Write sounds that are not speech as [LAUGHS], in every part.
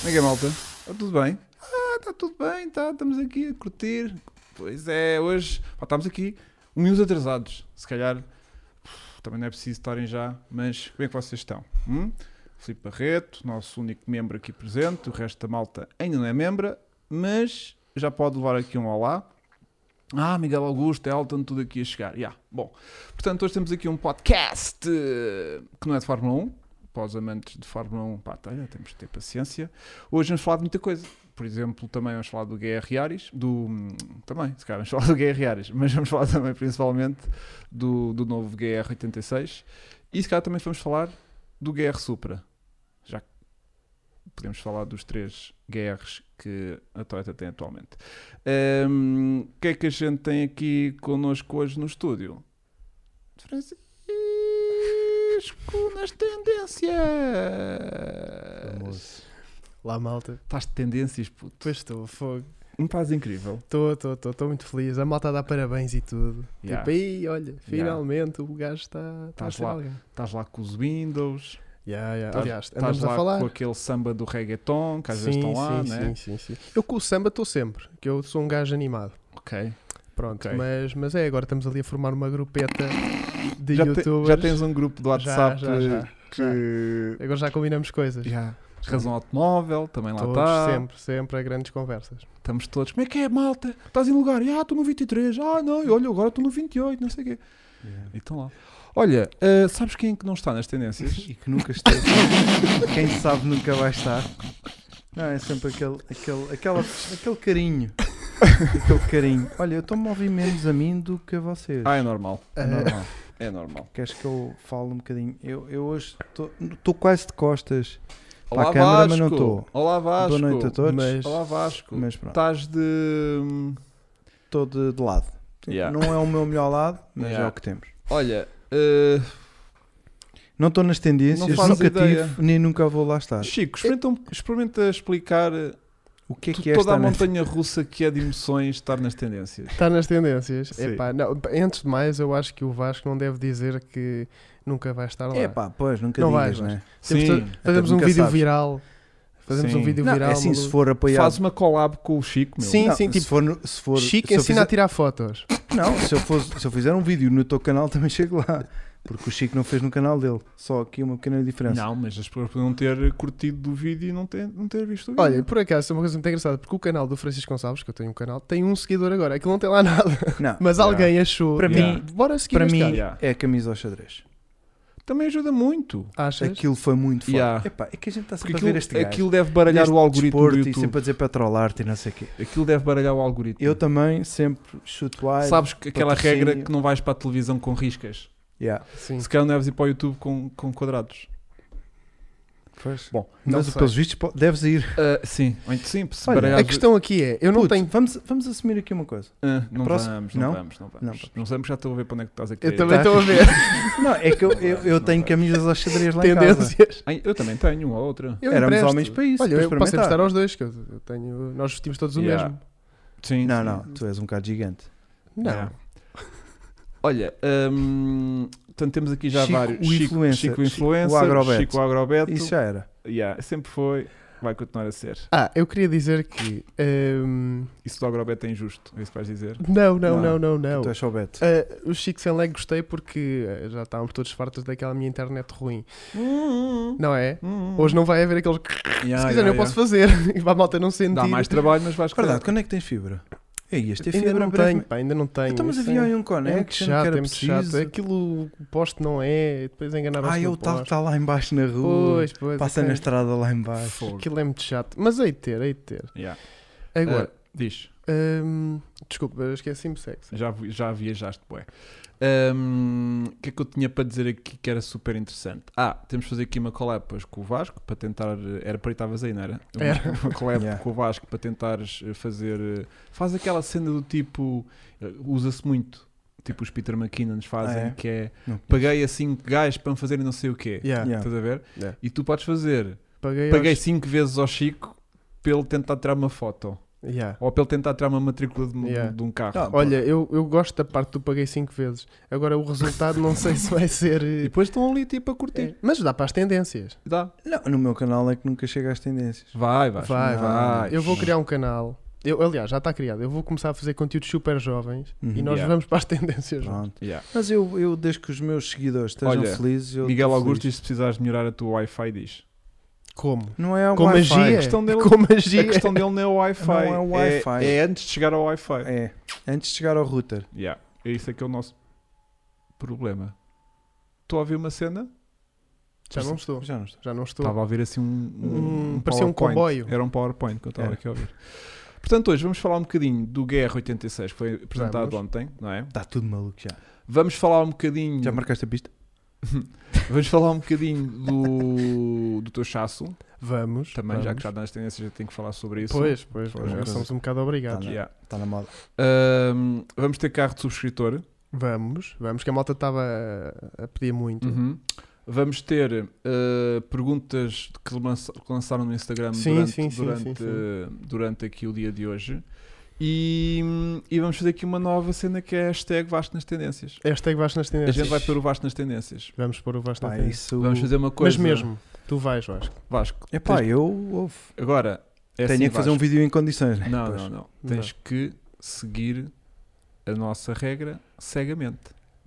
Como é que é, malta? Está tudo bem? Ah, está tudo bem, tá, estamos aqui a curtir. Pois é, hoje pá, estamos aqui um minuto atrasados. Se calhar puf, também não é preciso estarem já, mas como é que vocês estão? Hum? Filipe Barreto, nosso único membro aqui presente, o resto da malta ainda não é membro, mas já pode levar aqui um olá. Ah, Miguel Augusto, Elton, tudo aqui a chegar. Yeah. Bom, portanto, hoje temos aqui um podcast eh, que não é de Fórmula 1. Para os amantes de Fórmula 1, pá, tá, já temos de ter paciência. Hoje vamos falar de muita coisa. Por exemplo, também vamos falar do GR Yaris, do... hum, Também, se calhar vamos falar do GR Yaris, [LAUGHS] mas vamos falar também principalmente do, do novo GR86. E se calhar também vamos falar do GR Supra. Já que podemos falar dos três GRs que a Toyota tem atualmente. Hum, O que é que a gente tem aqui connosco hoje no estúdio? Francisco nas tendências. Famoso. Lá, malta. Estás de tendências, puto. Pois estou, fogo. Um paz incrível. Estou, estou, estou, estou muito feliz. A malta dá parabéns e tudo. Yeah. Tipo, aí, olha, finalmente o gajo está tá a Estás ser lá. alguém. Estás lá com os Windows, Yeah, yeah. Estás- Aliás, estás andamos lá a falar. com aquele samba do reggaeton que às vezes estão lá, sim, né? sim, sim, sim. Eu com o samba estou sempre, que eu sou um gajo animado. Ok. Pronto, Ok. mas, mas é, agora estamos ali a formar uma grupeta de Já, te- youtubers. já tens um grupo do Já, WhatsApp já, já. que. Agora já combinamos coisas. Yeah. Razão Automóvel, também lá tá. Todos, está. sempre, sempre a grandes conversas. Estamos todos, como é que é, malta? Estás em lugar? Ah, estou no 23. Ah, não, olha, agora estou no 28, não sei o quê. E estão lá. Olha, ah, sabes quem é que não está nas [LAUGHS] tendências? E que nunca esteve. Quem sabe nunca vai estar. Não, é sempre aquele, aquele, aquela, aquele carinho. Aquele carinho. Olha, eu estou-me a ouvir menos a mim do que a vocês. Ah, é normal. É normal. É normal. Queres que eu fale um bocadinho? Eu, eu hoje estou quase de costas. Para a Olá, câmara, mas Vasco. não estou. Olá, Vasco. tá- Boa noite a todos. Mas- Olá, Vasco. Mas pronto, Estás hum, de. estou de, de lado. Yeah. Não é o meu melhor lado, mas Yeah. é o que temos. Olha, ah, Não estou nas tendências, Não fazes nunca ideia. tive, nem nunca vou lá estar. Chico, experimenta, um- experimenta explicar O que é tu- que é toda estar a na- montanha russa que é de emoções estar nas tendências. Está Tá nas tendências. Sim. Epá, não, antes de mais, eu acho que o Vasco não deve dizer que nunca vai estar lá. É pá, pois, nunca Não digas, vais, né? Temos Sim, to- fazemos Até um nunca vídeo sabes. viral. Fazemos um Sim. vídeo Não, viral. é assim, se maluco. for apoiar. faz uma collab com o Chico, meu. Sim, Não, tipo, se for, se for, Chico se eu ensina a fizer- tirar é assim, fotos. Não, se eu, fosse- se eu fizer um vídeo no teu canal [LAUGHS] também chego lá. Porque o Chico não fez no canal dele. Só aqui uma pequena diferença. Não, mas as pessoas podem não ter curtido do vídeo e não ter, não ter visto o vídeo. Olha, por acaso, isso é uma coisa muito engraçada, porque o canal do Francisco Gonçalves, que eu tenho um canal, tem um seguidor agora. Aquilo não tem lá [LAUGHS] nada. Não, Mas Yeah. alguém achou. Para "Yeah, mim- bora seguir para este mim gajo." Yeah. é a camisa ao xadrez. também ajuda muito. Achas? Aquilo foi muito forte. Yeah. Epá, é que a gente está Porque sempre a ver aquilo, este gajo. aquilo deve baralhar neste o algoritmo do desporto E YouTube. sempre a dizer petrolarte e não sei o quê. Aquilo deve baralhar o algoritmo. Eu também sempre chuto wide. Sabes que aquela patrocínio. regra que não vais para a televisão com riscas. Yeah. Sim. Se calhar não deves ir para o YouTube com, com quadrados. Bom, Não Mas sei. pelos vistos po- deves ir. ah, sim. Ou então, Sim, se Olha, baralhar... A questão aqui é, eu não Puto, tenho. vamos, vamos assumir aqui uma coisa. Ah, não, Próximo- vamos, não, não? vamos, não vamos, não Não. vamos. já estou a ver para onde é que estás a querer Eu ir. também Tá. estou a [LAUGHS] ver Não, é que eu, eu, eu Não tenho vai. camisas ao xadrez lá em casa. tendências. [LAUGHS] Ai, eu também tenho uma ou outra. Eu Éramos empresto. homens para isso. Olha, para eu posso experimentar. emprestar aos dois, que eu eu tenho. Nós vestimos todos o Yeah. mesmo. Sim, Não, sim. não, tu és um bocado gigante. Não. Yeah. Olha, hum, portanto temos aqui já Chico, vários. o Chico, influencer. Chico, o Chico, o influencer, agrobeto. Chico o Agrobeto. Isso já era. Yeah, sempre foi, vai continuar a ser. Ah, eu queria dizer que. ehm, Isso do Agrobeto é injusto, é isso que vais dizer? Não, não, Não, Então, não, não, É não. Tu és só o Beto. Ah, o Chico Sem Leg gostei porque ah, já estávamos todos fartos daquela minha internet ruim, não é? Hum. Hoje não vai haver aqueles. Se quiser, eu posso um fazer. [LAUGHS] E para a malta não sentir. Ah, Dá mais trabalho, mas vais Verdade, quando é que tens fibra? Ei, ias ter ainda fibra não breve. tenho, pá, ainda não tenho. Então, mas Isso havia é- aí um é muito connection chato, que é era muito chato. preciso. Aquilo o poste não é, depois enganaram-se. Ah, é no o tal que poste. está lá embaixo na rua. Pois, pois. passa é na que- estrada lá embaixo. Fogo. Aquilo é muito chato. Mas aí de ter, aí de ter. Yeah. Agora, Ah, diz, hum, desculpa, esqueci-me sexo. já, vi- já viajaste, bué. Hum, O que é que eu tinha para dizer aqui que era super interessante? Ah, temos de fazer aqui uma collab pois, com o Vasco para tentar. eh, Era para aí, estavas aí, não era? Uma- Era. [LAUGHS] Uma collab Yeah. com o Vasco para tentares eh, fazer. eh, Faz aquela cena do tipo. eh, Usa-se muito. Tipo os Peter McKinnons fazem, Ah, é? que é. Não. Paguei a 5 gajos para me fazerem não sei o quê. Yeah. Yeah. Estás a ver? Yeah. E tu podes fazer. Paguei, Paguei aos- 5 vezes ao Chico para ele tentar tirar uma foto. Yeah. Ou pelo tentar tirar uma matrícula de, um- Yeah. de um carro. Ah, Olha, eu, eu gosto da parte do paguei 5 vezes. Agora o resultado não sei se vai ser. E eh, depois estão ali tipo a curtir. é. Mas dá para as tendências. Dá. Não, no meu canal é que nunca chega às tendências. Vai, vai. Vai, vai. Eu vou criar um canal. Eu, aliás, já está criado. Eu vou começar a fazer conteúdos super jovens e Uhum. nós Yeah. vamos para as tendências. Pronto. Yeah. Mas eu, eu, desde que os meus seguidores estejam Olha, felizes, eu Miguel estou Augusto, diz feliz. se precisares de melhorar a tua Wi-Fi, diz. Como? Não é o Com Wi-Fi. magia? questão dele- [LAUGHS] Com Então A magia. questão dele não é o Wi-Fi. Não é o Wi-Fi. É, é antes de chegar ao Wi-Fi. É, antes de chegar ao router. Yeah. É isso é que é o nosso problema. Estou a ouvir uma cena? Já não estou. Já não está. Já não estou. Estava a ouvir assim um. um, Hum, parecia um PowerPoint. comboio. Era um PowerPoint que eu estava Era. aqui a ouvir. Portanto, hoje vamos falar um bocadinho do Guerra 86, que foi apresentado Vamos. ontem, não é? Está Tá tudo maluco já. Vamos falar um Hum. bocadinho. Já marcaste a pista? [LAUGHS] Vamos falar um bocadinho do, do teu chasso. Vamos. Também, já que vamos. já nas tendências, eu tenho que falar sobre isso. Pois, pois, Pois, já pois. somos um bocado obrigados. Tá, né? Yeah. Está na moda. Ahm, vamos ter carro de subscritor. Vamos, vamos, que a malta estava a, a pedir muito. Uhum. Vamos ter ah, perguntas que lança- que lançaram no Instagram Sim, durante, sim, sim, durante, sim, sim. durante aqui o dia de hoje. E, e vamos fazer aqui uma nova cena que é hashtag Vasco nas Tendências. Hashtag é vais nas A tendências. gente vai pôr o Vasco nas Tendências. Vamos pôr o Vasco na Pá, tendência. isso... Vamos fazer uma Mas coisa. mesmo, É tu vais, Vasco. Vasco. Epá, tens- eu ouve. Agora, é tenho assim, que fazer um Vasco. vídeo em condições, né? Não, Pois. não, não. Tens que seguir a nossa regra cegamente.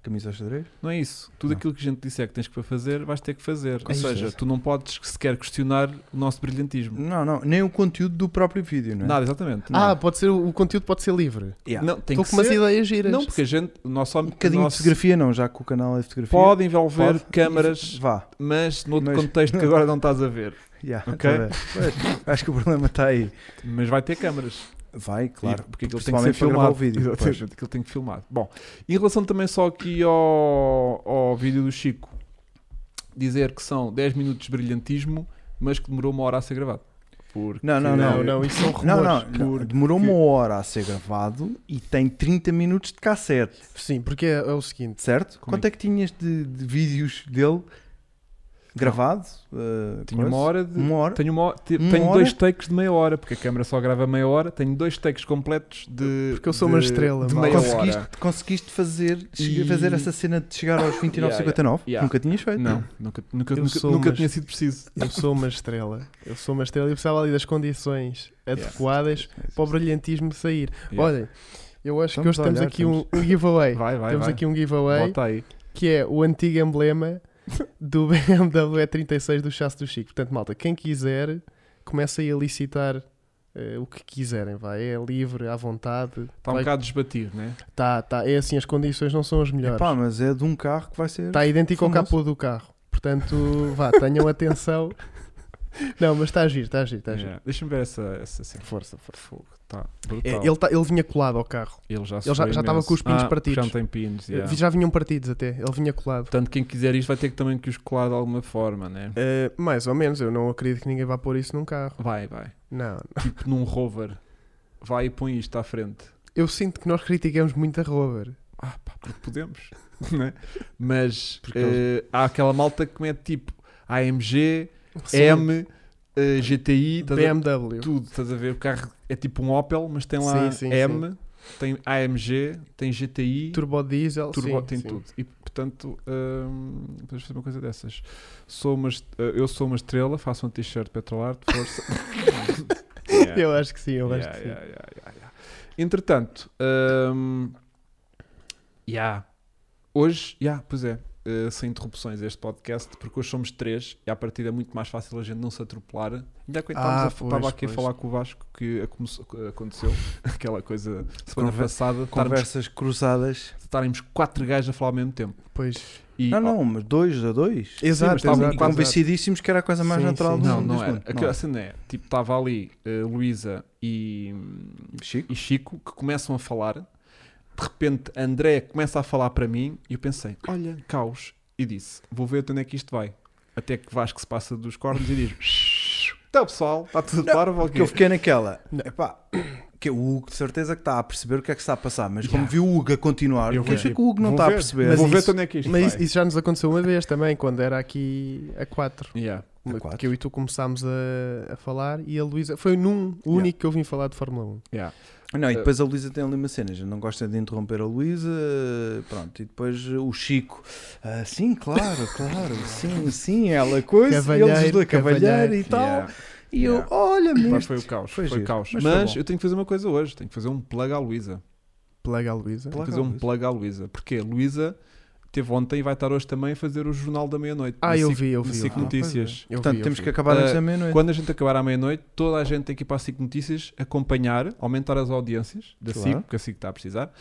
Camisa ao xadrez? Não é isso. Tudo Não. aquilo que a gente disser que tens que fazer, vais ter que fazer. Com Ou seja, certeza. tu não podes sequer questionar o nosso brilhantismo. Não, não. Nem o conteúdo do próprio vídeo, não é? Nada, exatamente. Ah, pode ser, o conteúdo pode ser livre. Yeah. Não, tem Estou que com umas ser. ideias giras. Não, porque a gente, o nosso, Um bocadinho o nosso- de fotografia não, já que o canal é fotografia. pode envolver Pode. câmaras, Vá. mas noutro Mas- contexto [LAUGHS] que agora não estás a ver. Yeah, Ok. tá bem. Pois, acho que o problema está aí. Mas vai ter câmaras. Vai, claro. E- porque aquilo tem que ser principalmente para gravar filmado. o vídeo, Exatamente, pois. aquilo tem que filmar. Bom, em relação também só aqui ao, ao vídeo do Chico, dizer que são 10 minutos de brilhantismo, mas que demorou uma hora a ser gravado. Porque Não, não, não, não. não, isso [LAUGHS] são rumores. Não, não, não. por- Demorou uma hora a ser gravado e tem 30 minutos de cassete, Sim, porque é, é o seguinte. certo? Como é Quanto é que tinhas de, de vídeos dele gravado? Uh, Tinha coisa? uma hora de, Uma hora? Tenho, uma- te- Uma tenho hora? dois takes de meia hora, porque a câmera só grava meia hora. Tenho dois takes completos de. Porque eu sou de- uma estrela, de mal. meia hora. conseguiste, conseguiste fazer, chegar- fazer essa cena de chegar aos yeah, 29,59? yeah. Nunca tinhas feito? Não, nunca, nunca, Eu nunca, sou nunca uma tinha sido preciso. Eu sou uma estrela. Eu sou uma estrela e eu precisava ali das condições Yeah. adequadas para o brilhantismo sair. Yeah. Olhem, eu acho Estamos que a hoje temos olhar, aqui um- um giveaway. Vai, vai, Temos vai. aqui um giveaway Bota aí. que é o antigo emblema do [LAUGHS] BMW E36 do Chasse do Chico. Portanto, malta, quem quiser, começa aí a licitar eh, o que quiserem, vai. É livre, à vontade. Está um Vai- bocado desbatido, né? tá, tá, é assim, as condições não são as melhores. Epá, mas é de um carro que vai ser. Tá Está idêntico ao famoso. capô do carro. Portanto, vá, tenham [LAUGHS] atenção. Não, mas está a giro, está a giro, está a Tá giro. Yeah. Deixa-me ver essa, essa cena. Força, força. Fogo, tá brutal. É, ele, tá- ele vinha colado ao carro. Ele já já- sofreu já estava imenso. com os pinos Ah, partidos. Já Eh, não tem pinos. yeah. Já vinham partidos até, ele vinha colado. Portanto, quem quiser isto vai ter que também que os colar de alguma forma, né? Eh, mais ou menos, eu não acredito que ninguém vá pôr isso num carro. Vai, vai. Não, Tipo num rover. Vai e põe isto à frente. Eu sinto que nós criticamos muito a Rover. Ah, pá, porque podemos, [LAUGHS] né? mas Porque eh, há aquela malta que mete tipo AMG, Sim, M, eh, GTI, estás a- BMW. tudo, estás a ver? O carro é tipo um Opel, mas tem lá Sim, sim, M, tem AMG, tem GTI, Turbo diesel. turbo, sim, tem sim. tudo. E portanto, hum, podemos fazer uma coisa dessas. Sou uma, est- eh, eu sou uma estrela, faço um t-shirt Petrolarte, força. [LAUGHS] Yeah. Eu acho que sim, eu acho Yeah, que sim. yeah, yeah, yeah, yeah. Entretanto, hum, yeah. hoje, yeah, pois é, eh, sem interrupções este podcast, porque hoje somos três e à partida é muito mais fácil a gente não se atropelar. Ainda há Ah, estávamos a- pois, estava aqui a pois. falar com o Vasco que aconse- aconteceu [LAUGHS] aquela coisa semana Conver- passada, estarmos- Conversas cruzadas. estarmos quatro gajos a falar ao mesmo tempo. Pois. E, Não, não, mas dois a dois. estavam Exato, exato, E quase- exato. convencidíssimos que era a coisa mais Sim, natural sim. oh, do não, mundo. não deste era. mundo. Aquela cena é, tipo, estava ali eh, Luísa e Chico. e Chico que começam a falar. De repente, André começa a falar para mim e eu pensei: olha, caos. E disse: vou ver até onde é que isto vai. Até que Vasco se passa dos cornos e [LAUGHS] diz: então pessoal, está tudo claro, vou Porque eu aqui." fiquei naquela. Não. Epá, que é o Hugo de certeza que está a perceber o que é que se está a passar, mas como Yeah. viu o Hugo a continuar, Eu eu vou acho ver. que o Hugo não Vou está a ver. perceber. Vou Mas ver isso- até onde é que isto Mas vai. isso, isso já nos aconteceu uma vez também, quando era aqui a 4. Yeah. uma- quatro? que eu e tu começámos a, a falar e a Luísa. Foi num único Yeah. que eu vim falar de Fórmula 1. Yeah. Não, e Eh, depois a Luísa tem ali uma cena, já não gosta de interromper a Luísa, pronto, e depois eh, o Chico, ah, sim, claro, [LAUGHS] claro, sim, sim, ela coisa, Cavalheiro, eles dois, cavalheiro cavalheiro, e tal, Yeah. e eu, yeah. olha Pá, mesmo, foi o caos, foi foi, giro, caos. mas Mas, foi bom. eu tenho que fazer uma coisa hoje, tenho que fazer um plug à Luísa. Plaga a Luísa. Tenho que fazer um plug à Luísa, porque a Luísa teve ontem e vai estar hoje também a fazer o Jornal da Meia-Noite. no Ah, eu SIC vi, eu vi. no eu SIC vi. é. pois Notícias. Eu vi, portanto eu temos vi. que acabar antes Eh, da meia-noite. Quando a gente acabar à meia-noite, toda a gente tem que ir para a SIC Notícias, acompanhar, aumentar as audiências da Claro. SIC, porque a SIC está a precisar,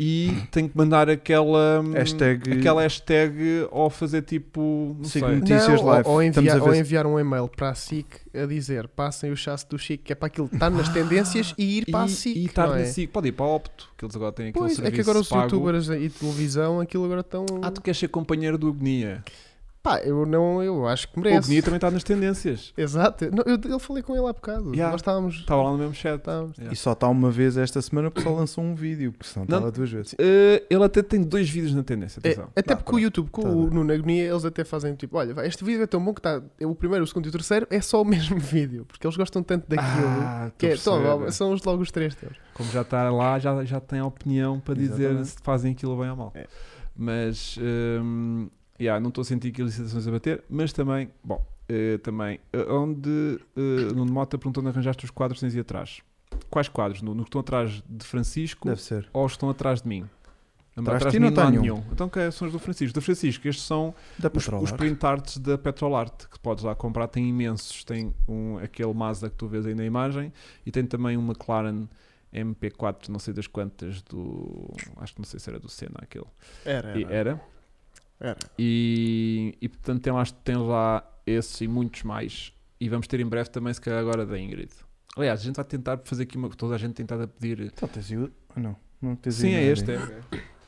e tem que mandar aquela hum, Hashtag- aquela hashtag ou fazer tipo. Não SIC sei. Notícias Não, live. Ou, ou Estamos enviar, a ver ou se- enviar um e-mail para a SIC a dizer passem o chasse do Chico, que é para aquilo estar nas tendências e ir para a SIC. e, e estar não na é? SIC. Pode ir para a Opto, que eles agora têm aquele Pois, é serviço que agora os pago. youtubers e televisão, aquilo agora estão. Ah, tu queres ser companheiro do Agnia. Pá, eu não, eu acho que O merece. Agnia também está nas tendências. Exato. Não, eu, eu falei com ele há bocado. Yeah. Tá. Nós estávamos. Estava lá no mesmo chat. estávamos- Yeah. E só está uma vez esta semana, o pessoal lançou um vídeo, porque senão está Não. lá duas vezes. Eh, ele até tem dois vídeos na tendência, É, atenção. até Dá porque para- o YouTube, com tá o bem. Nuno Agonia, eles até fazem tipo: olha, vai, este vídeo é tão bom que está. O primeiro, o segundo e o terceiro é só o [LAUGHS] mesmo vídeo, porque eles gostam tanto daquilo. Ah, que é, estou a toma, perceber. são os- logo os três teus. Como já está lá, já, já tem a opinião para dizer Exatamente. se fazem aquilo bem ou mal. É. Mas, hum, yeah, não estou a sentir aqui licitações a bater, mas também, bom, eh, também, eh, onde eh, Nuno Mota perguntou onde arranjaste os quadros que tens aí atrás. Quais quadros? No, no que estão atrás de Francisco Deve ser. ou os que estão atrás de mim? Atrás de ti mim não há está nenhum. nenhum. Então, que são os do Francisco? Do Francisco, estes são Da os, Petrol os Art. print arts da Petrolart, que podes lá comprar, tem imensos. Tem um, aquele Mazda que tu vês aí na imagem e tem também uma McLaren MP4, não sei das quantas, do. Acho que não sei se era do Senna aquele. Era, E é era. Era. E, e, portanto tem lá, tem lá esses e muitos mais. E vamos ter em breve também, se calhar, agora da Ingrid. Aliás, a gente vai tentar fazer aqui uma. Toda a gente tentada a pedir. Então tens aí o... ah, Não, não tens aí Sim, é nada. este. É.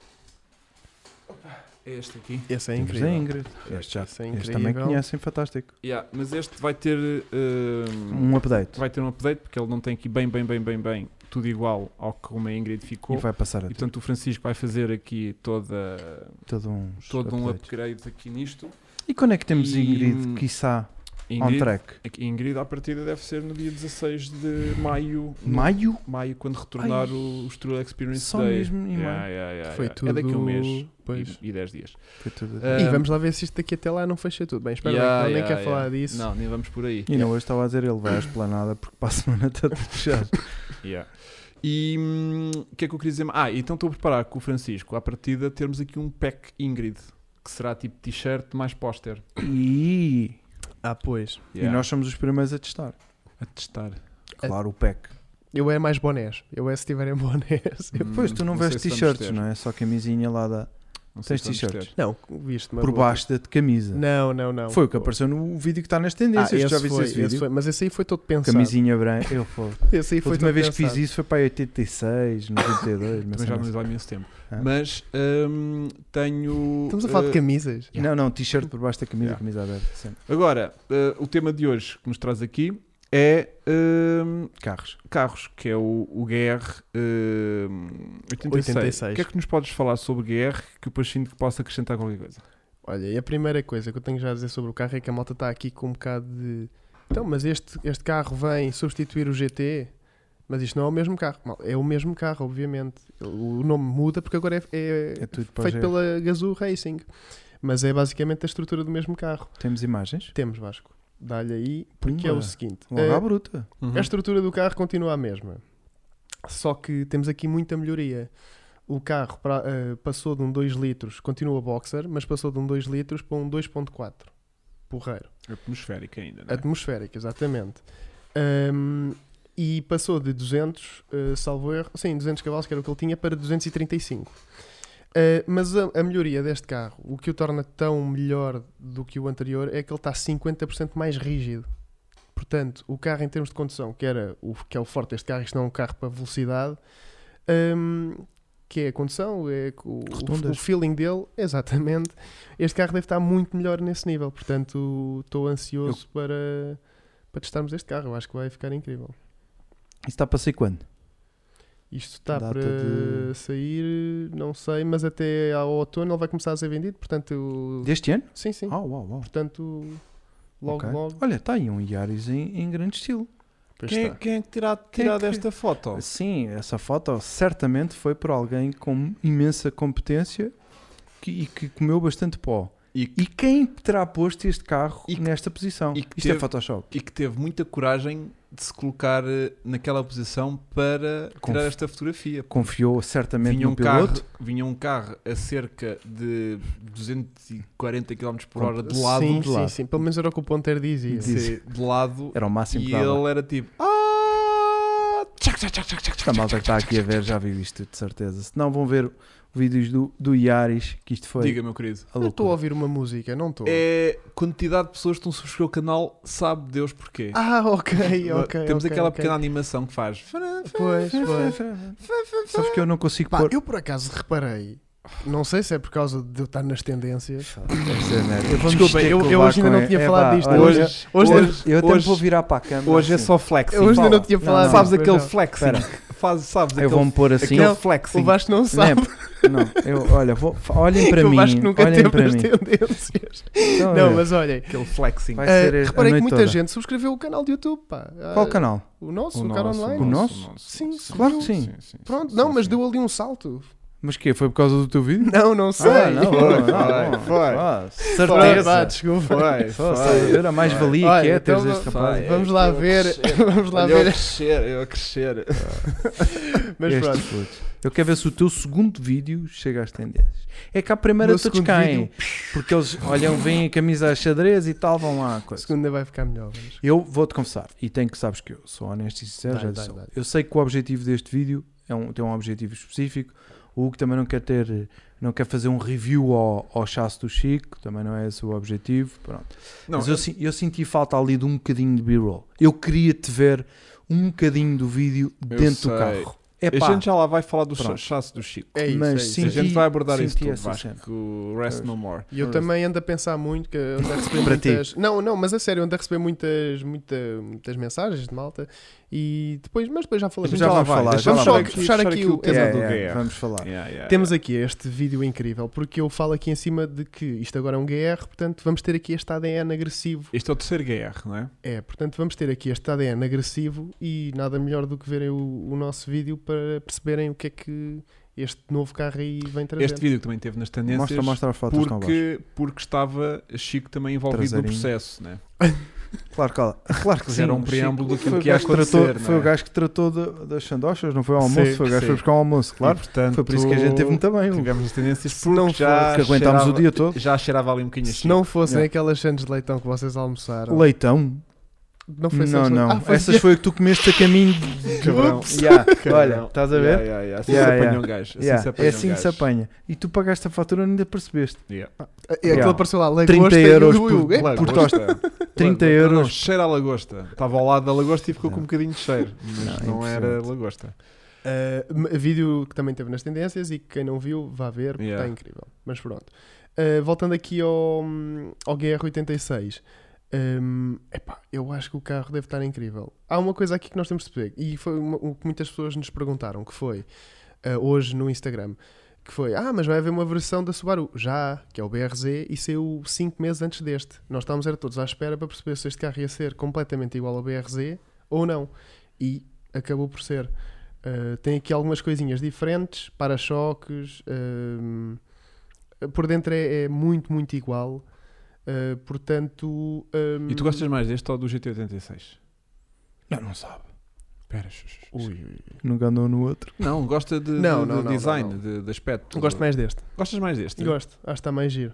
É este aqui. Esse é Temos incrível. da Ingrid. Este já. Esse é Este incrível. também conhecem, fantástico. Yeah, mas este vai ter. hum, Um update. vai ter um update porque ele não tem aqui bem, bem, bem, bem, bem tudo igual ao que como a Ingrid ficou. E E, vai passar a ter portanto o Francisco vai fazer aqui toda, todo uns todo um updates. upgrade aqui nisto. E quando é que temos E- Ingrid, quiçá, on Ingrid, track? aqui- Ingrid à partida deve ser no dia 16 de maio. no- Maio? Maio, quando retornar Ai, o, os True Experience só Day. mesmo em Yeah, maio. yeah, yeah, Foi yeah. tudo. É daqui a um mês Pois. e, e 10 dias. Foi tudo. Ah, E vamos lá ver se isto daqui até lá não fecha tudo. Bem, espero Yeah, bem que ele yeah, nem quer falar yeah. disso. Não, nem vamos por aí. E não, hoje estava a dizer, ele vai à esplanada porque para a semana está tudo fechado. Yeah. E hum, o que é que eu queria dizer? Ah, então estou a preparar com o Francisco, à partida, termos aqui um pack Ingrid, que será tipo t-shirt mais póster. E... Ah, pois. Yeah. e nós somos os primeiros a testar. A testar. Claro, o pack. Eu é mais bonés. Eu é se tiverem bonés. Hum, pois, tu não, sei vestes se vamos t-shirts, ter. não é? Só camisinha lá da... Não sei Tens se vamos ter. t-shirts? [LAUGHS] Não, viste uma por boa. baixo da de camisa. Não, não, não. Foi o que apareceu no vídeo que está nas Ah, tendências. esse tu já viste foi, esse vídeo? esse foi, mas esse aí foi todo pensado. Camisinha branca. Eu, pô, Esse aí a foi última todo vez que pensado. fiz isso foi para aí 86, 92. mas Também já não não sei. há imenso tempo. Ah. Mas hum, tenho. Estamos a falar de eh, camisas. Yeah. Não, não, t-shirt por baixo da camisa, Yeah. camisa aberta. Sempre. Agora, eh, o tema de hoje que nos traz aqui é hum, Carros. carros, que é o, o GR hum, 86. 86. O que é que nos podes falar sobre o GR que o Pachinko possa acrescentar qualquer coisa? Olha, e a primeira coisa que eu tenho já a dizer sobre o carro é que a malta está aqui com um bocado de. Então, mas este, este carro vem substituir o GT, mas isto não é o mesmo carro. Mal, é o mesmo carro, obviamente. O nome muda porque agora é, é É tudo para feito o GR. pela Gazoo Racing. Mas é basicamente a estrutura do mesmo carro. Temos imagens? Temos, Vasco. Dá-lhe aí, Pumba. porque é o seguinte: Logo eh, à bruta. Uhum. a estrutura do carro continua a mesma. Só que temos aqui muita melhoria. O carro pra- eh, passou de um 2 litros, continua boxer, mas passou de um 2 litros para um 2.4. Porreiro. Atmosférica ainda, não é? Atmosférico, exatamente. Ahm, e passou de 200, eh, salvo erro, sim, 200 cavalos, que era o que ele tinha, para 235. Ah, mas a, a melhoria deste carro, o que o torna tão melhor do que o anterior, é que ele está 50% mais rígido. Portanto, o carro em termos de condução, que, era o, que é o forte deste carro, isto não é um carro para velocidade, ahm, que é a condução, é o, o, Rotundas. o feeling dele, [LAUGHS] exatamente. Este carro deve estar muito melhor nesse nível, portanto, estou ansioso para, para testarmos este carro. Eu acho que vai ficar incrível. Isso está para sair quando? Isto está Data para de- sair, não sei, mas até ao outono ele vai começar a ser vendido, portanto, Deste ano? sim, sim. Ah, uau, uau. Portanto, Logo, Ok. logo. Olha, está aí um Yaris em, em grande estilo. Pois Quem, é- está. quem é que tirar, Quem é tirar que- desta foto? Sim, essa foto certamente foi por alguém com imensa competência que- e que comeu bastante pó. E E quem terá posto este carro E que- nesta posição? e Isto que é teve- Photoshop. e que teve muita coragem de se colocar eh, naquela posição para Conf- tirar esta fotografia. Confiou certamente Vinha um, no piloto. carro, vinha um carro a cerca de 240 km por hora de lado, sim, de lado. sim, sim. Pelo menos era o que o ponteiro dizia. de, de lado Era o máximo e que dava. ele era tipo "Ah, tchac, tchac, tchac, tchac, tchac, Esta malta que está aqui a ver já viu isto, de certeza. Se não, vão ver vídeos do, do Yaris, que isto foi Diga, meu querido. Eu a estou a loucura. ouvir uma música, não estou. É quantidade de pessoas que estão a subscrever o canal, sabe Deus porquê. Ah, ok, ok. Temos ok, aquela ok. pequena animação que faz. Pois, pois. Sabes que eu não consigo Pá, pôr... eu por acaso reparei, não sei se é por causa de eu estar nas tendências. Deve ser, né? Eu- Vamos desculpem, ter eu- que eu levar hoje ainda com não ele. tinha É, falado pá, disto. olha, Hoje- hoje- eu até me hoje- vou virar para a câmera. Hoje é assim. só flexing. Eu hoje ainda Fala. não tinha Não, falado. não. Sabes disto, aquele mas flexing? Espera. Faz, sabes Eu aquele, vou-me pôr assim. aquele flexing. não. O Vasco não Não é- sabe. Não, eu, olha, vou, fa- olhem para que [LAUGHS] mim. o Vasco nunca olhem teve para nas mim. tendências. Então, Não, olha, mas olhem. Aquele flexing. Vai eh, ser a reparei que noite muita toda. gente subscreveu o canal do YouTube, pá. Ah, Qual canal? O nosso, o, cara online. o nosso. Sim, Claro que sim. Pronto, não, mas deu ali um salto. [LAUGHS] Mas que Foi por causa do teu vídeo? Não, não sei. Ah, [LAUGHS] não, Foi, não, foi, foi. Ah, Foi, vá, [LAUGHS] Certeza. desculpa. Foi, Só estás a ver a mais-valia Olha, que é então teres este vamos- rapaz. Vai. Vamos lá Eu a ver. crescer. Vamos lá Olha, eu a ver. crescer, eu a crescer. Mas Estes pronto. putos. Eu quero ver se o teu segundo vídeo chega às tendências. É que à primeira No todos segundo caem. vídeo- Porque eles olham, veem a camisa às xadrez e tal, vão lá. A Coisa. segunda vai ficar melhor. vamos. Eu vou-te confessar, e tenho que sabes que eu sou honesto e sincero, Vai, já vai, disse, vai. eu sei que o objetivo deste vídeo é um, tem um objetivo específico, o Hugo também não quer ter, não quer fazer um review ao, ao chasso do Chico, também não é esse o objetivo, pronto. Não, Mas eu, sin- eu senti falta ali de um bocadinho de B-roll, eu queria-te ver um bocadinho do vídeo dentro sei. do carro. É a gente já lá vai falar do Pronto. chasso do Chico. É isso. Mas é sim, isso, é a isso. gente vai abordar senti isso tudo, essa Vasco, cena. que o Rest No More. E eu também ando a pensar muito, que eu ando a receber Para ti. muitas. Não, não, mas a sério, ando a receber muitas, muita, muitas mensagens de malta e depois, mas depois já falamos. Já vamos falar, já Vamos lá só vamos. fechar aqui o tema É, do é, GR. vamos falar. Yeah, yeah, Temos aqui este vídeo incrível, porque eu falo aqui em cima de que isto agora é um GR, portanto vamos ter aqui este ADN agressivo. Este é o terceiro GR, não é? É, portanto vamos ter aqui este ADN agressivo e nada melhor do que verem o, o nosso vídeo para perceberem o que é que este novo carro aí vem trazer. Este vídeo que também teve nas tendências. Mostra, mostra as fotos estão abaixo. Porque, porque estava Chico também envolvido no Traseirinho. processo, né? Claro, claro, [LAUGHS] claro que sim. Era um o preâmbulo daquilo Chico foi o que ia gajo tratou- acontecer, não Foi o é? gajo que tratou de- das sandochas, não foi ao almoço, Sim, foi o gajo que foi sim. buscar o almoço, E, claro. portanto, Foi por isso que a gente teve muito bem. Hugo. [LAUGHS] Tivemos as tendências Se porque não já, Porque aguentámos cheirava, o dia todo. já cheirava ali um bocadinho a Se Chico. não fossem Yeah. aquelas chantes de leitão que vocês almoçaram, Leitão? não foi Não, chantes de não. leitão. Ah, foi Essas foi o que tu comeste a caminho. [LAUGHS] de- Cabrão. Yeah, Cabrão. Olha, estás a ver? assim. Yeah, yeah, yeah. Assim se Yeah, yeah. apanha um gajo. Assim Yeah, se apanha É um assim que se gajo. apanha. E tu pagaste a fatura e ainda percebeste. Yeah. É, Aquilo Yeah. apareceu lá, lagosta 30 e euros o- o- por- é, Lagosta. tosta. 30 Não, Não, euros. cheira a lagosta. Estava ao lado da lagosta e ficou com Não. um bocadinho de cheiro. Mas Não, é não, era impressionante. lagosta. Uh, m- vídeo que também teve nas tendências e que quem não viu vá ver, porque Yeah. está incrível. Mas pronto. Uh, voltando aqui ao, ao GR86. Um, epá, eu acho que o carro deve estar incrível. Há uma coisa aqui que nós temos de perceber e foi uma- o que muitas pessoas nos perguntaram, que foi uh, hoje no Instagram, que foi, ah, mas vai haver uma versão da Subaru. Já, há, que é o BRZ, e saiu 5 meses antes deste. Nós estávamos era todos à espera para perceber se este carro ia ser completamente igual ao BRZ ou não. E acabou por ser. Uh, tem aqui algumas coisinhas diferentes, para-choques. um, por dentro é, é muito, muito igual. Uh, portanto. um, E tu gostas mais deste ou do GT86? Não, não sabe. Espera, xux, xux, xux. Nunca andou no outro. Não, gosta de, Não, de- não, de não, design, não, não. De, de aspecto. Gosto mais deste. Gostas mais deste? Gosto, acho que está mais giro.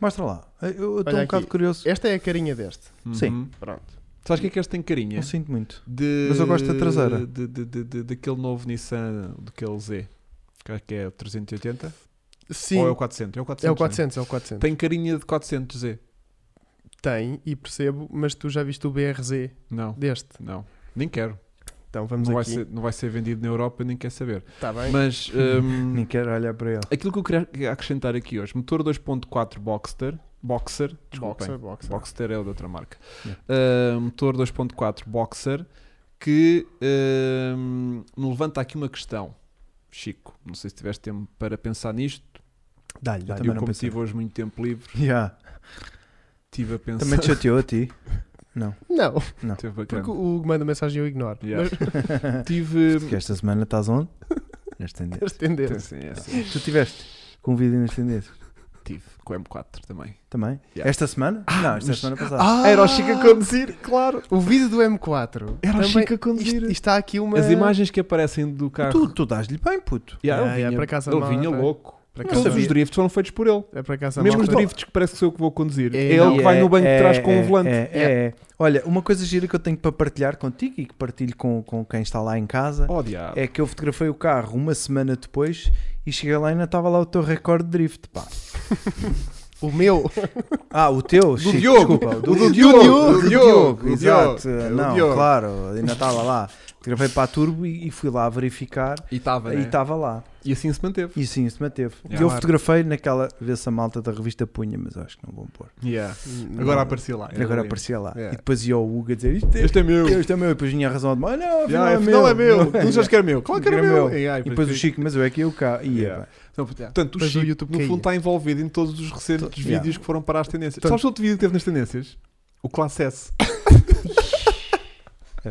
Mostra lá. Eu estou Olha um bocado aqui. curioso. Esta é a carinha deste. Uhum. Sim. Pronto. Sabes o que é que este tem carinha? Não sinto muito. De, Mas eu gosto da traseira. De, de, de- de- daquele novo Nissan, daquele Z. Que é- Que é o 380? Sim, Ou é o 400? É o 400. é o né? 400, é o 400. Tem. Tem carinha de 400Z? e percebo, mas tu já viste o BRZ Não, deste. não. Nem quero. Então vamos Não vai, aqui. ser, não vai ser vendido na Europa, nem quer saber. Está bem. [LAUGHS] Mas hum, Nem quero olhar para ele. aquilo que eu queria acrescentar aqui hoje: motor 2.4 Boxster. Boxer, desculpem. boxer, boxer. Boxster é o da outra marca. Yeah. Ah, motor 2.4 Boxer que ahm, me levanta aqui uma questão, Chico. Não sei se tiveste tempo para pensar nisto. Dá-lhe, um eu, como tive hoje muito tempo livre, Yeah. Estive a pensar. Também [LAUGHS] te chateou a ti. Não, Teve bacana. porque o Hugo manda mensagem e eu ignoro. Yeah. Mas [LAUGHS] Tive. [LAUGHS] Porque esta semana estás onde? Nas as tendências. tendências. Sim, é, sim. Tu tiveste com um vídeo nas tendências Tive com o M4 também. também? Yeah. Esta semana? não, esta mas- semana passada. Ah, Era o Chico a conduzir, claro. O vídeo do M4. Era o Também- Chico a Isto, conduzir. isto está aqui uma. As imagens que aparecem do carro. Tu, tu dás-lhe bem, puto. Yeah, Yeah, ele vinha, yeah, para casa ele mal, vinha para- louco. Para Não cá, Todos os sabia. drifts foram feitos por ele. É para cá, Mesmo os malta. drifts que parece que sou eu que vou conduzir. É, É, ele não. que vai é, no banco de trás é, com o é, volante. É, é, é. Olha, uma coisa gira que eu tenho para partilhar contigo e que partilho com, com quem está lá em casa Oh, diabo. é que eu fotografei o carro uma semana depois e cheguei lá e ainda estava lá o teu recorde de drift. Pá. O meu. Ah, o teu? Chico, Diogo. Desculpa, o do, O do do Diogo. Diogo. O do Diogo. Exato. O do Não, Diogo. claro, ainda estava lá. Gravei para a Turbo e, e fui lá verificar E estava, e estava lá. E assim se manteve. E sim, isso manteve. Yeah. eu Claro. fotografei naquela, vê se a malta da revista punha, mas eu acho que não vão pôr. Agora aparecia lá. Agora aparecia lá. É, Yeah. E depois ia ao Hugo a dizer isto é Este é meu. Este é meu, e depois vinha a razão de "Ah, não, afinal Yeah, afinal é meu. [LAUGHS] Não é? Tu já que era meu. Claro que era Era meu. meu. Yeah, E depois o Chico, mas eu é que eu cá. E Yeah. Então, Portanto, o Depois o Chico, YouTube no fundo, caía. está envolvido em todos os recentes To- vídeos yeah. que foram para as tendências. Portanto- Sabes outro vídeo que teve nas tendências? O Classe S. é pá.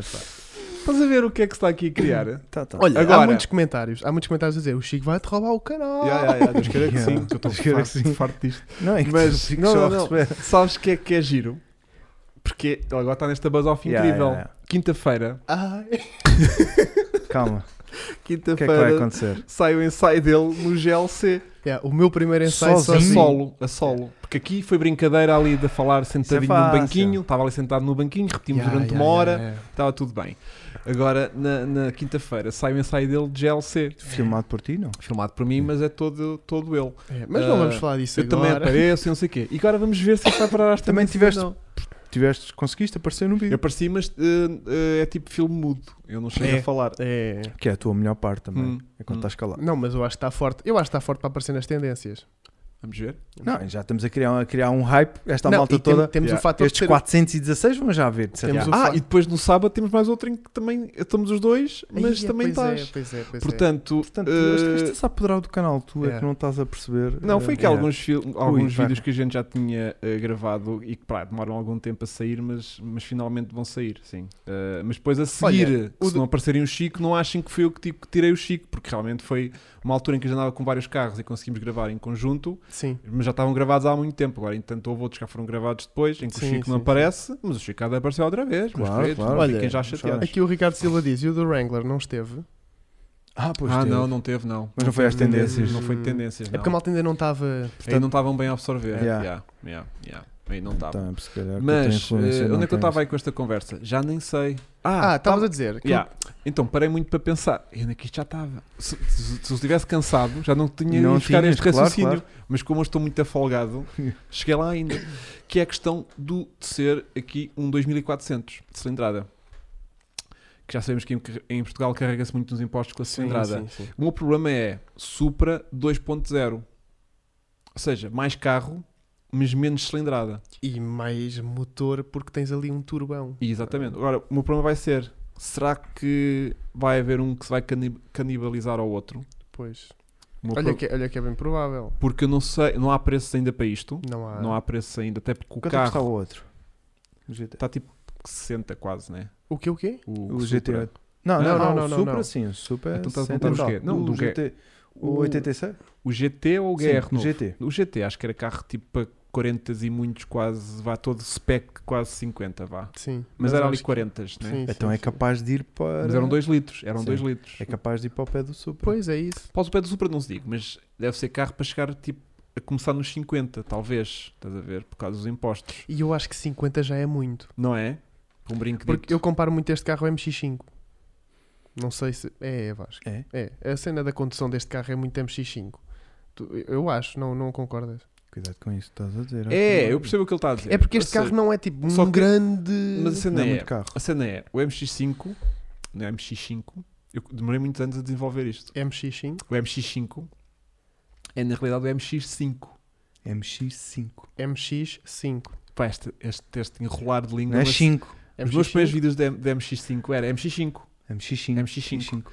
Estás a ver o que é que se está aqui a criar? [LAUGHS] Yeah, Tá, tá. Olha, há Agora. muitos comentários. Há muitos comentários a dizer: o Chico vai te roubar o canal. yeah, yeah. Deus queira que Yeah. sim. que Eu estou Deus queira que farto- sim. farto disto. não, é que mas- o Chico não, só não, não. recebe- Sabes o que é que é giro? Porque ele agora está nesta buzz off Yeah, incrível. yeah, yeah. Quinta-feira, Ai. Calma, o que é que vai quinta-feira, acontecer? sai o ensaio dele no GLC. Yeah, o meu primeiro ensaio A Sozinho. Sim. Então é solo, a solo. Porque aqui foi brincadeira ali de falar sentadinho num fácil. banquinho. Estava ali sentado no banquinho, repetimos é Yeah, durante yeah, uma hora. yeah, yeah. Estava tudo bem. Agora, na, na quinta-feira, sai o ensaio dele de GLC. Filmado por ti, não? Filmado por mim, mas é todo, todo ele. É, Mas não Ah, vamos falar disso Eu também agora. apareço e não sei o quê. E agora vamos ver se ele vai [LAUGHS] parar às Também tendências tiveste- ou não. Tiveste, conseguiste aparecer no Eu vídeo. apareci, mas eh, eh, é tipo filme mudo. Eu não chego É. a falar. [LAUGHS] É. Que é a tua melhor parte também. Hum, É quando hum. estás calado. Não, mas eu acho que está forte. Eu acho que está forte para aparecer nas tendências. Vamos ver. Não, já estamos a criar, a criar um hype. Esta Não, malta e tem- toda. Temos Yeah. o fator de Estes ser- 416 vão já ver. de certeza. Temos o ah, fa- e depois no sábado temos mais outro em que também estamos os dois, mas Ai, também pois é, estás. pois é, pois é. Portanto, Ah, Portanto, eh, este- este está apoderar do canal, tu é é. que não estás a perceber. Não, foi eh, que alguns, fil- alguns vai. vídeos que a gente já tinha eh, gravado e que pá, demoram algum tempo a sair, mas, mas finalmente vão sair, sim. Eh, mas depois a seguir, Olha, o se do- não aparecerem o Chico, não achem que fui eu que, tipo, que tirei o Chico, porque realmente foi uma altura em que eu já andava com vários carros e conseguimos gravar em conjunto, Sim. mas já estavam gravados há muito tempo. Agora, entanto, houve outros que já foram gravados depois, em que Sim, o Chico não sim, aparece, mas o Chico há de aparecer outra vez. meus Claro, queridos, claro. Não Olha, fiquem já chateados. Aqui o Ricardo Silva diz: e o do Wrangler não esteve? Ah, pois Ah, teve. não, não teve, não. Mas não foi às teve, tendências. Não foi tendências, É não. porque a malta ainda não estava. Aí não estavam bem a absorver. Yeah. Yeah, yeah, yeah. Aí não estavam. Então, se calhar, que eu tenho Mas, influência, eh, não onde é que eu tenho estava aí com esta conversa? Já nem sei. Ah, estavas tava- a dizer. que- Yeah. Então, parei muito para pensar. Eu aqui já estava. Se, se, se eu estivesse cansado, já não tinha Não ido buscar tinhas, este claro, raciocínio. Mas como eu estou muito [LAUGHS] afolgado, cheguei lá ainda. Que é a questão do, de ser aqui um 2400 de cilindrada. Que já sabemos que em, em Portugal carrega-se muito nos impostos com a Sim, cilindrada. sim, sim. O meu problema é Supra 2.0. Ou seja, mais carro, mas menos cilindrada. E mais motor, porque tens ali um turbão. E, Exatamente. Agora, o meu problema vai ser: será que vai haver um que se vai cani- canibalizar ao outro? Pois. O meu Olha pro- que, olha que é bem provável. Porque eu não sei, não há preços ainda para isto. Não há. Não há preços ainda, até porque o Ah. Quanto é que está carro o outro? O GT. está tipo 60 quase, né? O que o quê? O, O Supra. GT8. Não, Não, não, não, não, não, o não, Supra não. sim, o Supra Então estás a 60 contar os tal. quê? Não, o do G- GT. O o- 86? O GT ou o Sim, GR? o novo? GT. O GT, acho que era carro tipo para 40 e muitos, quase, vá todo spec, quase 50, vá. Sim. Mas, era ali acho que- 40, né? Sim, Então sim, é sim. capaz de ir para. Mas eram 2 litros, eram Sim. 2 litros. É capaz de ir para o pé do Supra. Pois é isso. Para o pé do Supra não se digo, mas deve ser carro para chegar tipo a começar nos 50, talvez, estás a ver, por causa dos impostos, E eu acho que 50 já é muito. não é? Um brinco Porque dito. eu comparo muito este carro ao MX5. Não sei se. É, é Vasco. É? É. A cena da condução deste carro é muito MX5. Tu- Eu acho, não, não concordas? Cuidado com isso, que estás a dizer. É, eu percebo o que ele está a dizer. É Ou porque este seja, carro não é tipo um eh, só que- grande. Mas a Não cena é é, muito carro. a cena é, o MX5, não é MX5, eu demorei muitos anos a desenvolver isto. MX5, O MX5 é na realidade o MX5. MX5. MX5. Pá, este, este, este enrolar de língua. Não é mas- 5. Os meus primeiros vídeos de, de MX5 era MX5, MX5. MX5.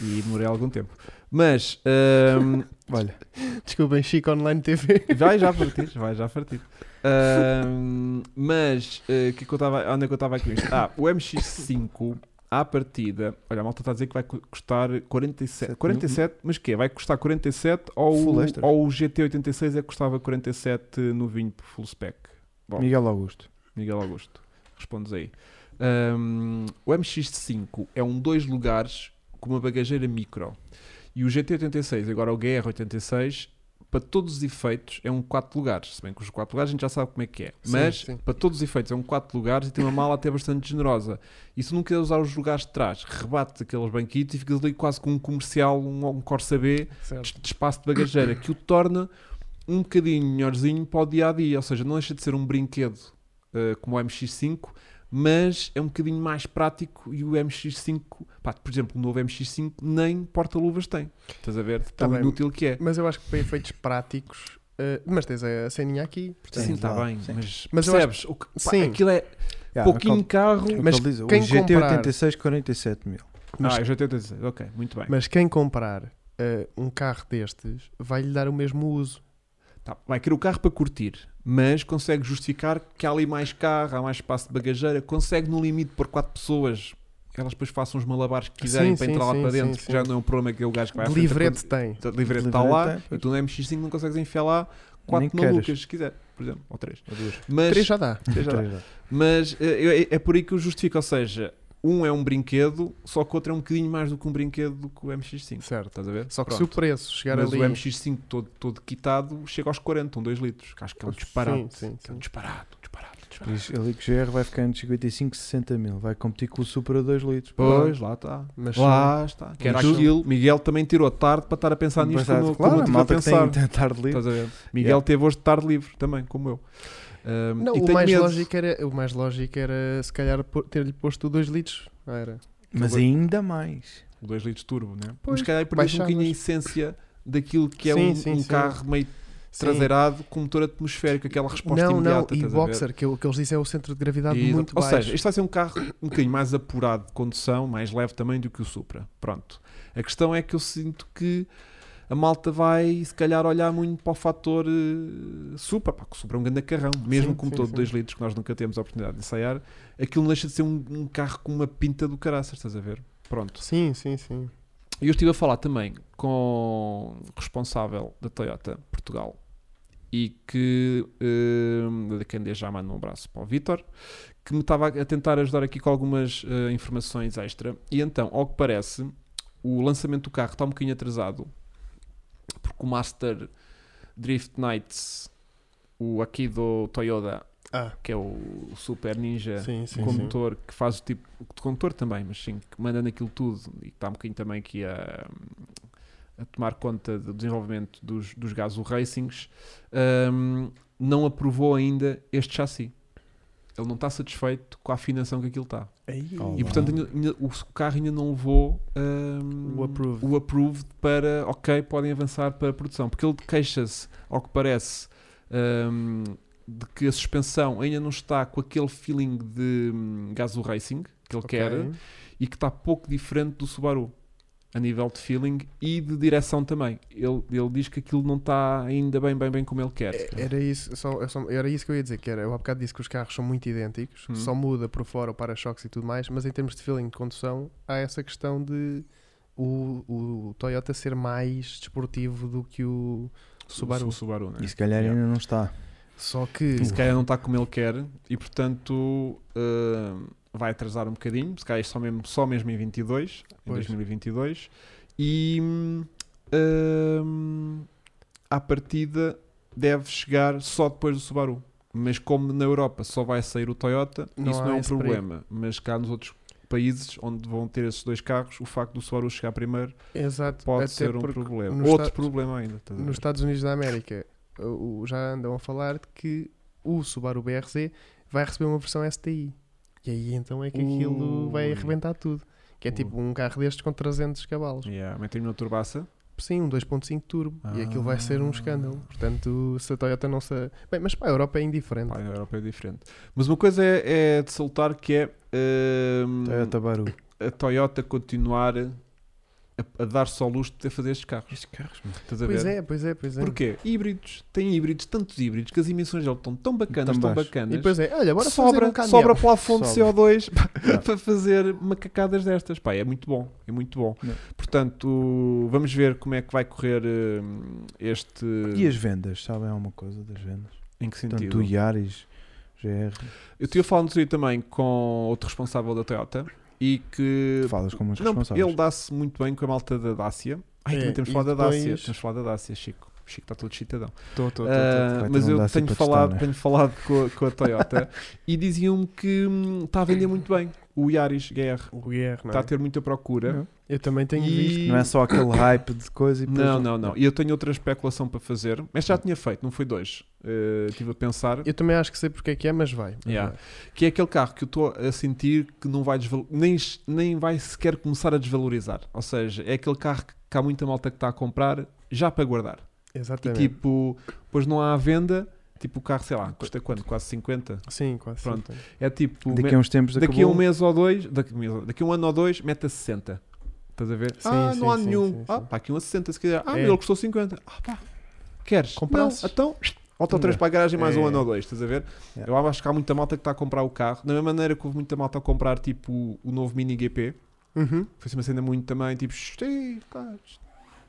E demorei algum tempo. Mas, hum, [LAUGHS] ahm, olha, [LAUGHS] Desculpem, Chico Online TV. vai já partir, vai já partir. Ahm, mas, ah, que que eu tava, onde é que eu estava aqui? com isto? Ah, o MX5, à partida, olha, a malta está a dizer que vai cu- custar 47, 47 mas que Vai custar 47 ou, Full o- extra. ou o GT86 é que custava 47 no vinho por full spec? Bom. Miguel Augusto. Miguel Augusto, respondes aí. Ahm, o MX5 é um dois lugares com uma bagageira micro. E o GT86, agora o GR86, para todos os efeitos é um 4 lugares. Se bem que os 4 lugares a gente já sabe como é que é. Sim, Mas sim. para todos os efeitos é um 4 lugares e tem uma mala até bastante generosa. E se não quiser usar os lugares de trás, rebates aqueles banquitos e ficas ali quase com um comercial, um, um Corsa B de de espaço de bagageira que o torna um bocadinho melhorzinho para o dia a dia. Ou seja, não deixa de ser um brinquedo eh, como o MX5, mas é um bocadinho mais prático. E o MX5, pá, por exemplo, o novo MX5 nem porta-luvas tem. Estás a ver? de Tão Tá bem. inútil que é. Mas eu acho que para efeitos práticos. eh, mas tens a ceninha aqui. portanto, Sim, está claro, bem, sim. mas, Mas eu percebes? O que- pá, Sim. Tá, Aquilo é Yeah, pouquinho é o que- carro. é o que Mas ele diz, o quem GT comprar- 86, 47 mil. mas- Ah, eu já tentei dizer. Ok, muito bem. Mas quem comprar eh, um carro destes vai-lhe dar o mesmo uso. Tá, vai querer o carro para curtir, mas consegue justificar que há ali mais carro, há mais espaço de bagageira, consegue no limite pôr 4 pessoas, elas depois façam os malabares que quiserem Sim, para sim, entrar lá sim, para sim, dentro, sim. que já não é um problema que é o gajo que vai à De frente. livrete tá? tem. Quando- o Livrete está Livrete lá, tem, e pois. tu no MX5 não consegues enfiar lá Nem 4 queiras. malucas, se quiser, por exemplo, ou 3. Ou duas. Mas, Três já dá. três já dá. Três, Mas eh, é, é por aí que eu justifico, ou seja, um é um brinquedo, só que outro é um bocadinho mais do que um brinquedo do que o MX5. Certo. Estás a ver? Só que Pronto. se o preço chegar Mas ali. o MX5 todo, todo quitado chega aos 40, um 2 litros. Que acho que é um Sim, disparado. sim, Que é um sim. disparado, um disparado, um Por disparado. isso, ele que GR vai ficar entre 55 e 60 mil. Vai competir com o Supra 2 litros. Pois, lá está. Mas Lá está. Que era Mas tu- aquilo. Miguel também tirou tarde para estar a pensar nisto Mas, como, claro, como eu a tive a malta que pensar. tem tentar de livre. Estás a ver? Miguel teve hoje de tarde livre também, como eu. Ahm, Não, e o tenho mais, medo. lógico era, o mais lógico era se calhar pôr- ter-lhe posto 2 litros. Ah, era. Mas Aquele- ainda mais. O 2 litros turbo, né? Pois, Mas se calhar perdeu um baixavas. bocadinho a essência daquilo que é Sim, um, sim, um sim. carro meio Sim. traseirado com motor atmosférico, aquela resposta não, não, imediata. e estás a ver? boxer, que o que eles dizem é o centro de gravidade Exato. muito Ou baixo. seja, isto vai ser um carro um bocadinho mais apurado de condução, mais leve também do que o Supra. Pronto. A questão é que eu sinto que a malta vai, se calhar, olhar muito para o fator eh, Supra, pá, que o Supra é um grande carrão, mesmo Sim, como sim, todo sim. 2 litros que nós nunca temos a oportunidade de ensaiar, aquilo não deixa de ser um, um carro com uma pinta do caraças, estás a ver? Pronto. Sim, sim, sim. E eu estive a falar também com o responsável da Toyota Portugal e que eh, de quem desde já manda um abraço para o Vitor que me estava a tentar ajudar aqui com algumas eh, informações extra e então, ao que parece o lançamento do carro está um bocadinho atrasado porque o Master Drift Nights o aqui do Toyota Ah, que é o Super Ninja sim, sim. com sim. motor que faz o tipo de condutor também, mas sim, que manda naquilo tudo e que está um bocadinho também aqui a, a tomar conta do desenvolvimento dos, dos Gazoo Racings, hum, não aprovou ainda este chassi. Ele não está satisfeito com a afinação que aquilo está. E Olá. portanto ainda- ainda- o carro ainda não levou hum, Uhum. O approved. o approved para ok, podem avançar para a produção. Porque ele queixa-se, ao que parece, hum, de que a suspensão ainda não está com aquele feeling de hum, Gazoo Racing que ele Ok. quer e que está pouco diferente do Subaru a nível de feeling e de direção também. Ele, ele diz que aquilo não está ainda bem, bem, bem como ele quer. É- Era isso, só, eu só- era isso que eu ia dizer, que era, eu há bocado disse que os carros são muito idênticos, Hum. só muda por fora o para-choques e tudo mais, mas em termos de feeling de condução, há essa questão de o, o Toyota ser mais desportivo do que o Subaru. O Subaru né? E se calhar ainda não está. Só que E se calhar não está como ele quer e portanto hum, vai atrasar um bocadinho, se calhar isto só mesmo, só mesmo em 22, em Pois. 2022 e hum, hum, à partida deve chegar só depois do Subaru. Mas como na Europa só vai sair o Toyota, Não isso há não é um esse perigo. problema. Mas cá nos outros países onde vão ter esses dois carros, o facto do Subaru chegar primeiro exato, pode até ser um porque problema. nos Outro Estados- problema ainda. estás a ver? nos Estados Unidos da América o- o- já andam a falar de que o Subaru BRZ vai receber uma versão STI. E aí então é que aquilo vai Ui. arrebentar tudo. Que é tipo um carro destes com 300 cavalos. Yeah, metem-me no turbaça. Sim, um 2.5 turbo. E aquilo vai ser um Ah. escândalo. Portanto, se a Toyota não se. Bem, mas para a Europa é indiferente. Pá, na Europa é diferente. Mas uma coisa é, é de saltar que é hum, Toyota Baru. a Toyota continuar a a, a dar-se ao luxo de poder fazer estes carros. Estes carros, Estás a Pois ver? é, pois é, pois é. Porquê? Híbridos. Tem híbridos, tantos híbridos, que as emissões dele estão tão bacanas, Tão tão baixo. E bacanas. depois é, olha, bora fazer sobra, um caminhão. sobra plafond de Sobra. CO2 [LAUGHS] Yeah. para fazer macacadas destas. Pá, é muito bom, é muito bom. Yeah. Portanto, vamos ver como é que vai correr hum, este... E as vendas, sabem alguma coisa das vendas? Em que Tanto sentido? do Yaris, GR, Eu estive a falar no Twitter também com outro responsável da Toyota e que... falas como os Não, responsáveis. ele dá-se muito bem com a malta da Dacia. Ai, É, também temos e falado da Dacia. depois- Temos falado da Dacia, Chico. Chico está todo chitadão. Tô, tô, tô, tô. Ah, Vai ter mas um eu Dacia tenho para falado, testar, né? tenho falado com, a- com a [LAUGHS] Toyota e diziam-me que hum, está a vender muito bem o Yaris GR. O IR, não é? Está tá a ter muita procura. Eu também tenho E- visto. Não é [COUGHS] só aquele hype de coisa e depois- Não, não, não. E eu tenho outra especulação para fazer, mas já tinha feito, não foi dois. Eh, Estive a pensar. Eu também acho que sei porque é que é, mas vai. Mas Yeah. vai. Que é aquele carro que eu estou a sentir que não vai desvalo- nem, es- nem vai sequer começar a desvalorizar. Ou seja, é aquele carro que há muita malta que está a comprar já para guardar. E Exatamente. tipo, pois não há à venda, tipo o carro, sei lá, custa quanto? Quase 50? Sim, quase. Pronto. sim. É tipo, Daqui a uns tempos daqui a acabou. um mês ou dois, daqui, a um mês- daqui a um ano ou dois, mete a 60. Estás a ver? Sim, ah, sim, não há sim, nenhum. sim, ah, sim. pá, aqui um a 60 se quiser. Ah, É. mas ele custou 50. Ah, pá, queres? Compraste? Não, então, volta Toma. três para a garagem mais um É. ano ou dois, estás a ver? Yeah. Eu acho que há muita malta que está a comprar o carro. Da mesma maneira que houve muita malta a comprar, tipo, o novo Mini GP. Uhum. Foi uma cena muito também, tipo, "Ei, pá,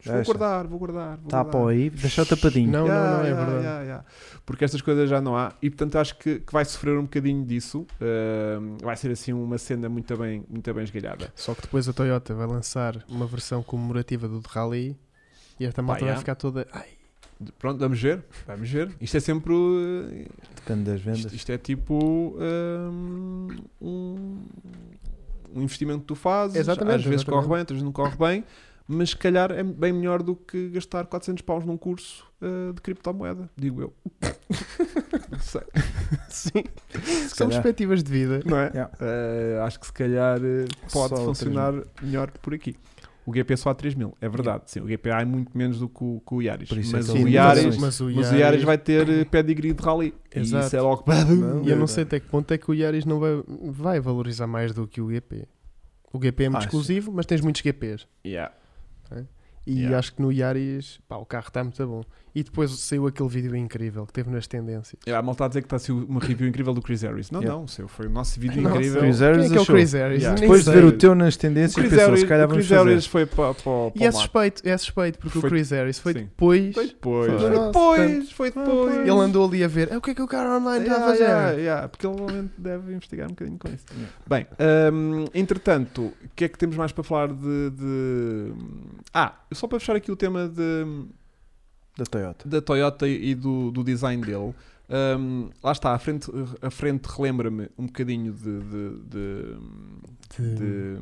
vou Deixa. guardar, vou guardar. Vou Está guardar. para aí, deixa tapadinho. Não, Ya, não, não, é ya, verdade. ya, ya. Porque estas coisas já não há e portanto acho que, que vai sofrer um bocadinho disso. Ahm, vai ser assim uma cena muito bem, muito bem esgalhada. Só que depois a Toyota vai lançar uma versão comemorativa do Rally e esta malta Pá, vai yeah. ficar toda. Ah, Ai, De- Pronto, vamos ver, vamos ver. Isto é sempre uh, Depende das vendas. isto, isto é tipo ahm, um, um investimento que tu fazes, Exatamente, às vezes corre exatamente. bem, outras não corre bem, mas se calhar é bem melhor do que gastar 400 paus num curso ah, de criptomoeda, digo [LAUGHS] eu. não sei. sim. São calhar. perspectivas de vida. não é? Yeah. Eh, acho que se calhar eh, pode Só o funcionar melhor por aqui. O GP só há 3 mil, é verdade. Sim, o GPA é muito menos do que o, que o Yaris. Por isso é Mas, que o ele- Yaris, mas o mas o Yaris vai ter eh, pedigree de rally. E Exato. isso é logo. [LAUGHS] E eu não sei até que ponto é que o Yaris não vai, vai valorizar mais do que o GP. O GP é muito Ah, sim. exclusivo, mas tens muitos GPs. Yeah. E Yeah. acho que no Yaris, pá, o carro está muito bom. E depois saiu aquele vídeo incrível que teve nas tendências. Há malta É, a dizer que está a ser uma review incrível do Chris Harris. Não, Yeah. não, o seu foi o nosso vídeo Não incrível. sei. Chris Quem Harris é que é o achou. Chris Harris? Yeah. Nem Depois de sei. é ver o teu nas O tendências, Chris, pensou, Harris, se calhar o vamos Chris fazer. Harris foi para, para, o- para E é o mar. suspeito, é suspeito, porque Foi- o Chris Harris foi sim. depois. Foi depois, Foi foi do nosso, depois, foi Ah, depois. pois. Ele andou ali a ver, "Ah, o que é que o cara online está a Yeah, fazer? yeah, yeah, porque ele provavelmente deve investigar um bocadinho com isso. Yeah. Bem, hum, entretanto, o que é que temos mais para falar de, de- Ah, só para fechar aqui o tema de- Da Toyota. da Toyota e do, do design dele. Hum, lá está, a frente, a frente relembra-me um bocadinho de, de- de- de-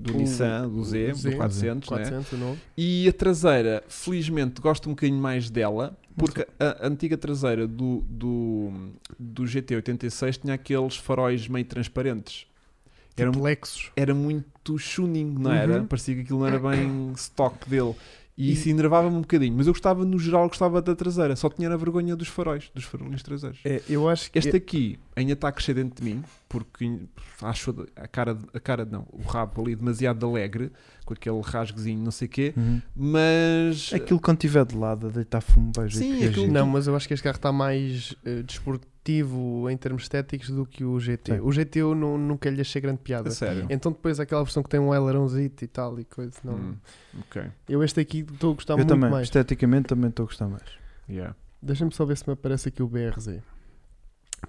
do O- Nissan, do Z, o Z, do 400, né? 400, o novo. E a traseira, felizmente, gosto um bocadinho mais dela, porque a antiga traseira do, do, do GT86 tinha aqueles faróis meio transparentes. Era, um- Tipo Lexus. era muito chuning, não é? era? Uhum. Parecia que aquilo não era bem stock dele. E isso enervava-me um bocadinho. Mas eu gostava, no geral, gostava da traseira. Só tinha a vergonha dos faróis, dos farolinhos traseiros. É, eu acho que. Este aqui ainda está a crescer dentro de mim, porque acho a cara, de- a cara de- não, o rabo ali demasiado alegre, com aquele rasguezinho, não sei o quê. Uhum. Mas Aquilo quando estiver de lado a deitar fumo vai Sim, ver que é aquilo- giro. Não, mas eu acho que este carro está mais eh, desportivo em termos estéticos do que o GT. Sim. O GT eu nu- nunca lhe achei grande piada. A sério. Então depois aquela versão que tem um ailerãozito e tal e coisa. Não. Hum, ok. Eu este aqui estou a tá gostar Eu muito também, é- mais. esteticamente também estou a gostar mais. Yeah. Deixa-me só ver se me aparece aqui o BRZ.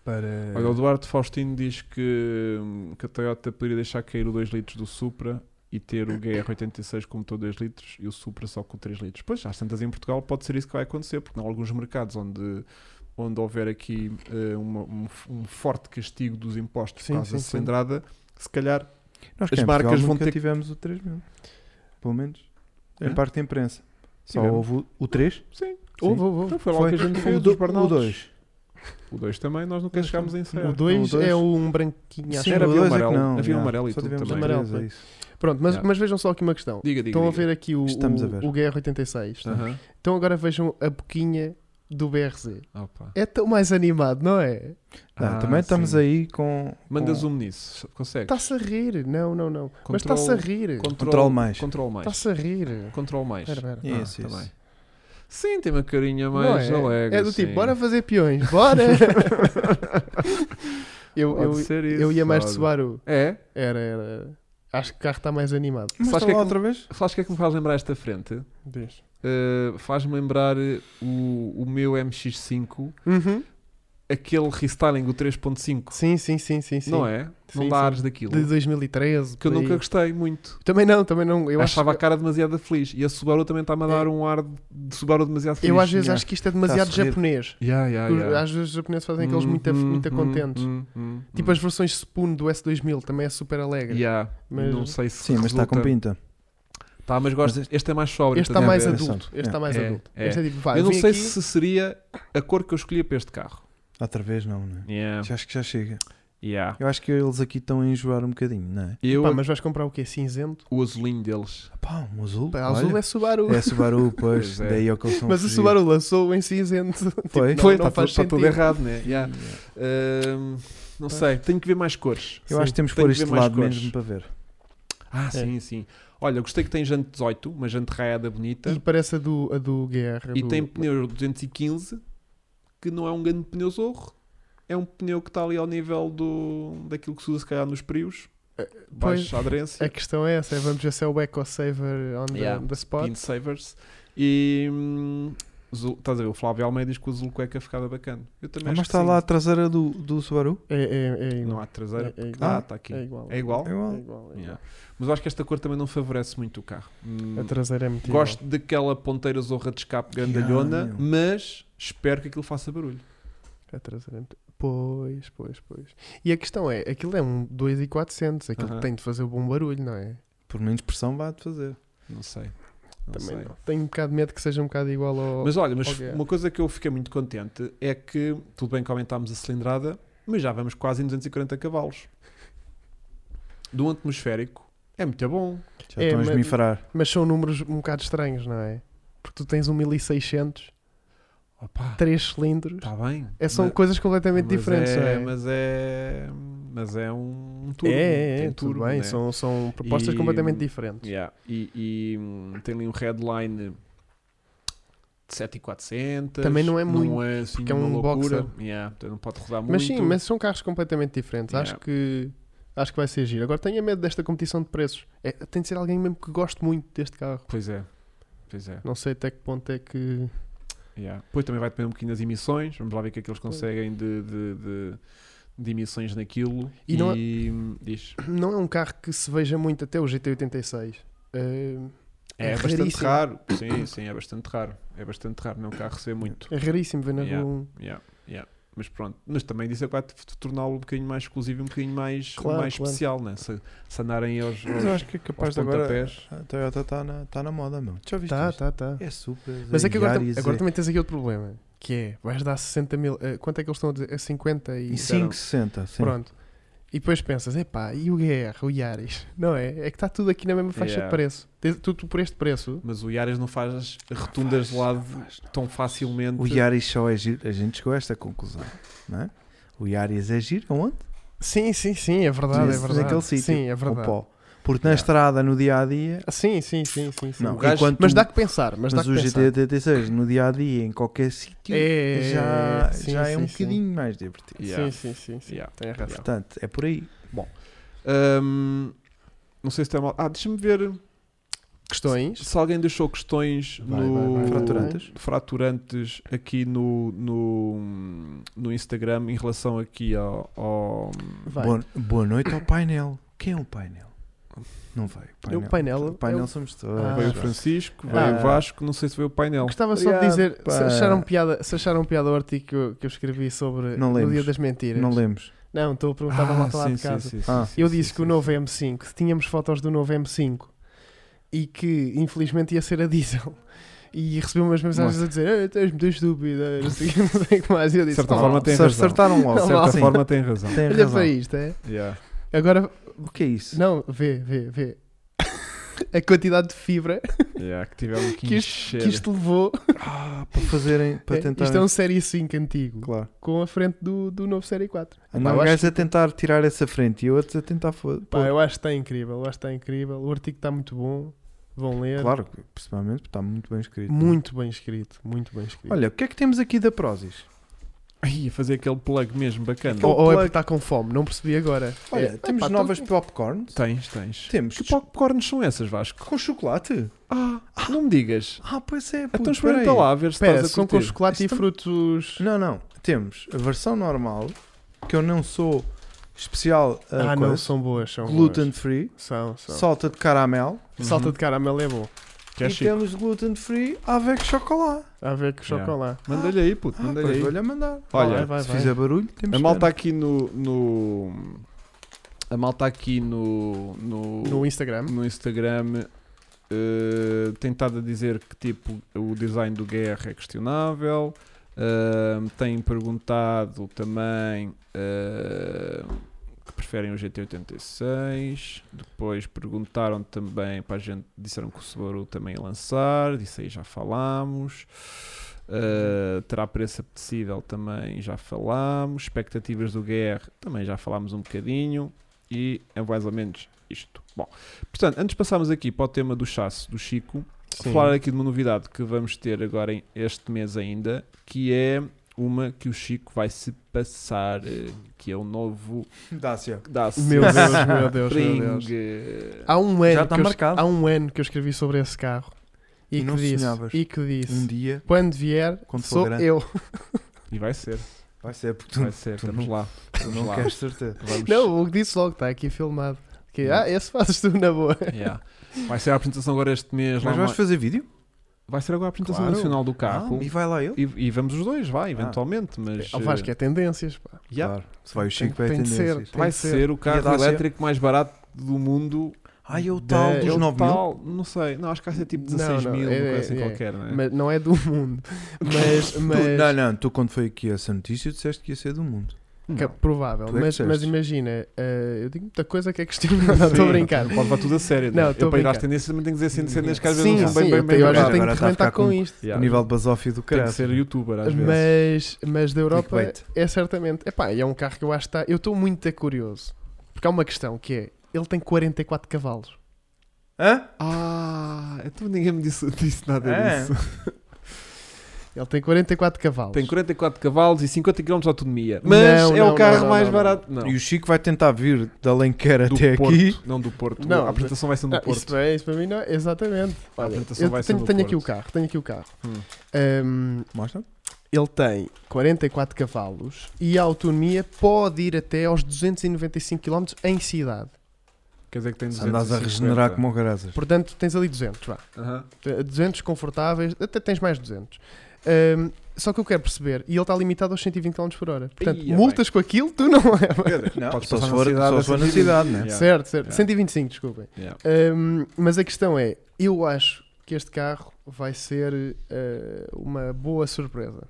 Para... Olha, o Eduardo Faustino diz que, que a Toyota poderia deixar cair o 2 litros do Supra e ter o GR86 com motor 2 litros e o Supra só com 3 litros. Pois, às tantas em Portugal pode ser isso que vai acontecer, porque em alguns mercados onde, onde houver aqui eh, uma- um, f- um forte castigo dos impostos Sim, por causa sim, da sim. cilindrada, se calhar Nós As cá em marcas Portugal vão nunca ter que- tivemos o 3000. Pelo menos É? em parte de imprensa. Só Tivemos. houve o- o 3. Sim. Houve, houve, Então foi logo Foi. que a gente fez O dos do- o Bernaldos. 2. O 2 também, nós nunca chegámos a houve. ensaiar. O 2 O dois- é um branquinho. acho Sim, era eu. havia o dois é que amarelo. não, Havia um já. amarelo e Só tudo tivemos também. amarelo, Amarelo, é isso. Pronto, mas, Já. mas vejam só aqui uma questão. Diga, diga. Estão a diga. ver aqui o, tá? Estamos a ver. o, o GR86. Aham. Então agora vejam a boquinha do BRZ. Opa. É tão mais animado, não é? Não, Ah, também estamos sim. aí com. Mandas com... um nisso, consegues? Está-se a rir. Não, não, não. Mas Control- está-se a rir. Control Control mais. Control mais. Está-se a rir. Control mais. Espera, espera. Ah, Isso, tá isso. bem. Sim, tem uma carinha Não mais assim. é? alegre. É do tipo, sim. bora fazer peões, bora! [LAUGHS] eu, Pode eu, ser isso, eu ia mais de sabe? Subaru. É? Era, era. Acho que o carro está mais animado. Mas Sabes está que é lá que- outra vez? Sabes o que é que me faz lembrar esta frente? Diz. Uh, Faz-me lembrar uh, o, o meu MX5, Uhum. aquele restyling do 3.5, Sim, sim, sim, sim, sim. não é? Sim, não dá sim. ares daquilo. De 2013. Que eu por aí. nunca gostei muito. Também não, também não. Eu Eu acho achava que- É. a cara demasiado feliz. E a Subaru também está-me a dar um ar de Subaru demasiado feliz. Eu às vezes Yeah. acho que isto é demasiado Está a sorrir. japonês. Yeah, yeah, Os- Ah, yeah. Uhum, Às vezes os japoneses fazem aqueles muito, muito contentes. Tipo as versões Spoon do S2000 também é super alegre. uhum. Yeah. Mas- Não sei se Sim, mas está com resulta. pinta. Tá, mas gosto. Este é mais sóbrio. Este está estás a mais ver? adulto. adulto. Este está mais É, adulto. é. Este é tipo, vai, Eu não vim sei aqui- se seria a cor que eu escolhia para este carro. Outra vez não, não é? Yeah. Já Acho que já chega. Yeah. Eu acho que eles aqui estão a enjoar um bocadinho, não é? Eu, Pá, mas vais comprar o quê? Cinzento? o azulinho deles. Pá, um azul. Pá, olha. azul é Subaru. É Subaru, pois. [LAUGHS] Pois é. Daí ao que eles são [LAUGHS] Mas o fugir. Subaru lançou em cinzento. Foi? Não, Foi, não está faz tudo, tá tudo sentido. errado, né? Yeah. Ahm, não sei, tenho que ver mais cores. Eu Sim, acho que temos que tem pôr que ver este mais lado cores. mesmo para ver. É. Ah, sim, sim. Olha, gostei que tem jante 18, uma jante raiada bonita. E parece a do, a do GR. Então. E É do- tem pneu 215, que não é um grande pneu zorro. É um pneu que está ali ao nível do, daquilo que se usa, se calhar, nos prios. É, pois. Baixa aderência. A questão é essa, é, vamos ver se é o Eco Saver on the, Yeah. the spot. Pin Savers. E. hum, azul- estás a ver? O Flávio Almeida diz que o azul cueca ficava bacana. Eu também Ah, acho mas que está sim. lá a traseira do, do Subaru? É, é, é igual. Não há traseira. É- é porque- igual. ah, está aqui. É igual. É igual? É igual. É igual, é igual. Yeah. Mas eu acho que esta cor também não favorece muito o carro. Hum, A traseira é muito gosto daquela ponteira zorra de escape grandalhona, Yeah, mas espero que aquilo faça barulho. igual. A traseira é muito... Pois, pois, pois. E a questão é, aquilo é um 2,400, aquilo Aham. tem de fazer bom barulho, não é? Por menos pressão vai-te fazer. Não sei. Não Também sei. não. Tenho um bocado de medo que seja um bocado igual ao... Mas olha, mas Ok. uma coisa que eu fiquei muito contente é que, tudo bem que aumentámos a cilindrada, mas já vamos quase em 240 cavalos. De um atmosférico, é muito bom. Já É, estão a mas- esmifrar. Mas são números um bocado estranhos, não é? Porque tu tens um 1600, Opa, 3 cilindros, está bem. é, são Ma- coisas completamente Tá. mas diferentes, não é, é? Mas é, mas é um, um turbo. é, é, tem tudo turbo, bem, né? são, são propostas E- completamente diferentes. Yeah. E, é e, hum, tem ali um headline de 7400. Também não é muito, Não é assim porque é uma um loucura. boxer. Yeah, então não pode rodar muito. Mas sim, mas são carros completamente diferentes. Acho Yeah. que acho que vai ser giro. Agora tenho medo desta competição de preços. É, tem de ser alguém mesmo que goste muito deste carro. Pois é. Pois é. Não sei até que ponto é que. [CLEARS THROAT] Yeah. Depois também vai depender um bocadinho das emissões. Vamos lá ver o que é que eles conseguem de, de, de- de emissões naquilo. E E, hum, não é- diz. Não é um carro que se veja muito até o GT86. Eh, É, É bastante raríssimo. raro. Sim, sim, é bastante raro. É bastante raro. Não cá receber muito. é raríssimo ver na Yeah. rua um. Yeah, yeah. Mas pronto, mas também disse que vai torná-lo um bocadinho mais exclusivo e um bocadinho mais, Claro, mais claro. especial, né? Se, se andarem aos, Mas eu aos- acho que é capaz aos de agora. pontapés. A Toyota Ah, está na, tá na moda, meu. Já viste? Tá, isto? tá, tá. É super. Mas é que agora, tam- Yaris, agora é- também tens aqui outro problema. Que é, vais dar 60 mil. eh, quanto é que eles estão a dizer? É 50 e. E 560, sim. Pronto. E depois pensas, epá, e o GR, o Yaris? [LAUGHS] Não é? É que está tudo aqui na mesma faixa Yeah. de preço. Tens- Tu, tu por este preço. Mas o Yaris não faz as rotundas de lado tão facilmente. O Yaris só é giro. A gente chegou a esta conclusão, não é? O Yaris é giro aonde? Sim, sim, sim, é verdade, é Nesse- verdade. Naquele sítio. Sim, é Ao verdade. pó. Porque na Yeah. estrada, no dia a dia. Ah, Sim, sim, sim, sim. sim. Não, gajo- enquanto Mas o- dá que pensar, mas, mas dá que o pensar. GT86, no dia a dia, em qualquer sítio, É, já, sim, já é sim, um sim. bocadinho mais divertido. Yeah. Sim, sim, sim. sim. Yeah. Tem razão. Portanto, é por aí. Hum, não sei se tem mal. Ah, deixa-me ver Questões? se alguém deixou questões Vai, no vai, vai. Fraturantes? fraturantes aqui no, no, no Instagram em relação aqui ao, ao- Vai. Boa, boa noite ao painel. Quem é o painel? Não veio. É o painel. O painel é o- somos todos. Ah. veio o Francisco, veio Ah. o Vasco, não sei se veio o painel. Gostava só de Obrigado, dizer, se pá. acharam piada, se acharam piada o artigo que eu, que eu escrevi sobre Não o lemos. Dia das Mentiras. Não lemos. Não, estou a perguntar para lá lá de casa. Ah. Eu disse que o novo M5, tínhamos fotos do novo M5 e que infelizmente ia ser a diesel. E recebi umas mensagens a dizer: "Eh, Tu és muito estúpido, eh, não sei, não sei o que mais. E eu De disse: certa "Oh, forma tem então, Se razão. acertaram logo. De Não, certa sim. forma tem razão. Tem Olha razão. para isto, é? Yeah. Agora, O que é isso? não, vê, vê, vê. a quantidade de fibra Yeah, que tiveram que, Que encher. que isto levou. Ah, para fazerem, para É, tentar. Isto é um Série 5 antigo, Claro. com a frente do, do novo Série 4. Andar um eu, acho, gajo a tentar tirar essa frente e outros a tentar. fo- pá, pôr. eu acho que está incrível, eu acho que está incrível. O artigo está muito bom, vão ler. Claro, principalmente porque está muito bem escrito. é? Muito bem escrito, muito bem escrito. Olha, o que é que temos aqui da Prozis? Ia fazer aquele plug mesmo bacana. ou, ou é plug- porque está com fome, não percebi agora. Olha, É, temos epá, novas então- popcorns. Tens, tens. Temos Que popcorns são essas, Vasco? com chocolate. Ah, não me digas. Ah, pois é. puto, Então experimenta peraí. lá, a ver se Espera, estás a são com curtir. chocolate e Isto é um- tam- frutos. Não, não. Temos a versão normal, que eu não sou especial a Ah, é coisa. não, são boas, são gluten free, boas. São, são. salta de caramel Uhum. Salta de caramelo é bom. Que é e chique. temos gluten free avec chocolate. A ver com Yeah. chocolate. Manda-lhe aí, puto, Ah, manda-lhe pois aí. vou-lhe a mandar. Olha, vai, vai, se vai. fizer barulho, temos A malta pena. aqui no. no a malta aqui no. No, No Instagram. no Instagram eh, tem estado a dizer que tipo o design do GR é questionável. eh, tem perguntado também eh, que preferem o GT86. Depois perguntaram também para a gente, disseram que o Subaru também ia lançar. Disso aí já falámos. Eh, terá preço apetecível também já falámos. Expectativas do GR também já falámos um bocadinho. E é mais ou menos isto. Bom, portanto, antes de passarmos aqui para o tema do chasse do Chico, Sim. falar aqui de uma novidade que vamos ter agora em- este mês ainda, que é uma que o Chico vai se passar, eh, que é o novo Dácia. da Meu Deus, meu Deus, meu Deus. Ring. Há um Já ano, está que eu, marcado. há um ano que eu escrevi sobre esse carro e, E que, não disse, sonhavas. e que disse: Um dia quando vier, Quando for sou grande. eu. um- E vai ser, vai ser porque tu, vai ser, tu estamos não- lá. tu não lá. queres certeza. Vamos, Não, o que disse logo está aqui filmado. Que, ah, esse fazes tu na boa. Yeah. Vai ser a apresentação agora este mês. lá Mas vais uma- fazer vídeo? Vai ser agora a apresentação Claro. nacional do carro. Ah, e vai lá ele? e, e vamos os dois, vai, eventualmente. Mas, O Vasco é tendências, pá. eh, yeah. Claro. Se vai o Tem- Chico, vai tem de tendências. ser. vai que ser. ser o carro Dacia? elétrico mais barato do mundo Ah, é o Da- tal É dos o 9 mil. tal, Não sei, não, acho que vai ser tipo Não, 16 não, mil, é- uma coisa assim é- qualquer, não é? Mas não é do mundo. [LAUGHS] Mas, Tu- mas Não, não, tu quando foi aqui essa notícia disseste que ia ser do mundo. que é Não. provável. Tu é que Mas, mas disseste. imagina, eh, eu digo muita coisa que é questionável. [LAUGHS] Não, Estou a Sim, brincar. Pode levar tudo a sério, Não, não, é? estou Eu a para ir às brincar. tendências também tenho que dizer assim, cenas que às vezes sim, não são bem, sim, bem, eu bem, tenho- eu já bem, agora tenho está que a rebentar ficar com com- isto. Yeah. O nível de basófio do Tem cara. que ser youtuber às vezes. Mas, mas da Europa Clickbait. é certamente. Epá, e é um carro que eu acho que está. Eu estou muito curioso. Porque há uma questão que é: ele tem 44 cavalos. Hã? Ah, então ninguém me disse, [LAUGHS] disse nada É. disso. Ele tem 44 cavalos. Tem 44 cavalos e 50 km de autonomia. Não, Mas é não, o carro não, não, mais não. barato. Não, E o Chico vai tentar vir da Alenquer do até Porto. aqui. Não, do Porto. Não, a apresentação vai ser Ah, no Porto. isso, é, isso para mim não. Exatamente. A Olha, apresentação eu vai ser tenho, no tenho aqui o Porto. carro. Tenho aqui o carro. Hum. Ahm, Mostra? ele tem 44 cavalos e a autonomia pode ir até aos 295 km em cidade. é- Quer dizer que tem Se 250. andas a regenerar como o graças. Portanto, tens ali 200, vá. Aham. 200 confortáveis, até tens mais 200. Ahm, só que eu quero perceber, e ele está limitado aos 120 km por hora. Portanto, Ia multas com aquilo tu não levas. Não, Podes só passar se na for cidade, só se for na assim, cidade, né? yeah. é? certo, certo. yeah. 125, desculpem. Yeah. Ahm, mas a questão é, eu acho que este carro vai ser eh, uma boa surpresa.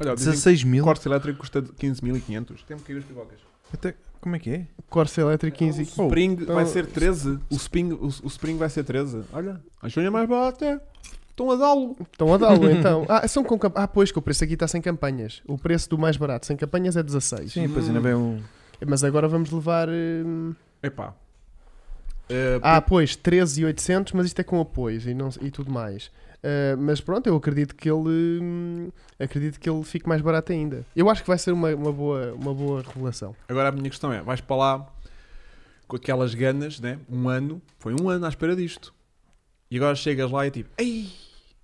Olha, dizem 16 que o mil. corte elétrico custa 15.500. Tem-me cair os pipocas. Até- Como é que é? Corsa elétrico 15 O Spring Oh, vai então- ser 13. O Spring, o, o Spring vai ser 13. Olha, a Júnior é mais barata. Estão a dá-lo. Estão [LAUGHS] a dá-lo então. Ah, são com camp- ah, pois que o preço aqui está sem campanhas. O preço do mais barato sem campanhas é 16. Sim, pois Hum. ainda bem um. Mas agora vamos levar. hum, Epá. Eh, Ah, por- pois, 13,800, mas isto é com apoios e, não, e tudo mais. Ah, mas pronto, eu acredito que ele hum, acredito que ele fique mais barato ainda. Eu acho que vai ser uma, uma boa, uma boa revelação. Agora a minha questão é: vais para lá com aquelas ganas, né? Um ano. Foi um ano à espera disto. E agora chegas lá e é tipo: Ei,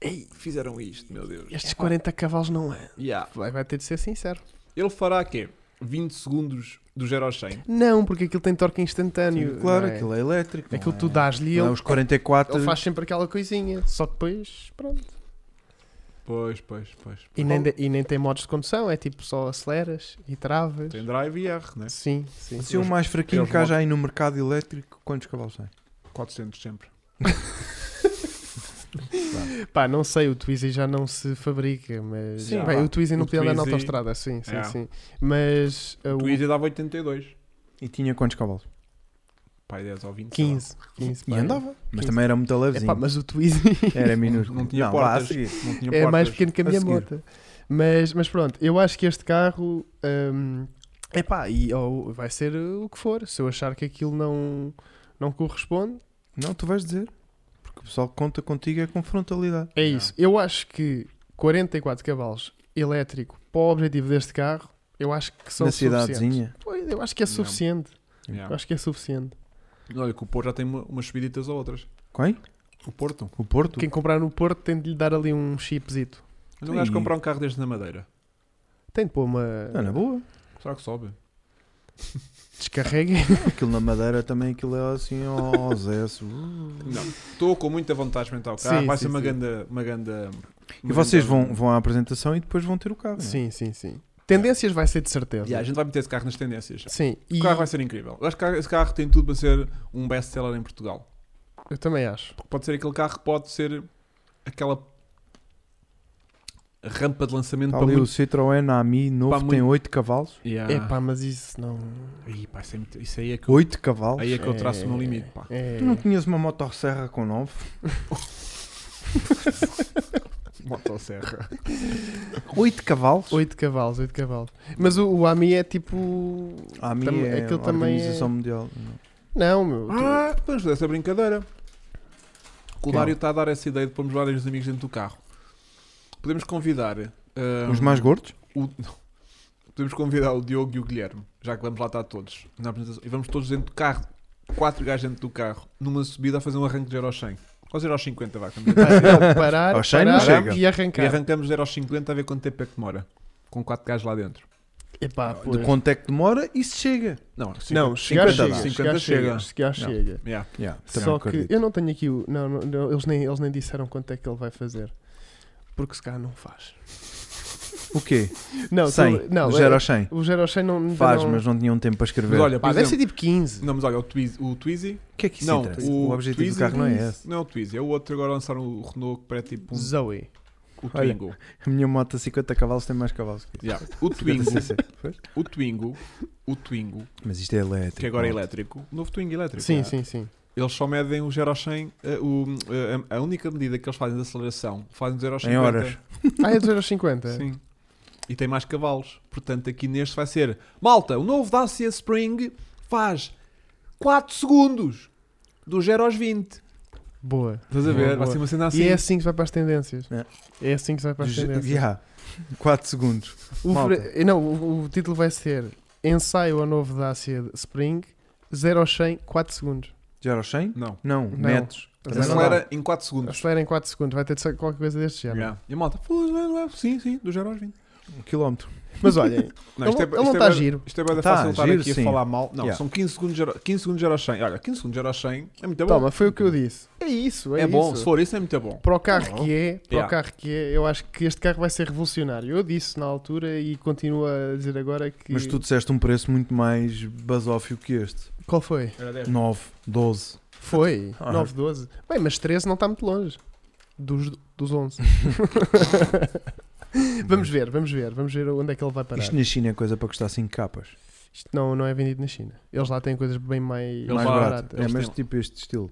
ei, fizeram isto, meu Deus. Estes 40 cavalos não é. Yeah. Vai, vai ter de ser sincero. Ele fará quê? 20 segundos do 0 ao 100. Não, porque aquilo tem torque instantâneo. Claro, não é? aquilo é elétrico. não Aquilo é? tu dás-lhe e Não é ele, Os 44. ele faz sempre aquela coisinha. Só que depois, pronto. Pois, pois, pois. E nem, de- e nem tem modos de condução, é tipo só aceleras e travas. Tem drive e R, né? Sim, sim. Se o mais fraquinho eles que haja aí no mercado elétrico, quantos cavalos tem? 400 sempre. Pá, não sei, o Twizy já não se fabrica, mas. Sim, Bem, pá. o Twizy não O podia andar na Twizy- autostrada, sim, sim, É. sim. Mas. ah, O o- Twizy dava 82. E tinha quantos cavalos? pai 10 ou 20. sei lá. 15. 15 E pá. andava. Mas 15. também era muito levezinho. Epá, mas o Twizy Era minúsculo. Não tinha não vá, portas. a seguir. Não tinha é portas. mais pequeno que a a minha seguir. moto. Mas, mas pronto, eu acho que este carro. hum, epá, e, ou vai ser o que for. Se eu achar que aquilo não, não corresponde, Não, tu vais dizer. Porque o pessoal que conta contigo é com frontalidade. é Não. isso. Eu acho que 44 cavalos elétrico para o objetivo deste carro, eu acho que são Na suficientes. cidadezinha. Pois, Eu acho que é Não. suficiente. Eu Yeah. acho que é suficiente. Olha, que o Porto já tem uma- umas subiditas ou outras. Quem? O Porto. O Porto? Quem comprar no Porto tem de lhe dar ali um chipzito. Mas um gajo Sim. comprar um carro desde na Madeira. Tem de pôr uma. Ah, Não, na boa. Será que sobe? Descarrega. [LAUGHS] Aquilo na Madeira também, aquilo é assim, ó, ó, Zé. se- uh. Não. Estou com muita vontade de experimentar o carro. Sim, Vai sim, ser uma sim. ganda, uma ganda. E uma vocês ganda- vão, vão à apresentação e depois vão ter o carro. não é? Sim, sim, sim. Tendências vai ser de certeza. Yeah, a gente vai meter esse carro nas tendências. Sim, e O carro vai ser incrível. Eu acho que esse carro tem tudo para ser um best-seller em Portugal. eu também acho. Porque pode ser aquele carro que pode ser aquela rampa de lançamento Está para Tá ali o muito... Citroën AMI novo, Para tem muito- 8 cavalos. Yeah. É pá, mas isso não. Ih, pá, isso, é muito- isso aí é que eu, 8 cavalos? aí é que eu traço o meu limite. [LAUGHS] Pá. É... Tu não tinhas uma motosserra com 9? Motosserra. 8 cavalos? 8 cavalos, 8 cavalos. Mas o, o AMI é tipo. A AMI Tam- é aquilo a também é- Organização Mundial. Não. Não, meu. tu- Ah, vamos fazer essa brincadeira. O Quem? Dário está a dar essa ideia de pormos vários amigos dentro do carro. Podemos convidar. ah, Os mais gordos? o- não. Podemos convidar o Diogo e o Guilherme, já que vamos lá estar todos na apresentação. E vamos todos dentro do carro, quatro gajos dentro do carro, numa subida a fazer um arranque de 0 aos 100. Ou 0 aos 50, vá. [LAUGHS] quando- Ah, não, parar, Ao cheio não parar chega. e E arrancar. arrancamos 0 aos 50 a ver quanto tempo é que demora. Com quatro gajos lá dentro. Epá, pois. De quanto é que demora? Isso chega. Não, 50 Não, chegar 50 chega. dá. Chegar 50 chega. chega. Chegar Não. chega. Yeah. Yeah, também Só que acredito. eu não tenho aqui o. Não, não, não, eles, nem, eles nem disseram quanto é que ele vai fazer. Porque se calhar não faz. O quê? Não, 100? tu- não do 0 é- aos 100? o 0 ao 100 não. ainda Faz, não... mas não tinham tempo para escrever. Mas olha, por Pá, deve ser exemplo, tipo 15. não, mas olha, o Twizy, o Twizy o que é que isso não, interessa? o O, objetivo Twizy do carro não é diz- esse. não é o Twizy, é o outro. Agora lançaram o Renault que parece tipo um, Zoe. o olha. Twingo. A minha moto 50 cavalos tem mais cavalos que isso. Yeah. [LAUGHS] O Twingo, 50 cc. Pois. o Twingo, o Twingo, Mas isto é elétrico. que agora é malta. elétrico, o novo Twingo elétrico. Sim, Yeah. sim, sim. Eles só medem o 0 aos 100, eh, o, eh, a a única medida que eles fazem de aceleração, fazem do 0 aos Em 50. horas. Ah, é do 0 aos 50? Sim. E tem mais cavalos. Portanto, aqui neste vai ser Malta, o novo Dacia Spring faz 4 segundos do 0 aos 20. Boa. Estás a Boa, ver? Vai boa. ser uma cena assim. E é assim que se vai para as tendências. Ah, É. É, assim que se vai para as Já- tendências. já. 4 segundos. O Malta. Fre- Não, o, o título vai ser Ensaio ao novo Dacia Spring 0 aos 100, 4 segundos. Já aos 100? Não. Não, Não. metros. Também não Acelera em 4 segundos. Acelera em 4 segundos, vai ter de ser qualquer coisa deste género. Yeah. E a malta, "Pô, é, é, sim, sim, do 0 aos 20. Um quilómetro. Mas olhem, Não, isto é- ele isto não é está bué- giro. Isto é bem Tá, fácil estar giro, aqui sim. a falar mal. Não, Yeah. são 15 segundos, de zero- 15 segundos de 0 aos 100. Olha, 15 segundos de 0 aos 100 é muito bom. Tá, Toma, foi o que eu disse. É isso, é, é bom, isso. se for isso é muito bom. Para o carro que é, para o Yeah. carro que é, eu acho que este carro vai ser revolucionário. Eu disse na altura e continuo a dizer agora que. Mas tu disseste um preço muito mais basófio que este. Qual foi? Era 10. 9, 12. Foi Ah. 9, 12. Bem, mas 13 não está muito longe dos, dos 11. [LAUGHS] vamos ver, vamos ver, vamos ver onde é que ele vai parar. Isto na China é coisa para custar 5 capas. Isto não, não é vendido na China. Eles lá têm coisas bem mais, Eles mais lá- barato. É, eles mas têm- tipo este estilo.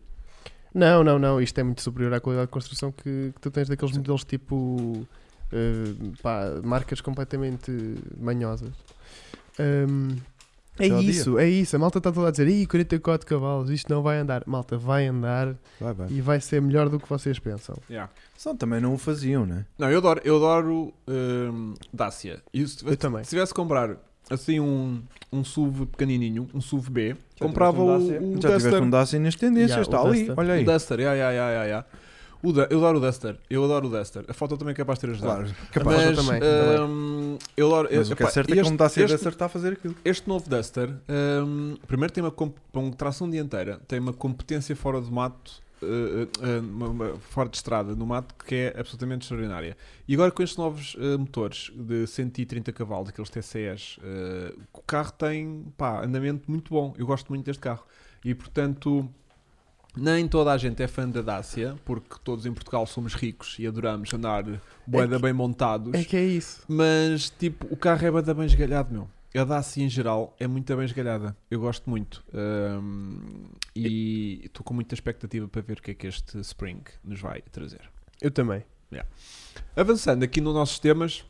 Não, não, não. Isto é muito superior à qualidade de construção que, que tu tens daqueles modelos tipo. eh, pá, marcas completamente manhosas. Ahm, é Até ao dia. isso, é isso. A malta está toda a dizer: Ih, 44 cavalos, isto não vai andar. Malta, vai andar Vai, vai. e vai ser melhor do que vocês pensam. Yeah. Só também não o faziam, né? Não, eu adoro, eu adoro hum, Dacia. E se Eu tivesse, também. se tivesse que comprar assim um, um SUV pequenininho, um SUV B, Já comprava o, tiveste um o Dacia? Já tiveste Duster. um Dacia nas Yeah, tendências, o está ali. Duster. Olha aí. O Duster, yeah, yeah, yeah, yeah, yeah. O da, eu adoro o Duster, eu adoro o Duster. A foto também é capaz de ter ajudado. Claro, Mas- capaz. eu também, também. hum, eu adoro. Mas, o que é epá, certo é que este, não dá a ser este, acertar a fazer aquilo. este novo Duster, hum, primeiro tem uma, comp- uma tração dianteira, tem uma competência fora do mato, eh, eh, uma- uma- fora de estrada, no mato, que é absolutamente extraordinária. E agora com estes novos eh, motores de 130 cavalos, aqueles TCS, eh, o carro tem pá, andamento muito bom. Eu gosto muito deste carro. E portanto, nem toda a gente é fã da Dacia, porque todos em Portugal somos ricos e adoramos andar boeda bem montados. É que é isso. Mas, tipo, o carro é bada bem esgalhado, meu. A Dacia em geral é muito bem esgalhada. Eu gosto muito. Ahm, e estou com muita expectativa para ver o que é que este Spring nos vai trazer. Eu também. Avançando aqui nos nossos temas,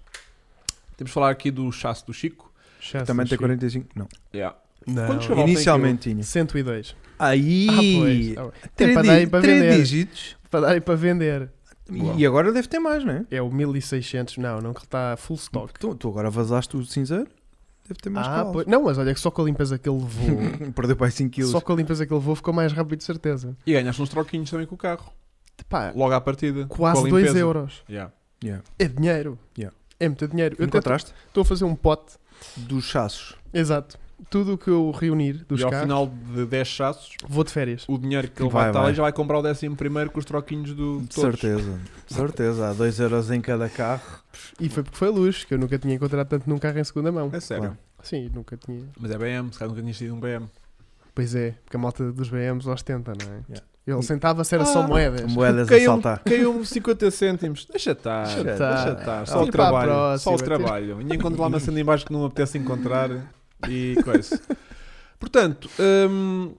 temos de falar aqui do chasse do Chico. Chassis, Também tem Chico. 45. Não. Yeah. Não, Quantos cavalos? Inicialmente tinha. 102. Ah, Aí! pois. Ah, bem. três É para di- dar aí para três vender. dígitos. Para dar e para vender. Boa. E agora deve ter mais, não é? É o 1600. Não, não, que está full stock. Tu, tu agora vazaste o cinzeiro. Deve ter mais ah, cavalos. pois. Não, mas olha que só com a limpeza que ele [LAUGHS] levou. Perdeu para 5 quilos. só com a limpeza que ele levou ficou mais rápido, de certeza. E ganhaste uns troquinhos também com o carro. Pá, Logo à partida. com quase a 2 limpeza. euros. Yeah. Yeah. É dinheiro. Yeah. É muito dinheiro. Eu até Encontraste? estou a fazer um pote. Dos chassos. Exato. Tudo o que eu reunir dos e ao carros, final de 10 chassos, vou de férias. o dinheiro que ele Vai, vai, estar vai. ali já vai comprar o décimo primeiro com os troquinhos do. De certeza. De certeza. Há 2 euros em cada carro. E foi porque foi luxo, que eu nunca tinha encontrado tanto num carro em segunda mão. É sério. Claro. Sim, nunca tinha. Mas é BM, se calhar nunca tinhas tido um BM. Pois é, porque a malta dos BMs ostenta, não é? Yeah. Ele sentava-se, era só Ah, moedas. Moedas a um Caiu- saltar. Caiu-me 50 cêntimos. Deixa estar. Deixa Deixa estar. estar. E Só o para a trabalho. Só próxima, o trabalho. tipo- E encontro lá uma cena em baixo que não me apetece encontrar. E coisa. Portanto, hum,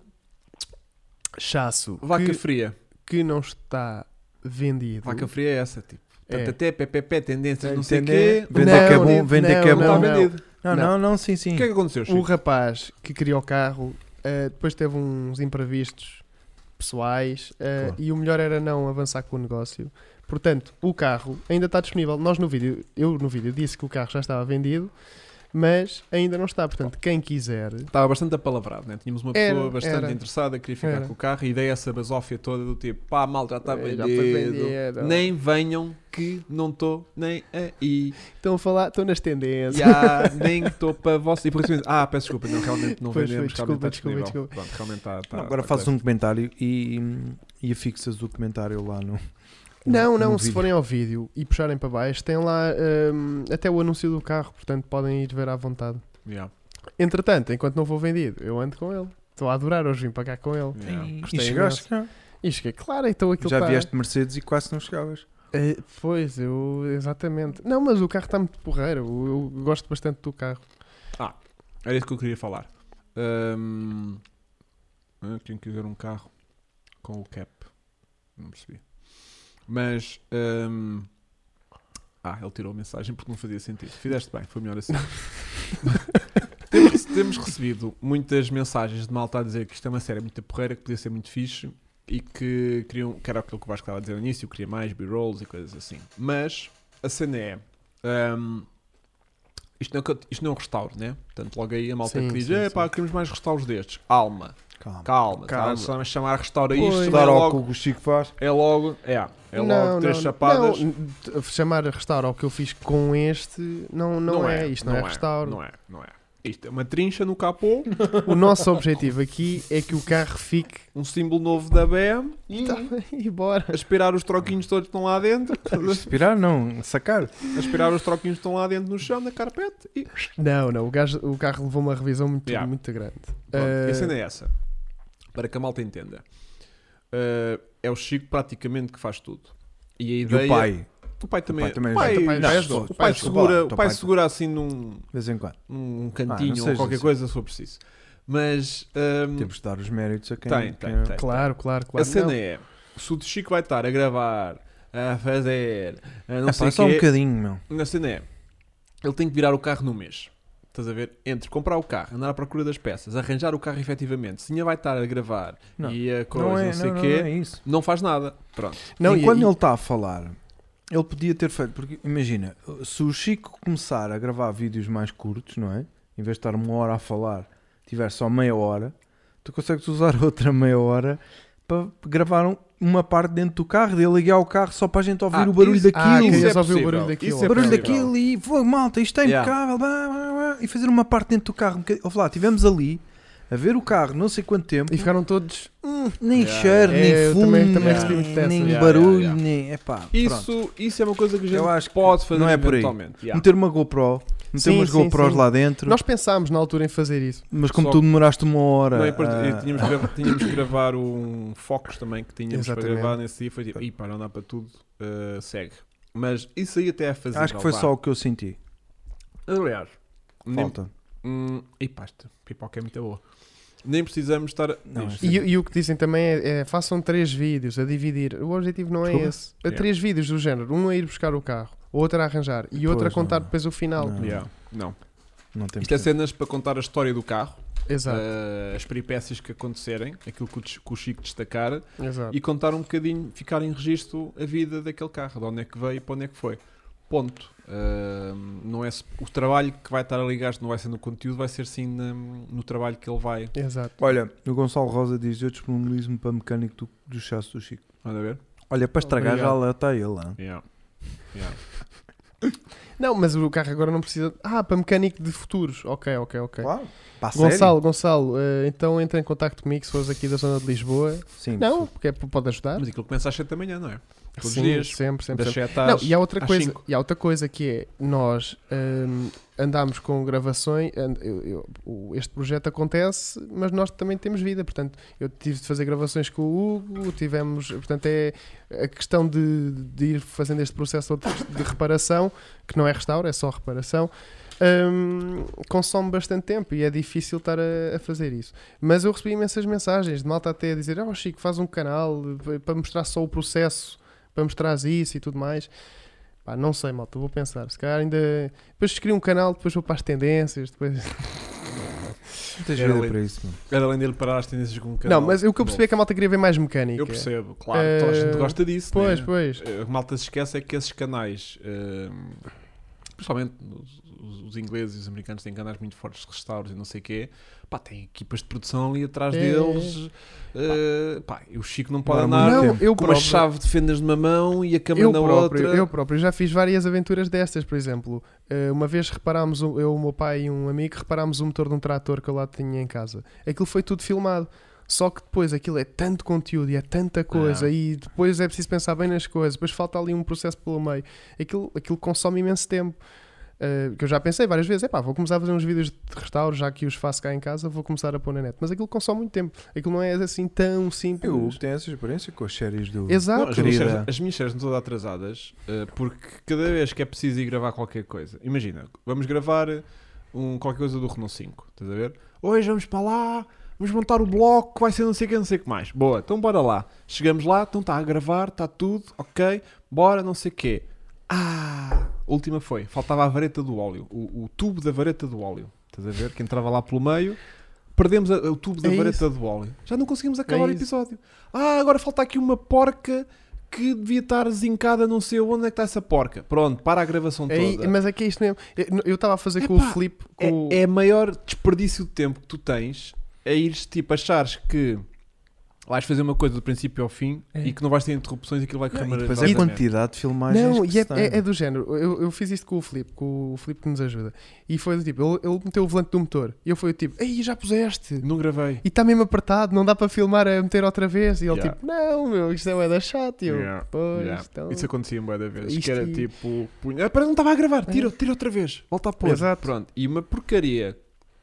Chasso. vaca que, fria. que não está vendido. Vaca fria é essa, tipo. É. Até PPP, tendências, Tem- não sei o tender- quê. Vender Não, que é bom, não, vender que é Não está não, bom. não. vendido. Não, não, não, sim, sim. O que é que aconteceu, O Chico? rapaz que criou o carro eh, depois teve uns imprevistos pessoais eh, Claro. e o melhor era não avançar com o negócio. Portanto, o carro ainda está disponível. Nós no vídeo, eu no vídeo disse que o carro já estava vendido, mas ainda não está. Portanto, quem quiser, Estava bastante apalavrado, né? Tínhamos uma Era, pessoa bastante era. interessada, queria ficar Era. com o carro e dei essa basófia toda do tipo, pá, mal já está Eh, vendido. já foi vendido. Nem venham que não estou nem aí. estão a falar, estão nas tendências. Já nem estou para vocês. E por isso, ah, peço desculpa, não, realmente não Pois foi, vendemos, desculpa, realmente está desculpa, disponível. desculpa. Pronto, realmente está. Não, agora fazes um comentário e, e afixas o comentário lá no. Não, no- [LAUGHS] não, no se vídeo. forem ao vídeo e puxarem para baixo, tem lá hum, até o anúncio do carro, portanto podem ir ver à vontade. Entretanto, enquanto não vou vendido, eu ando com ele. Estou a adorar hoje vim para cá com ele. E assim, Gostei chegaste, cá. E cheguei, claro, então aquilo Já tá- vieste de Mercedes e quase não chegavas. Eh, pois, eu. Exatamente. Não, mas o carro está muito porreiro. Eu, eu gosto bastante do carro. Era isso que eu queria falar. Hum, eu tinha que ver um carro com o cap. Não percebi. Mas. hum, ah, ele tirou a mensagem porque não fazia sentido. Fizeste bem, foi melhor [LAUGHS] assim. temos, temos recebido muitas mensagens de malta a dizer que isto é uma série muito porreira, que podia ser muito fixe e que queriam. que era aquilo que o Vasco estava a dizer no início, queria mais B-rolls e coisas assim. Mas a cena é. hum, isto não, é que- isto não é um restauro, né? Portanto, logo aí a malta Sim, que diz: sim, é pá, sim. queremos mais restauros destes. Alma, Calma. calma, Calma. estás a chamar restauro a Pois. isto, é Dar ao que logo, o Chico faz. é logo, é, é logo não, três não, chapadas. Não, n- chamar a restauro ao que eu fiz com este não, não, é. Isto não, é, restauro. Não é, não é. Isto é uma trincha no capô, O nosso objetivo aqui é que o carro fique. um símbolo novo da BM e Tá [LAUGHS] bem, e bora. a esperar os troquinhos todos que estão lá dentro, Respirar, não, sacar. a esperar os troquinhos que estão lá dentro no chão, na carpete e. Não, não, o, gajo- o carro levou uma revisão muito, Yeah. muito grande. Pronto, Eh, a cena é essa. Para que a malta entenda. Eh, é o Chico praticamente que faz tudo. E a E ideia. o pai, O pai também. é- O pai também o pai- ajuda. não, O pai ajuda. o pai O pai segura, ajuda. o pai O pai- é segura assim num, de vez em quando. num um, cantinho ou Ah, sejas qualquer assim. coisa, se for preciso. Mas hum, Temos de dar os méritos a quem. Tem, quem tem, é- tem. Claro, claro, claro. a cena Não, é: se o Chico vai estar a gravar, a fazer, a não Ah, sei pá, o só um quê, bocadinho, meu. a cena é: ele tem que virar o carro no mês. Estás a ver? Entre comprar o carro, andar à procura das peças, arranjar o carro efetivamente, se ainda vai estar a gravar Não. e a coisa, Não não, é, sei não, o não, quê, não é isso. não faz nada. Pronto. não, e e- quando e- ele está a falar, ele podia ter feito. Porque imagina, se o Chico começar a gravar vídeos mais curtos, não é? Em vez de estar uma hora a falar, tiver só meia hora, tu consegues usar [LAUGHS] outra meia hora para gravar um- uma parte dentro do carro, de ligar o carro só para a gente ouvir Ah, o barulho isso- Ah, daquilo. querias é ouvir o possível. barulho daquilo. Isso é o barulho possível. daquilo e foi malta, isto é Yeah. impecável. blá, blá, blá, e fazer uma parte dentro do carro. um bocadinho. Ouve lá, tivemos ali a ver o carro não sei quanto tempo. E ficaram todos. Hum, nem Yeah, cheiro, yeah. nem É, eu fumo, também- também nem- recebi muito dessas. nem Yeah, barulho, yeah, yeah. nem. Epá, pronto. Isso, isso é uma coisa que a gente Eu acho que pode fazer não é por aí. eventualmente. Yeah. Meter uma GoPro, meter Sim, umas sim, GoPros sim. lá dentro, Nós pensámos na altura em fazer isso. mas como Só- tu demoraste uma hora. Não, e depois, ah, e tínhamos, que grava- tínhamos que gravar um Focus também que tínhamos para Exatamente. gravar nesse dia. Foi tipo, "Ih, pá, não dá para tudo, eh, segue. Mas isso aí até é fazer. acho que foi só o que eu senti. Aliás, nem- Falta. Hum, e pasta, pipoca é muito boa. Nem precisamos estar. Não, Diz. é E, e o que dizem também é, é, façam três vídeos a dividir. O objetivo não é Desculpa? esse. A Yeah. três vídeos do género. Um a ir buscar o carro, outro a arranjar e outro a Pois, contar não. depois o final. Não. Yeah, não. Não temos Isto é tempo. cenas para contar a história do carro, Exato, eh, as peripécias que acontecerem, aquilo que o, Ch- que o Chico destacar exato. e contar um bocadinho, ficar em registro a vida daquele carro, de onde é que veio e para onde é que foi. Ponto. Eh, não é, se- o trabalho que vai estar ali gasto não vai ser no conteúdo, vai ser sim na- no trabalho que ele vai. Exato. Olha, o Gonçalo Rosa diz: Eu disponibilizo-me para mecânico do, do chasse do Chico. Manda ver? Olha, para estragar Obrigado. já lá está ele. hã? Yeah. Não, mas o carro agora não precisa. Ah, para mecânico de futuros. Ok, ok, ok. Claro. Pá, a Gonçalo, Gonçalo, eh, então entra em contacto comigo se fores aqui da zona de Lisboa. sério? Sim, Não, porque é- pode ajudar. Mas aquilo começa às 7 da manhã, não é? Todos os Sim, dias, sempre, sempre, Das sempre. 7 Não, às. e é há outra às coisa, cinco. e há outra coisa que é nós hum, andámos com gravações, and- eu- eu- o- este projeto acontece, mas nós também temos vida, portanto, eu tive de fazer gravações com o Hugo, tivemos, portanto, é a questão de, de ir fazendo este processo de, de reparação, que não é restauro, é só reparação. hum, consome bastante tempo e é difícil estar a, a fazer isso. Mas eu recebi imensas mensagens de malta até a dizer: Oh Chico, faz um canal eh, para mostrar só o processo, para mostrar isso e tudo mais. Pá, não sei, malta, vou pensar. Se calhar ainda. Depois escrevi um canal, depois vou para as tendências. Depois... Um Não tens Era vida ali. para isso, mano. Era além dele parar as tendências com um um- Não, canal. mas o que eu percebi é Bom, que a malta queria ver mais mecânica. Eu percebo, claro. Toda a Eh, gente gosta disso. Pois, né? pois. Eh, O que malta se esquece é que esses canais, ehm, principalmente os, os- os ingleses e os americanos, têm canais muito fortes de restauros e não sei o quê. Pá, têm equipas de produção ali atrás É, deles. Eh, pá, e o Chico não pode Demora andar muito Não, tempo. eu com uma próprio. chave de fendas numa mão e a câmera Eu na próprio, outra. eu próprio já fiz várias aventuras destas, por exemplo. eh, Uma vez reparámos, um- eu, o meu pai e um amigo, reparámos o motor de um trator que eu lá tinha em casa. Aquilo foi tudo filmado. Só que depois aquilo é tanto conteúdo e é tanta coisa, Ah. e depois é preciso pensar bem nas coisas, depois falta ali um processo pelo meio. Aquilo, aquilo consome imenso tempo. Eh, que eu já pensei várias vezes, epá, vou começar a fazer uns vídeos de restauro, já que os faço cá em casa, vou começar a pôr na net. Mas aquilo consome muito tempo. Aquilo não é assim tão simples. Eu Hugo, tem essa experiência com as séries do. Não, Exato. as, querida. minhas séries, as minhas séries não estão atrasadas eh, porque cada vez que é preciso ir gravar qualquer coisa, imagina, vamos gravar um, qualquer coisa do Renault 5, estás a ver? Hoje vamos para lá, vamos montar o bloco, vai ser não sei o que, não sei o que mais. Boa, então bora lá. Chegamos lá, então está a gravar, está tudo, ok, bora, não sei o quê. Ah, a última foi, faltava a vareta do óleo, o, o tubo da vareta do óleo, estás a ver? Que entrava lá pelo meio. Perdemos a- o tubo da É vareta do óleo. Já não conseguimos acabar o isso. episódio. Ah, agora falta aqui uma porca que devia estar zincada, não sei onde é que está essa porca. Pronto, para a gravação É, toda. mas é que é isto mesmo. Eu- Eu estava a fazer com o Epá, Flip. É, Com o- é maior desperdício de tempo que tu tens é ires tipo achares que vais fazer uma coisa do princípio ao fim É. e que não vais ter interrupções e aquilo vai correr Não, e depois é a maravilhosamente. quantidade de filmagens. Não, que e é, se tem. é- é do género. Eu, eu fiz isto com o Flip, com o Flip que nos ajuda. E foi do tipo, ele, ele meteu o volante do motor. E eu fui do tipo, ei, já puseste. Não gravei. E está mesmo apertado, não dá para filmar a meter outra vez. E ele Yeah. tipo, não, meu, isto é da chato. E eu, Yeah, pois, yeah. então. Isso acontecia um bué da vez. Isto Que era e- tipo. punha- Ah, pera, não estava a gravar, tira, tira outra vez, volta a pôr. Exato. Pronto. E uma porcaria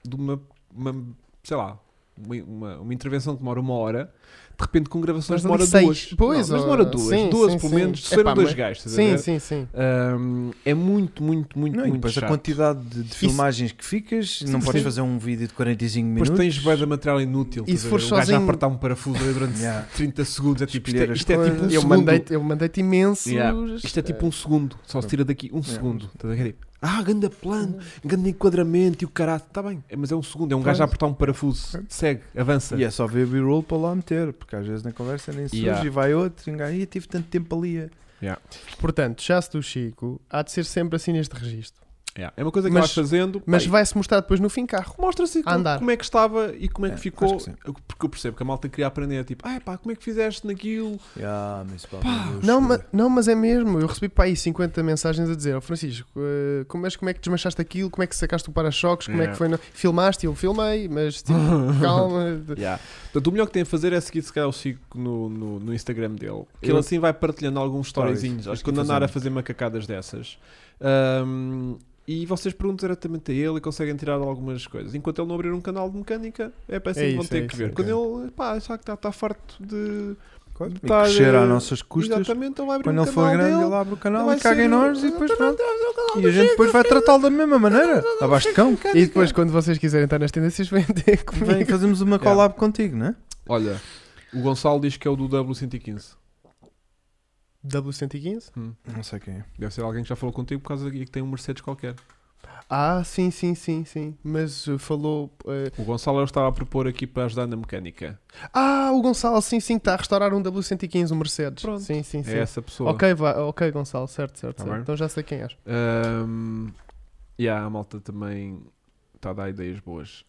de uma. uma- sei lá. Uma, uma- uma intervenção que demora uma hora, de repente com gravações Mas demora ali seis. duas. Pois, não, mas ó, demora duas, sim, duas sim, pelo sim. menos, Epá, serão dois mas- gajos. estás a Sim, ver? sim, sim. Ahm, é muito, muito, muito, Não, e muito depois chato. a quantidade de, de filmagens que ficas, não sim. podes fazer um vídeo de 45 minutos. Depois tens bué de material inútil. E estás se a for ver? o gajo a sozinho- apertar um parafuso ali durante Yeah. 30 segundos, é tipo, isto é, Escolher as isto é tipo um eu segundo. mandei-te eu mandei-te imensos. Yeah. Isto é tipo um segundo, só se tira daqui um Yeah. segundo. Estás a ver? Tipo, Ah, grande plano, grande enquadramento e o caralho. Está bem, é- mas é um segundo, é um gajo a apertar um parafuso. Segue, avança. E é só ver B-roll para lá meter, porque às vezes na conversa nem surge Yeah. e vai outro. E um gajo, "Ih, tive tanto tempo ali. a-". eh, Portanto, já se do Chico, há de ser sempre assim neste registro. Yeah. É uma coisa que Mas- vais fazendo. Mas pá, vai-se mostrar depois no fim carro. Mostra-se A andar. como, como é que estava e como é que É, ficou. acho que sim. Eu- Porque eu percebo que a malta queria aprender. Tipo, ah, pá, como é que fizeste naquilo? Yeah, mas pá, meu Deus, Não, ma- chega. não, mas é mesmo. Eu recebi para aí 50 mensagens a dizer: "Ó, Francisco, eh, como, mas como é que desmanchaste aquilo? Como é que sacaste o para-choques? Como é. É. que foi? no- Filmaste? Eu filmei, [LAUGHS] mas tipo, calma. Yeah. Portanto, o melhor que tem a fazer é seguir, se calhar, o Chico no, no, no Instagram dele. Que Eu- ele assim vai partilhando alguns Stories. storyzinhos. Acho Acho que que quando vou andar fazer. a fazer macacadas dessas. Ahm, e vocês perguntam diretamente a ele e conseguem tirar algumas coisas. Enquanto ele não abrir um canal de mecânica, é para assim É que vão isso, ter é que isso, ver. ok. Quando ele, pá, já que está, está farto de eh, Claro. E crescer às nossas custas. Exatamente, então vai abrir Quando um ele for canal grande, dele, ele abre o canal vai e caga em ser- nós e depois Exatamente, pronto. vai ser o canal E do a gente Chico, depois vai tratá-lo da mesma maneira. Abaixo de cão. E depois, quando vocês quiserem estar nas tendências, [LAUGHS] vêm ter comigo. Vem, fazemos uma collab contigo, não é? Olha, o Gonçalo diz que é o do W115. W115? Não sei quem é. Deve ser alguém que já falou contigo por causa de que tem um Mercedes qualquer. Ah, sim, sim, sim, sim. Mas uh, falou. uh, O Gonçalo eu estava a propor aqui para ajudar na mecânica. Ah, o Gonçalo, sim, sim, que está a restaurar um W115, um Mercedes. Pronto. Sim, sim, sim. É essa pessoa. Ok, vai, ok, Gonçalo, certo, certo, Tá certo. bem. Então já sei quem és. Ahm, E há a malta também está a dar ideias [LAUGHS] boas.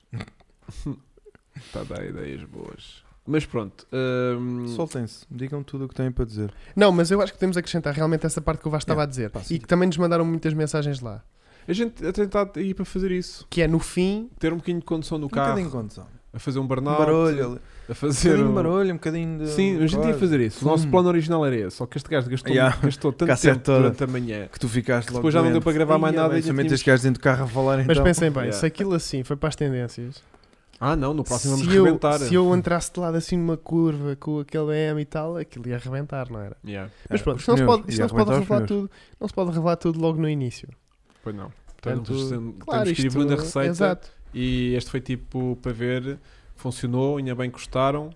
Está a dar ideias boas. Mas pronto. ahm, Soltem-se, digam tudo o que têm para dizer. Não, mas eu acho que podemos acrescentar realmente essa parte que o Vasco É, estava a dizer. pá, sim. E que também nos mandaram muitas mensagens lá. a gente a tentar ir para fazer isso. Que é no fim. Ter um bocadinho de condição no Um bocadinho carro. de condição. A fazer um Um burnout. barulho. ali. A Um fazer. bocadinho de um- barulho, um bocadinho de. Sim, a gente ia coisa. fazer isso. O nosso Hum. plano original era esse. Só que este gajo gastou, Yeah. gastou tanto Cassete tempo toda. durante a manhã. Que tu ficaste Que logo depois já não deu doente. para gravar Ia mais nada bem, e já Somente tínhamos- este gajo dentro do carro a falar Mas então. pensem bem, yeah. se aquilo assim foi para as tendências. Ah, não, no próximo vamos se, eu, rebentar. se eu entrasse de lado assim numa curva com aquele M e tal, aquilo ia arrebentar, não era? Yeah. Mas É, pronto, os isto não se pneus, pode, ia isto não se pode arrebentar os revelar pneus. tudo. Não se pode revelar tudo logo no início. Pois não. Portanto, Portanto, temos, Claro, temos que ir isto- evoluindo a receita. Exato. E este foi tipo para ver, funcionou, ainda bem custaram.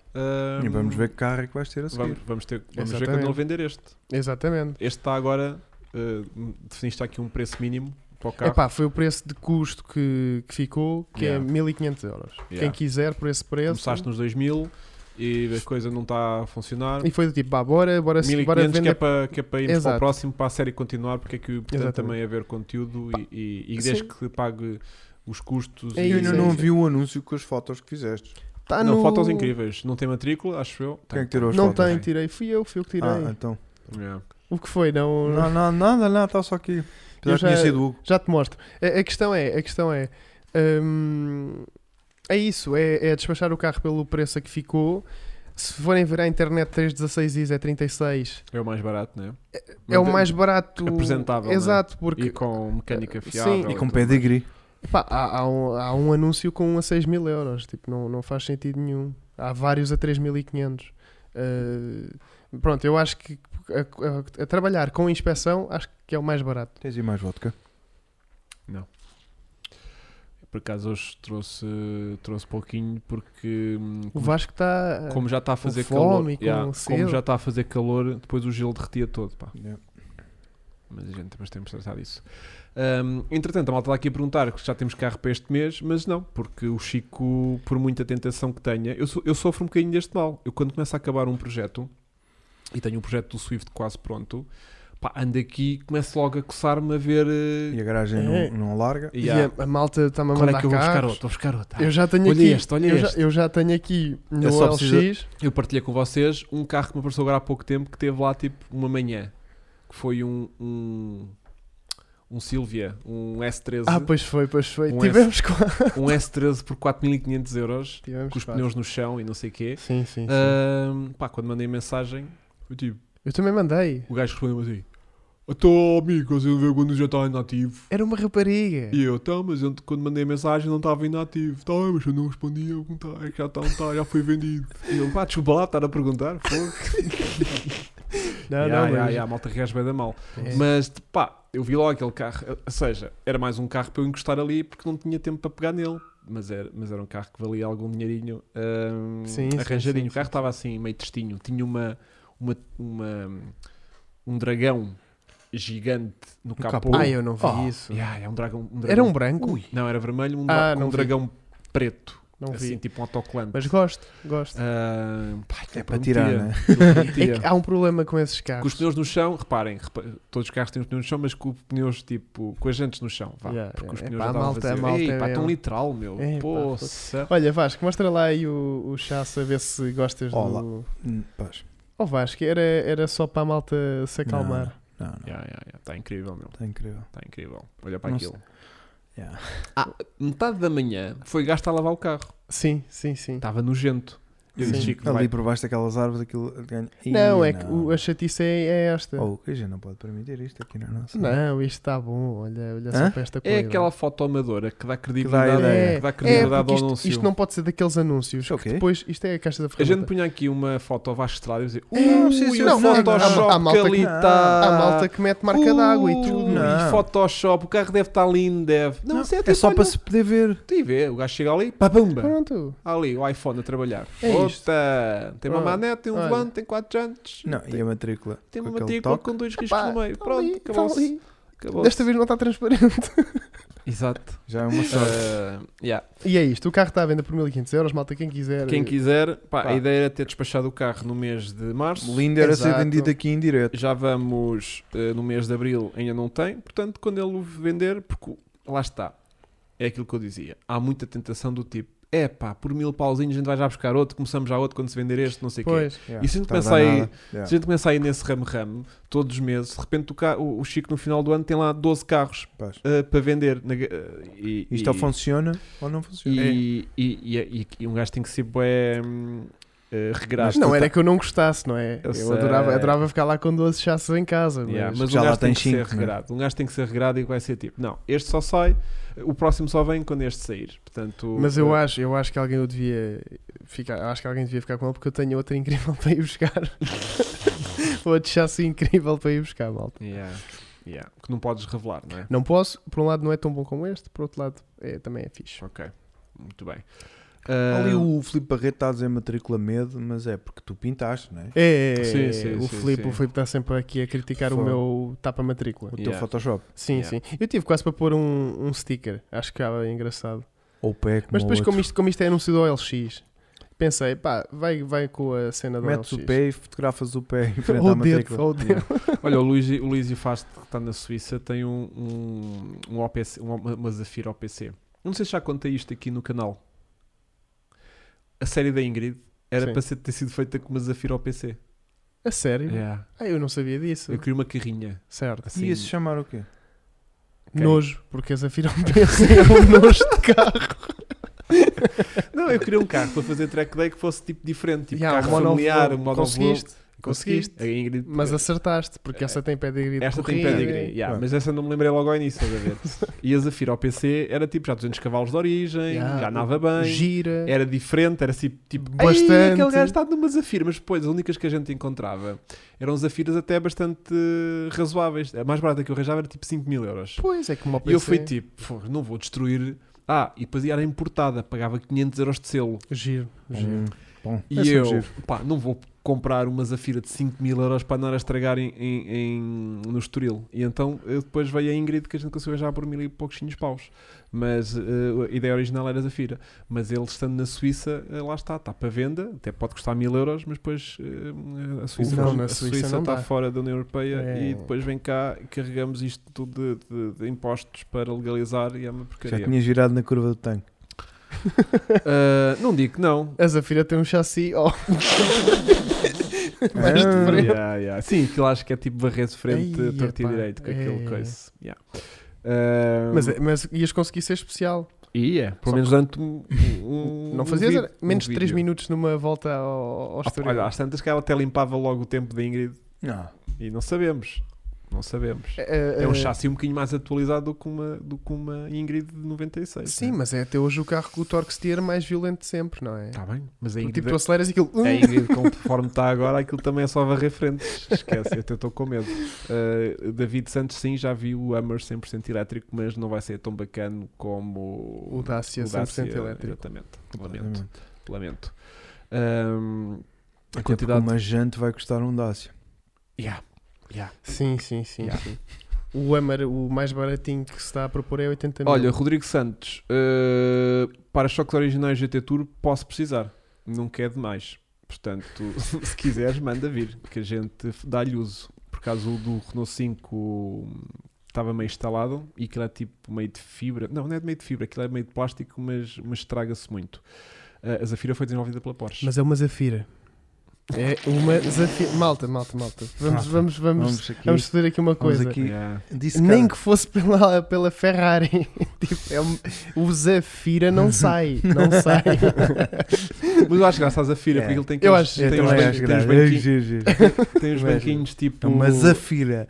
E vamos ver que carro é que vais ter a seguir. Vamos, vamos ter, vamos ver quando Exatamente. ele vender este. Exatamente. Este está agora, ah, definiste aqui um preço mínimo para o carro. Epá, foi o preço de custo que, que ficou, que Yeah. é 1500 euros. Yeah. Quem quiser por esse preço. Começaste nos 2000 e a coisa não está a funcionar. E foi do tipo, pá, bora, bora, se- bora 1500 que é, vender. para, que é para irmos para o Exato. próximo, para a série continuar, porque é que portanto, Exatamente. também haver conteúdo e, e, e Pá, desde sim. que pague os custos. É e- eu isso, ainda é não isso. vi o anúncio com as fotos que fizeste. Tá não, no- fotos incríveis. Não tem matrícula, acho eu. Quem é que tirou as Não fotos? tem, tirei. Fui eu, fui eu que tirei. Ah, então. Yeah. O que foi? Não, Não, não, nada, nada, está só aqui. Eu Apesar que tinha já- sido o Hugo. Já te mostro. A, a questão é, a questão é. hum, é isso, é, é despachar o carro pelo preço a que ficou. Se forem ver à internet 316 is é 36, É o mais barato, né? é o mais barato. apresentável, né? Exato, porque E com mecânica Sim. fiável. E E com tudo. pedigree. Pá, há, há um, há um anúncio com um a 6 mil euros, tipo, não, não faz sentido nenhum. Há vários a 3.500. Uh, pronto, eu acho que a, a- a trabalhar com inspeção, acho que é o mais barato. Tens aí mais vodka? Por acaso hoje trouxe, trouxe pouquinho porque hum, O como, Vasco tá, está. como já está a fazer calor, fome, com yeah, como sede. já está a fazer calor, depois o gelo derretia todo, pá. Yeah. Mas a gente mas temos de tratar disso. Hum, entretanto, a malta está aqui a perguntar que já temos carro para este mês, mas não, porque o Chico, por muita tentação que tenha, eu, so- eu sofro um bocadinho deste mal. Eu quando começo a acabar um projeto e tenho um projeto do Swift quase pronto, pá, ando aqui e começo logo a coçar-me a ver. E eh, a garagem É. não, não larga. E yeah, a, a malta está-me a Quando mandar é que eu vou buscar carros. outro? Vou buscar outro. Ah, Eu já tenho Olha aqui. este, olha eu, este. Já, eu já tenho aqui no só LX. preciso- Eu partilhei com vocês um carro que me apareceu agora há pouco tempo que teve lá tipo uma manhã. Que foi um. um um Silvia, um S13, Ah, pois foi, pois foi. Um Tivemos quase. um S13 por 4.500 euros, Tivemos com os quase. pneus Ah. no chão e não sei o quê. Sim, sim. sim. Ahm, pá, quando mandei mensagem, eu, tipo, eu também mandei. o gajo respondeu-me assim: Então, amigo, você não vê quando já está inativo? Era uma rapariga. E eu, então, mas eu, quando mandei a mensagem não estava inativo. Tá, bem, mas eu não respondia, eu perguntava, é que já está, não tá, já foi vendido. E eu, pá, desculpa lá, estar a perguntar, fogo. [LAUGHS] Ya, Não, não, ya, mas- ya, a malta reage bem da mal. É. Mas um pá, eu vi logo aquele carro. Ou seja, era mais um carro para eu encostar ali porque não tinha tempo para pegar nele. Mas era, mas era um carro que valia algum dinheirinho hum, Sim, sim, arranjadinho. sim, o carro estava assim, meio tristinho. Tinha uma, uma, uma- um dragão gigante no capô. capô. Ah, eu não vi Oh. isso. Ya, é um dragão, um dragão- Era um branco? Não, era vermelho, um, Ah, dra- não um vi. dragão preto. Não assim, vi. tipo um autocolante. Mas gosto, gosto. Hum, pá, É aquilo para tirar, prometia, né? aquilo [LAUGHS] É prometia. que há um problema com esses Com os carros. pneus no chão, reparem, repa- todos os carros têm os pneus no chão, mas com os pneus tipo, com as jantes no chão, vá. Yeah, porque os yeah. pneus Epá, já a estavam malta- a vazios. malta Ei, pá, é tão um- literal, meu. Epá, Poça. Olha, Vasco, mostra lá aí o, o chasso a ver se gostas Olá. do. Hum, Pois. Oh Vasco, era, era só para a malta se Não, acalmar. Não, não. Yeah, yeah, yeah. Está incrível, meu. Está incrível. Está incrível. Olha para Não aquilo. Yeah. Metade da manhã foi gasto a lavar o carro. Sim, sim, sim. Tá. Estava nojento. Eu disse Sim. Chico, Ali vai. por baixo daquelas árvores, aquilo ganha. Ih, Não, é que o- a chatice é, é esta. Oh, a gente não pode permitir isto aqui na nossa. Não, é? isto está bom, olha, olha Hã? só para esta É coisa. aquela foto amadora que dá credibilidade, ideia. que dá é, credibilidade porque ao isto, anúncio. isto não pode ser daqueles anúncios. Isto é o que quê? depois, isto é a caixa da A gente ferramenta. punha aqui uma foto ao Vasco Estrada e dizia Não, Não, sim, sim, sim, não, não, é que Photoshop há- há malta que ali que- está. Há Ah, malta que mete marca Uh, d'água e tudo. Não. E Photoshop, o carro deve estar lindo, deve. Não, isso é, tipo, É só para se se poder ver. ver. O gajo chega ali, papumba. Pronto. Ali, o iPhone a trabalhar. É isto. Ota, tem uma Pronto. manete, tem um Olha. volante, tem quatro jantes. Não, e a matrícula? Tem Com uma aquele matrícula toque? com dois riscos Pá, no meio. tá Pronto, ali, tá acabou-se. ali. Acabou-se. Desta vez não está transparente. Exato. Já é uma sorte. Uh, yeah. [LAUGHS] E é isto, o carro está à venda por 1500 euros, malta, quem quiser. eh, Quem quiser, pá, Pá. a ideia era ter despachado o carro no mês de março. Lindo era ser Exato. vendido aqui em direto. Já vamos eh, no mês de Abril, ainda não tem, portanto, quando ele o vender, porque o- lá está, é aquilo que eu dizia, há muita tentação do tipo, é pá, por mil pauzinhos a gente vai já buscar outro, começamos já outro quando se vender este, não sei o quê. Pois. Yeah, E se a gente tarda começar aí- nada. Yeah. Se a gente começa a ir nesse ramo-ramo, todos os meses, de repente o, ca- o- o Chico no final do ano tem lá 12 carros Paz. eh, para vender. na ga- eh, e, é Isto ou e- funciona ou não funciona. e, e, e- e- e um gajo tem que ser bué, hum, eh, regrado. Não era que eu não gostasse, não é? Eu Eu, sei. adorava, adorava ficar lá com 12 chassos em casa. Mas... Yeah, mas já um lá gajo tem tem que cinco, ser né? regrado. Um gajo tem que ser regrado e vai ser tipo, não, este só sai, o próximo só vem quando este sair. Portanto, Mas eu eh, acho, eu acho que alguém o devia ficar, eu acho que alguém devia ficar com ele porque eu tenho outro incrível [LAUGHS] para ir [LAUGHS] buscar. outro chassi incrível para ir buscar, malta. yeah, yeah, que não podes revelar, não é? Não posso, por um lado não é tão bom como este, por outro lado é, também é fixe. Ok, muito bem. É, Ali eh, Ah, [LAUGHS] o Filipe Barreto está a dizer matrícula medo, mas é porque tu pintaste, não é? É, é, é, Sim, sim, o sim, Filipe, sim. o Filipe está sempre aqui a criticar Fogo. o meu tapa-matrícula. O Yeah. teu Photoshop. Sim, Yeah. sim. Eu tive quase para pôr um, um sticker, acho que estava engraçado. Um Ou o pé, como Mas depois, o como outro. isto, como isto é anunciado ao LX, pensei, pá, vai, vai com a cena do Metes LX. o pé e fotografas o pé em frente [LAUGHS] Ou à o dedo, matrícula. ou o dedo. Olha, o Luís, o Luís Ifaste, que está na Suíça, tem um, um, um OPC, um- uma, uma Zafira OPC. Não sei se já contei isto aqui no canal. A série da Ingrid era Sim. para ser- ter sido feita com uma Zafira OPC. A sério? Yeah. Ah, eu não sabia disso. Eu queria uma carrinha. Certo. Assim, E ia se chamar o quê? Ok. Nojo, porque a Zafira [LAUGHS] pensa é um nojo de carro. Não, eu queria um carro para fazer track day que fosse tipo diferente, tipo Yeah, carro um monobloco. familiar, um monobloco. Conseguiste, Conseguiste. conseguiste. A Ingrid- mas acertaste, porque essa tem pedigree de esta tem corrida. pedigree, yeah, Claro. mas essa não me lembrei logo ao início, estás a ver? [LAUGHS] E a Zafira ao PC era tipo já 200 cavalos de origem, Yeah, já andava bem, Gira. era diferente, era tipo, tipo "Ei, Bastante. aquele gajo está numa Zafira, mas depois as únicas que a gente encontrava eram Zafiras até bastante eh, razoáveis. A mais barata que eu arranjava era tipo 5 mil euros. Pois, é que uma E eu PC fui tipo, "Pô, não vou destruir. Ah, e depois era importada, pagava 500 euros de selo. Giro, giro. Hum, Bom, E É sempre eu, giro. pá, não vou comprar uma Zafira de 5 mil euros para andar a estragar em, em- em- no Estoril. E então eu depois veio a Ingrid que a gente conseguiu já por mil e poucos paus. Mas eh, a ideia original era Zafira. Mas ele estando na Suíça, eh, lá está, está para venda, até pode custar mil euros, mas depois eh, a Suíça, Não, na a Suíça Suíça não está dá. fora da União Europeia É. e depois vem cá e carregamos isto tudo de, de- de impostos para legalizar e é uma já porcaria. tinha girado na curva do tanque. Ah, não digo que não, A Zafira tem um chassi, ó. Hum. Mais Ah, de frente. Yeah, yeah. Sim, aquilo acho que é tipo barreiro de frente, Ei, torto e epá, direito, com é, aquele é, coice. Yeah. Ah, Mas, é, mas ias conseguir ser especial. e é, pelo só menos durante um, um- [LAUGHS] não um fazias vídeo- menos de um 3 vídeo. minutos numa volta ao, ao Ah, Estoril. olha, às tantas que ela até limpava logo o tempo da Ingrid Não. e não sabemos. Não sabemos. É, É um é, chassi um bocadinho mais atualizado do que uma, do que uma Ingrid de 96. Sim, mas é até hoje o carro com o torque steer mais violento de sempre, não é? Está bem, mas a Porque, Ingrid, tipo, tu aceleras e aquilo. a [LAUGHS] Ingrid, conforme está agora, aquilo também é só varrer frentes. Esquece, eu até estou com medo. Uh, David Santos, sim, já vi o Hammer 100% elétrico, mas não vai ser tão bacana como O Dacia 100% elétrico. Exatamente. Lamento. Exatamente. Lamento. Um, a Até quantidade. porque Uma jante vai custar um Dácia. Yeah, yeah. Sim, sim, sim. Yeah. sim. O Hammer, o mais baratinho que se está a propor é 80 mil. Olha, Rodrigo Santos, uh, para-choques originais GT Tour, posso precisar. Nunca é demais. Portanto, [LAUGHS] se quiseres, manda vir, que a gente f- dá-lhe uso. Por causa o do Renault 5 hum, estava meio instalado e aquilo é tipo meio de fibra. Não, não é de meio de fibra, aquilo é meio de Eh, plástico, mas, mas estraga-se muito. Uh, a Zafira foi desenvolvida pela Porsche. mas é uma Zafira. É uma desafio. Malta, malta, malta. Vamos, Malta, vamos, vamos, vamos, aqui. fazer aqui uma vamos coisa. aqui. Yeah. Discar. Nem que fosse pela, pela Ferrari. [LAUGHS] Tipo, é um- o Zafira Uhum. não sai. [LAUGHS] Não sai. Mas eu acho graça à Zafira, É. porque ele tem Então, que Eu uns- acho- Eu tem uns também ban- acho tem uns graça. É banquinhos- giro, giro. tem uns Eu acho. banquinhos tipo. É uma zafira.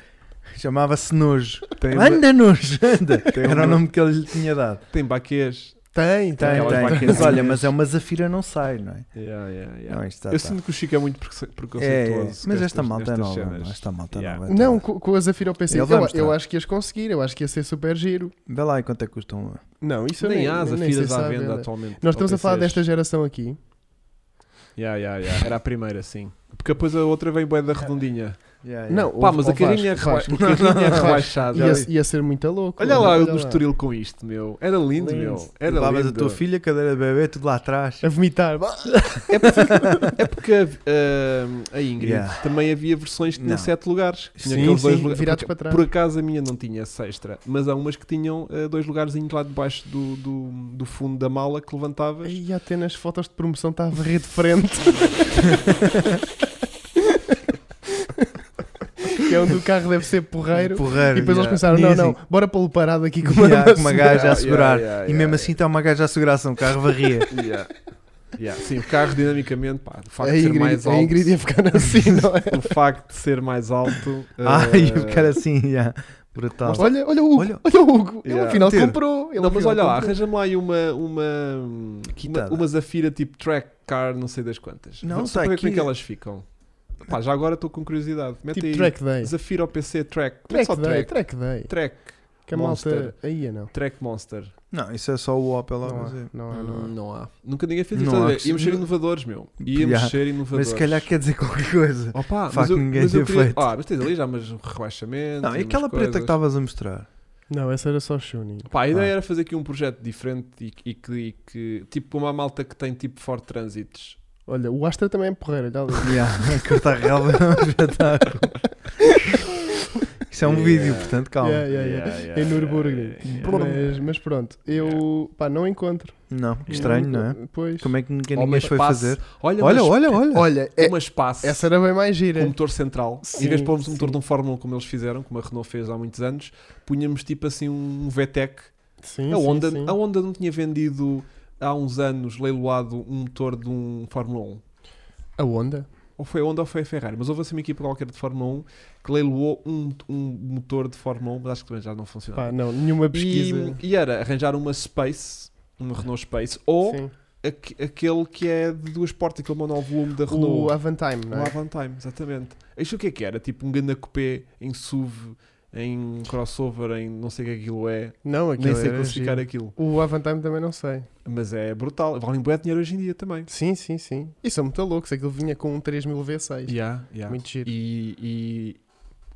Chamava-se Nojo. Tem, Anda, Nojo, [LAUGHS] anda. Tem Era uma- o nome que ele lhe tinha dado. tem baquês. Tem, tem. Aquelas tem, tem. vaquinhas. Mas olha, mas é uma zafira não sai, não é? Yeah, yeah, yeah. Não, isto tá, eu tá. sinto que o Chico é muito preconce- É, é. preconceituoso. com Mas esta estas- malta é estas nova. cenas. mano, Esta malta é Yeah. nova. então. Não, co- com, a Zafira eu pensei. Ele Eu, vai mostrar. eu acho que ias conseguir. Eu acho que ia ser super giro. Vê lá e quanto é que custa uma. Não, isso eu Nem nem, há nem sei Zafiras se à há venda venda. atualmente. Nós estamos a falar LPCs. desta geração aqui. Yeah, yeah, yeah. Era a primeira, sim. Porque depois a outra vem bué da redondinha. é. Não, Pá, ouve- mas a ouve, carrinha é Vasco, relaxa- Vasco. o [LAUGHS] carrinho é Vasco, Ah, relaxada. Ia, ia ser muito louco. Olha lá eu no estoril com isto, meu. Era lindo, meu. Era Levavas lindo. a tua filha, cadeira de bebê, tudo lá atrás. A vomitar. É porque, é porque ehm, a, a- a Ingrid Yeah. também havia versões que tinham Não. sete lugares. Tinha Sim, aqueles dois sim, lugares. virados Porque, para trás. Por acaso a minha não tinha essa extra, mas há umas que tinham eh, dois lugarzinhos lá debaixo do, do, do fundo da mala que levantavas. E até nas fotos de promoção está a varrer de frente. que é onde o carro deve ser porreiro. Um Porreiro. E depois eles yeah. pensaram: não, Dizem. não, bora pô-lo parado aqui com uma. Yeah, com uma gaja a Yeah, segurar. yeah, yeah, e mesmo yeah. assim está uma gaja a segurar-se, um carro [LAUGHS] varria. Yeah. Yeah, Sim, o carro dinamicamente, pá, o facto a, de ser É Ingrid, mais a alto. Ingrid ia ficar [LAUGHS] assim, não é? O facto de ser mais alto. [LAUGHS] Ai, eh, o cara assim, yeah. brutal. Olha, olha o Hugo, olha, Olha. o Hugo, ele Yeah. afinal Tira. comprou. Ele não, mas afinal olha lá, comprou. arranja-me lá aí uma, uma, uma, Quitada. uma Zafira tipo track car, não sei das quantas. Não, Só tá para ver como é aqui. que elas ficam. Pá, já agora estou com curiosidade. Mete Tipo aí track day. Zafira ao PC track. Mete só Track day, track. track day. Track. Que a malta. Monster. Aí é não. Track Monster. Não, isso é só o Opel. Não Não há, não há, não há. Hum, Não há. Nunca ninguém fez Não isso. há estás a ver? que se- Íamos ser inovadores, meu. Íamos Yeah. ser inovadores. Mas se calhar quer dizer qualquer coisa. Opa, Fuck, mas eu, ninguém mas eu tinha queria... é feito. Ah, mas tens ali já mas relaxamento. Não, e umas aquela preta que coisas. estavas a mostrar? Não, essa era só Shuni. Pá, a ideia Ah. era fazer aqui um projeto diferente e, que- e que, e que- Tipo uma malta que tem tipo Ford Transits. Olha, o Astra também é porreiro, olha ali. Yeah, [LAUGHS] cortar relva é um [LAUGHS] espetáculo. Isso é um Yeah. vídeo, portanto, calma. Yeah, yeah, yeah. Em Nürburgring. Mas, mas pronto, eu pá, não encontro. Não, estranho, não é? Pois. Como é que ninguém, Ou uma ninguém foi espaço. fazer? Olha, Olha, mas- olha, olha. Olha, é- uma espaço essa era bem mais gira. com motor central. Sim, em vez de pôrmos um motor sim. de um Fórmula como eles fizeram, como a Renault fez há muitos anos, punhamos tipo assim um VTEC. Sim, a, sim, Honda, sim. a Honda não tinha vendido há uns anos, leiloado, um motor de um Fórmula 1. A Honda? Ou foi a Honda ou foi a Ferrari, mas houve assim uma equipa qualquer de Fórmula 1 que leiloou um, um motor de Fórmula 1, mas acho que também já não funcionava. Pá, não, nenhuma pesquisa. E, e era arranjar uma Space, uma Renault Space, ou Sim. aque- aquele que é de duas portas, aquele monovolume da Renault. O Avantime, não Um é? Avantime, exatamente. Isto o que é que era? Tipo um ganda coupé em SUV, em crossover, em não sei o que aquilo é. Não, aquilo Nem sei era classificar giro. aquilo. O Avantime também não sei. Mas é brutal. Valem bué dinheiro hoje em dia também. Sim, sim, sim. E são é muito loucos, aquilo vinha com um 3000 V6. Yeah, yeah. Muito giro. E, e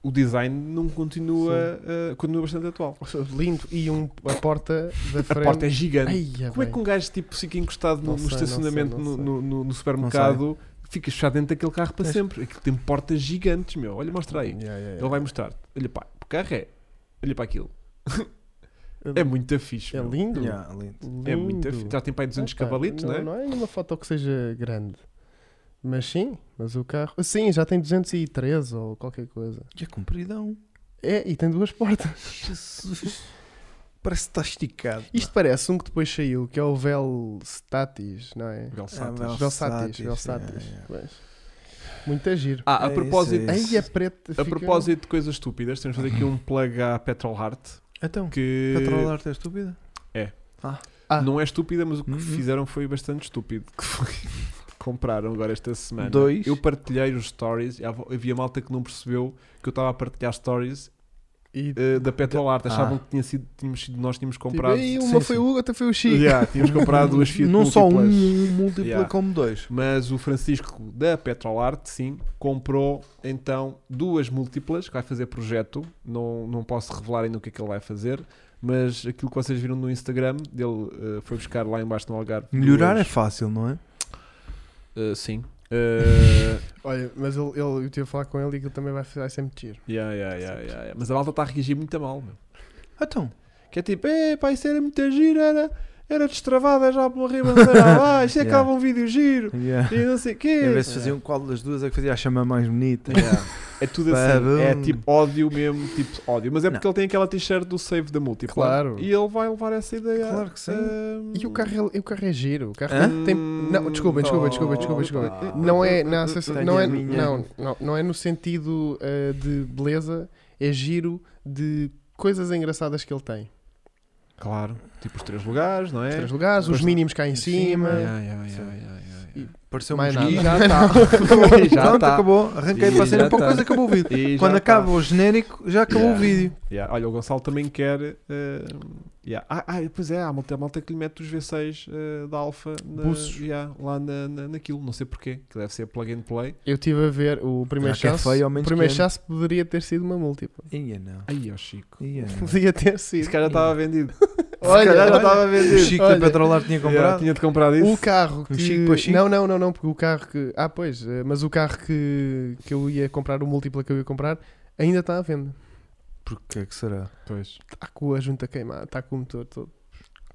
o design não continua, uh, continua bastante atual. Lindo. E um, a porta da A frente. porta é gigante. Ai, Como é que um gajo tipo fica encostado no, Não no sei, não estacionamento sei, não sei. no, no- no- no supermercado? Ficas fechado dentro daquele carro para Tens- sempre. Aquilo tem portas gigantes, meu. Olha, mostra aí. Yeah, yeah, Ele yeah. vai mostrar. Olha para o carro é. Olha para aquilo. É muito fixe. É meu. lindo. Yeah, lindo. É muito fixe. Lindo. Já tem para aí 200 Epá, cavalitos, não não é? Não há nenhuma foto que seja grande. Mas sim, mas o carro. Sim, já tem 213 ou qualquer coisa. Que é compridão. É, e tem duas portas. Jesus. Parece que está esticado. [LAUGHS] Isto parece um que depois saiu, que é o Vel Statis, não é? Velsatas. Ah, Velsatis, Velsatis, é. Velsatis. yeah, Mas, Muito agiro. Ah, a É propósito, isso, é isso. Aí é preto. a propósito de coisas estúpidas, temos de fazer aqui um plug à Petrol Heart Então, que para trollar é estúpida? Ah. não é estúpida, mas o que Uhum. fizeram foi bastante estúpido. [LAUGHS] Que foi- compraram agora esta semana. Dois. Eu partilhei os stories e hava- havia malta que não percebeu que eu estava a partilhar stories E, tipo, eh, da Petrol Heart. Ah. Tipo, Achavam que tinha sido, tínhamos sido, nós tínhamos comprado. aí uma Sim, foi sim. o Hugo, outra foi o Chico. [LAUGHS] Yeah, tínhamos comprado duas Fiat Não só um, múltiplas. um múltipla Yeah. como dois. Mas o Francisco da Petrolarte, sim, comprou então duas múltiplas que vai fazer projeto. Não, não posso revelar ainda o que é que ele vai fazer, mas aquilo que vocês viram no Instagram dele eh, foi buscar lá embaixo no Algarve. Melhorar é duas, fácil, não é? eh, Sim. Eh, [LAUGHS] Olha, mas ele, ele- eu tive a falar com ele e que ele também vai, vai sempre giro. yeah, yeah, yeah, yeah, tá yeah. Mas a malta está a reagir muito a mal. Meu. Então, Que é tipo, eh, pá, isso era muito giro, era. era destravada já por uma ribanceira [LAUGHS] abaixo, e é Yeah. acaba um vídeo giro, Yeah. e não sei o E a ver quê. se um faziam qual das duas é que fazia a chama mais bonita. [LAUGHS] É tudo assim. Badum. É tipo ódio mesmo, tipo ódio. Mas é porque ele tem aquela t-shirt do Save da Multiple. Claro. E ele vai levar essa ideia. Claro que sim. hum, E o carro, é, e o carro é giro. O carro Hã? Oh, tem. Não, desculpa, desculpa, desculpa, desculpa, desculpa. Não é, não, Tenho não, é, a minha. não, não, não é no sentido eh, de beleza, é giro de coisas engraçadas que ele tem. Claro. Tipo os três lugares, não é? Os três lugares, os Gosto- mínimos cá em em cima. cima, Yeah, yeah, yeah, yeah, yeah, yeah. Pareceu Mais mosquito. nada. [LAUGHS] E já [LAUGHS] tá. E já Pronto, tá. acabou. Arranquei E para a cena já para tá. coisa, acabou o vídeo. E já Quando tá. acaba o genérico, já acabou Yeah. o vídeo. Yeah, Olha, o Gonçalo também quer. eh, yeah. ah, ah, pois é, há malta, há malta que lhe mete os V6 eh, da Alfa na- Buços. yeah, lá na, na- naquilo, não sei porquê, que deve ser plug and play. Eu estive a ver o primeiro Será que é chasse. feio, ao o menos primeiro que é? chasse poderia ter sido uma múltipla. [LAUGHS] Ia não. Ai, ó Chico. Ia não. Podia ter Esse sido. cara já estava [LAUGHS] vendido. Olha, Se calhar já olha. estava vendido. O Chico Olha. da Petrolar tinha Yeah, comprado. tinha de comprar isso. O carro que. Chico para Chico? Não, não, não, não, porque o carro que. Ah, pois, eh, mas o carro que, que eu ia comprar, o múltipla que eu ia comprar, ainda está à venda. Porquê que será? Pois. Está com a junta queimada, está com o motor todo.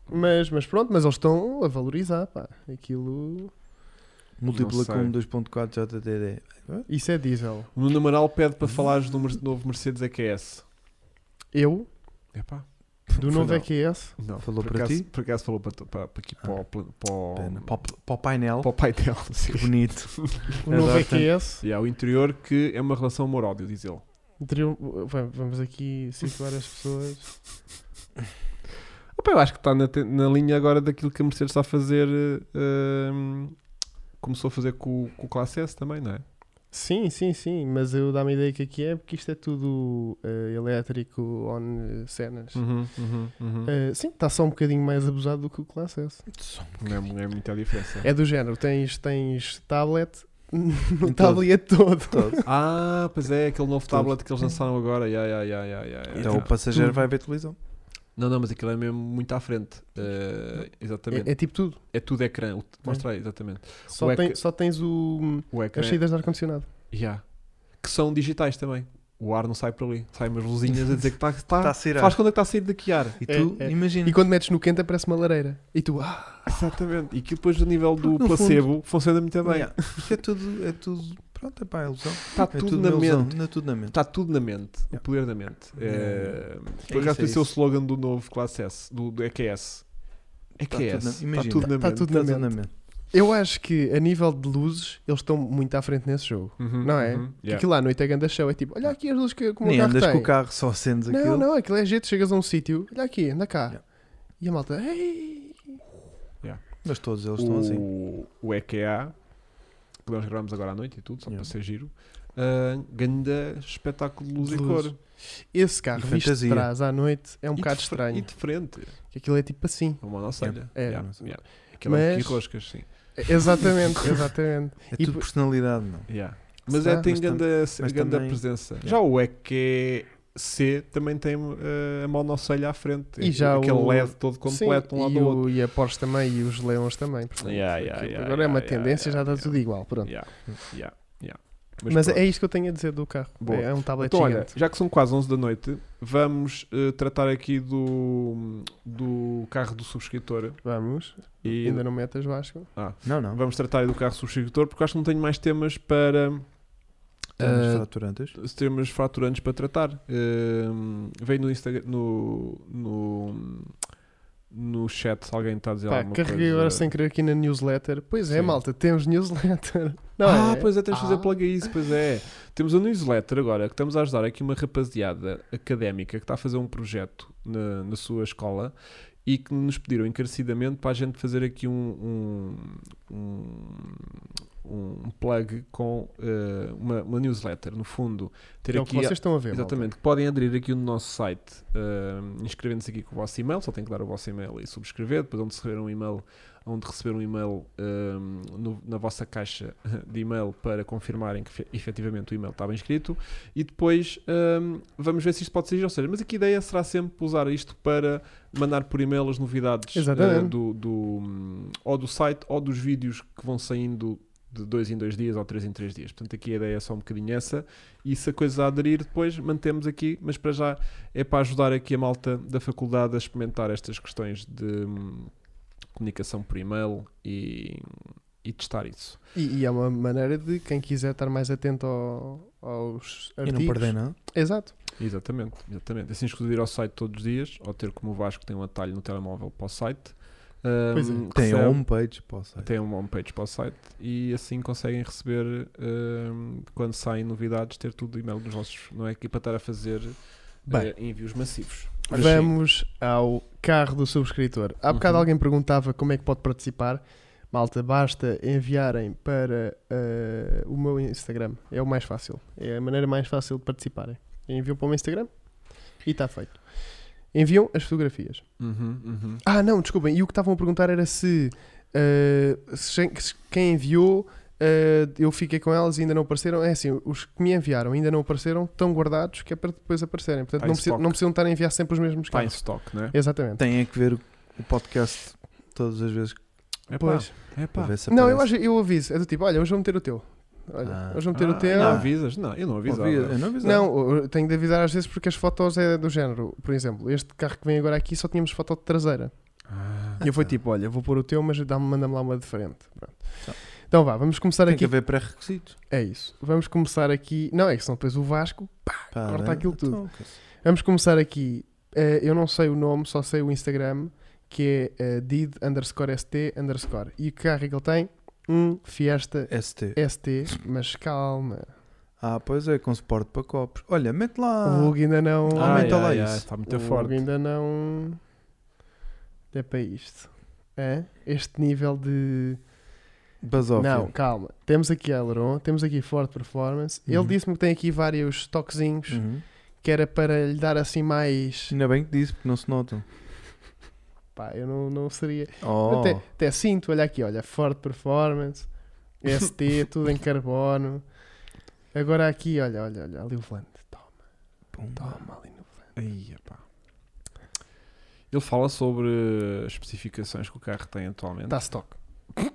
Mas, mas pronto, mas eles estão a valorizar, pá. Aquilo. Múltipla sei. com 2.4 JTD. Isso é diesel. O Nuno Amaral pede para falares do mer- novo Mercedes EQS. Eu, Epá. do Foi novo não. EQS, Não, Falou por para acaso, ti? Por acaso falou para, tu- para, para aqui, para, o pl- para, o- Pena. Para o- Para o painel. para o pai [LAUGHS] dele. Que bonito. o novo Adoro EQS, E há o interior que é uma relação amor-ódio, diz ele. teriam- va- vamos aqui situar as pessoas. Opa, eu acho que está na, te- na linha agora daquilo que a Mercedes está a fazer. eh, hum, começou a fazer com, o- com o Classe S também, não é? Sim, sim, sim, mas eu dá-me a ideia que aqui é, porque isto é tudo eh, elétrico, on eh, cenas. Uhum, É. Eh, sim, está só um bocadinho mais abusado do que o Classe S. Não, é, não é muita diferença. É do género, tens, tens tablet [LAUGHS] no Em todo. tablet todo. Ah, pois é, aquele novo Tudo. tablet que eles lançaram agora. Ya, ya, ya, ya, ya, ya. Então o passageiro vai ver televisão. Não, não, mas aquilo é mesmo muito à frente. Eh, exatamente. É, É, é tipo tudo. tudo ecrã. É. O- Mostra aí, exatamente. Só, O é tem- que- só tens o, O É ecrã. as saídas de ar-condicionado. Ya. Que são digitais também. O ar não sai por ali. Saem umas luzinhas a dizer que está. [LAUGHS] está- Está a sair ar. faz quando é que está a sair daqui ar. E É, tu, é. imagina. E quando metes no quente aparece uma lareira. E tu, ah, [LAUGHS] Exatamente. E que depois, a nível do No fundo- placebo, funciona muito bem. Yeah. Isto é tudo, é tudo. Pronto, é pá, é ilusão. Está É tudo, na uma ilusão, mente. Tá, É tudo na mente. Está tudo na mente. O Yeah. poder da mente. É... É Por acaso, isso, é esse é o isso. slogan do novo Classe S, do, do EQS. Tá tudo na- EQS. Está imagina. tudo na Tá- tá mente. tudo Está na tudo na mente. mente. eu acho que a nível de luzes eles estão muito à frente nesse jogo. Uhum, Não é? uhum, Que yeah. Aquilo lá à noite é grande show. É tipo, olha aqui as luzes que como Nem o carro andas tem. com o carro, só acendes não, aquilo. não, aquilo é jeito. Chegas a um sítio, olha aqui, anda cá. Yeah. E a malta, ei. Mas todos eles estão assim. o, o EQA, que nós gravamos agora à noite e tudo, só Yeah. para ser giro. ah, ganda espetáculo de luz De e luz. cor. Esse carro E visto de fantasia. trás à noite é um E bocado de fre- E estranho. de frente. Que Aquilo é tipo assim. É uma nossa olha. É. Yeah, Nossa. yeah. é um Aquela Mas- aqui roscas, sim. [LAUGHS] Exatamente, exatamente. É E tudo po- personalidade, não. Yeah. Mas Será? é, tem Mas tam- grande, mas grande também- presença. Yeah. Já o EQC também tem eh, a monocelha à frente. E já Aquele o- LED todo completo, Sim, um lado e, do o- outro. e a Porsche também, e os Leões também. portanto, Yeah, yeah, aquilo yeah, agora é uma yeah, tendência, yeah, já está yeah. tudo igual. Pronto. Yeah, yeah, yeah. Mas, pronto. é isto que eu tenho a dizer do carro. Boa. É um tablet Então, olha, gigante. já que são quase 11 da noite, vamos eh, tratar aqui do, do carro do subscritor. Vamos, E ainda não metas Vasco. Não, não. vamos tratar aí do carro do subscritor, porque eu acho que não tenho mais temas para. Temos eh, fraturantes. temas fraturantes para tratar. Hum, veio no Instagram, no, no, no chat, se alguém está a dizer Pá, alguma carreguei coisa. agora sem querer aqui na newsletter. Pois é, Sim. malta, temos newsletter. [LAUGHS] Não ah, é? pois é, temos de fazer Ah. plug a isso, pois é. Temos a newsletter agora, que estamos a ajudar aqui uma rapaziada académica que está a fazer um projeto na, na sua escola e que nos pediram encarecidamente para a gente fazer aqui um, um, um, um plug com eh, uma, uma newsletter, no fundo. Ter É o que aqui vocês estão a ver. malta. Exatamente, que podem aderir aqui no nosso site, ah, inscrevendo-se aqui com o vosso e-mail, só tem que dar o vosso e-mail e subscrever, depois onde receber um e-mail, onde receber um e-mail ah, no- na vossa caixa [LAUGHS] de e-mail para confirmarem que fe- efetivamente o e-mail estava inscrito e depois ah, vamos ver se isto pode ser, ou seja, mas aqui a ideia será sempre usar isto para mandar por e-mail as novidades ah, Exatamente. do, do, hum, ou do site ou dos vídeos que vão saindo de dois em dois dias ou três em três dias. Portanto, aqui a ideia é só um bocadinho essa. E se a coisa aderir, depois mantemos aqui, mas para já é para ajudar aqui a malta da faculdade a experimentar estas questões de, hum, comunicação por e-mail e, e testar isso. E, e é uma maneira de quem quiser estar mais atento ao- aos E artigos. não perder nada. Exato. Exatamente, exatamente. Assim excluir ao site todos os dias, ou ter como o Vasco tem um atalho no telemóvel para o site. ahm, Pois é. Tem recebe- a homepage, posso Tem uma homepage para o site e assim conseguem receber, ahm, quando saem novidades, ter tudo e-mail dos nossos. Não é aqui para estar a fazer Bem. eh, envios massivos. Vamos ao carro do subscritor. Há bocado Uhum. alguém perguntava como é que pode participar. Malta, basta enviarem para eh, o meu Instagram. É o mais fácil. É a maneira mais fácil de participarem. Enviam para o meu Instagram e está feito. Enviam as fotografias. Uhum, uhum. Ah, não, desculpem. E o que estavam a perguntar era se, eh, se se quem enviou, eh, eu fiquei com elas e ainda não apareceram. É assim, os que me enviaram e ainda não apareceram estão guardados que é para depois aparecerem. Portanto, Tá em não, precisam, stock. não precisam estar a enviar sempre os mesmos Está em carros. stock, não é? Exatamente. Tem é que ver o o podcast todas as vezes É pá, Pois. é para pá. ver se Não, eu, aparece. acho, eu aviso. É do tipo, olha, hoje vou meter o teu. Olha, Ah. hoje vou meter o Ah, teu. Não Ah. avisas? Não, eu não avisava. Ouvi- eu não avisava. Não, eu tenho de avisar às vezes porque as fotos é do género. Por exemplo, este carro que vem agora aqui só tínhamos foto de traseira. Ah, E eu fui tipo, olha, vou pôr o teu, mas dá-me- manda-me lá uma de frente. Pronto. Então vá, vamos começar Tem que aqui haver pré-requisitos. É isso. Vamos começar aqui. Não, é que senão depois o Vasco. Pá, Ah, Corta né? aquilo tudo. Então, ok. Vamos começar aqui. eh, eu não sei o nome, só sei o Instagram, que é eh, did underscore st underscore. E que carro é que ele tem? Um Fiesta ST. ST, mas calma. Ah, pois é, com suporte para copos. Olha, mete O lá. Hugo ainda não. Ah, Aumenta ai, lá ai, ai, isso. Está o muito Hugo forte. ainda não. É para isto. Hã? Este nível de. Basófio. Não, calma. Temos aqui Aileron, temos aqui Ford Performance. Ele Uhum. disse-me que tem aqui vários toquezinhos. Uhum. que era para lhe dar assim mais. Ainda bem que disse, porque não se notam. Pá, eu não, não seria. Oh, Até, até sinto, olha aqui, olha, Ford Performance, ST, tudo em carbono. Agora aqui, olha, olha, olha, ali o volante. Toma, pum. toma ali no volante. Ai, epá. Ele fala sobre as especificações que o carro tem atualmente. Está stock. que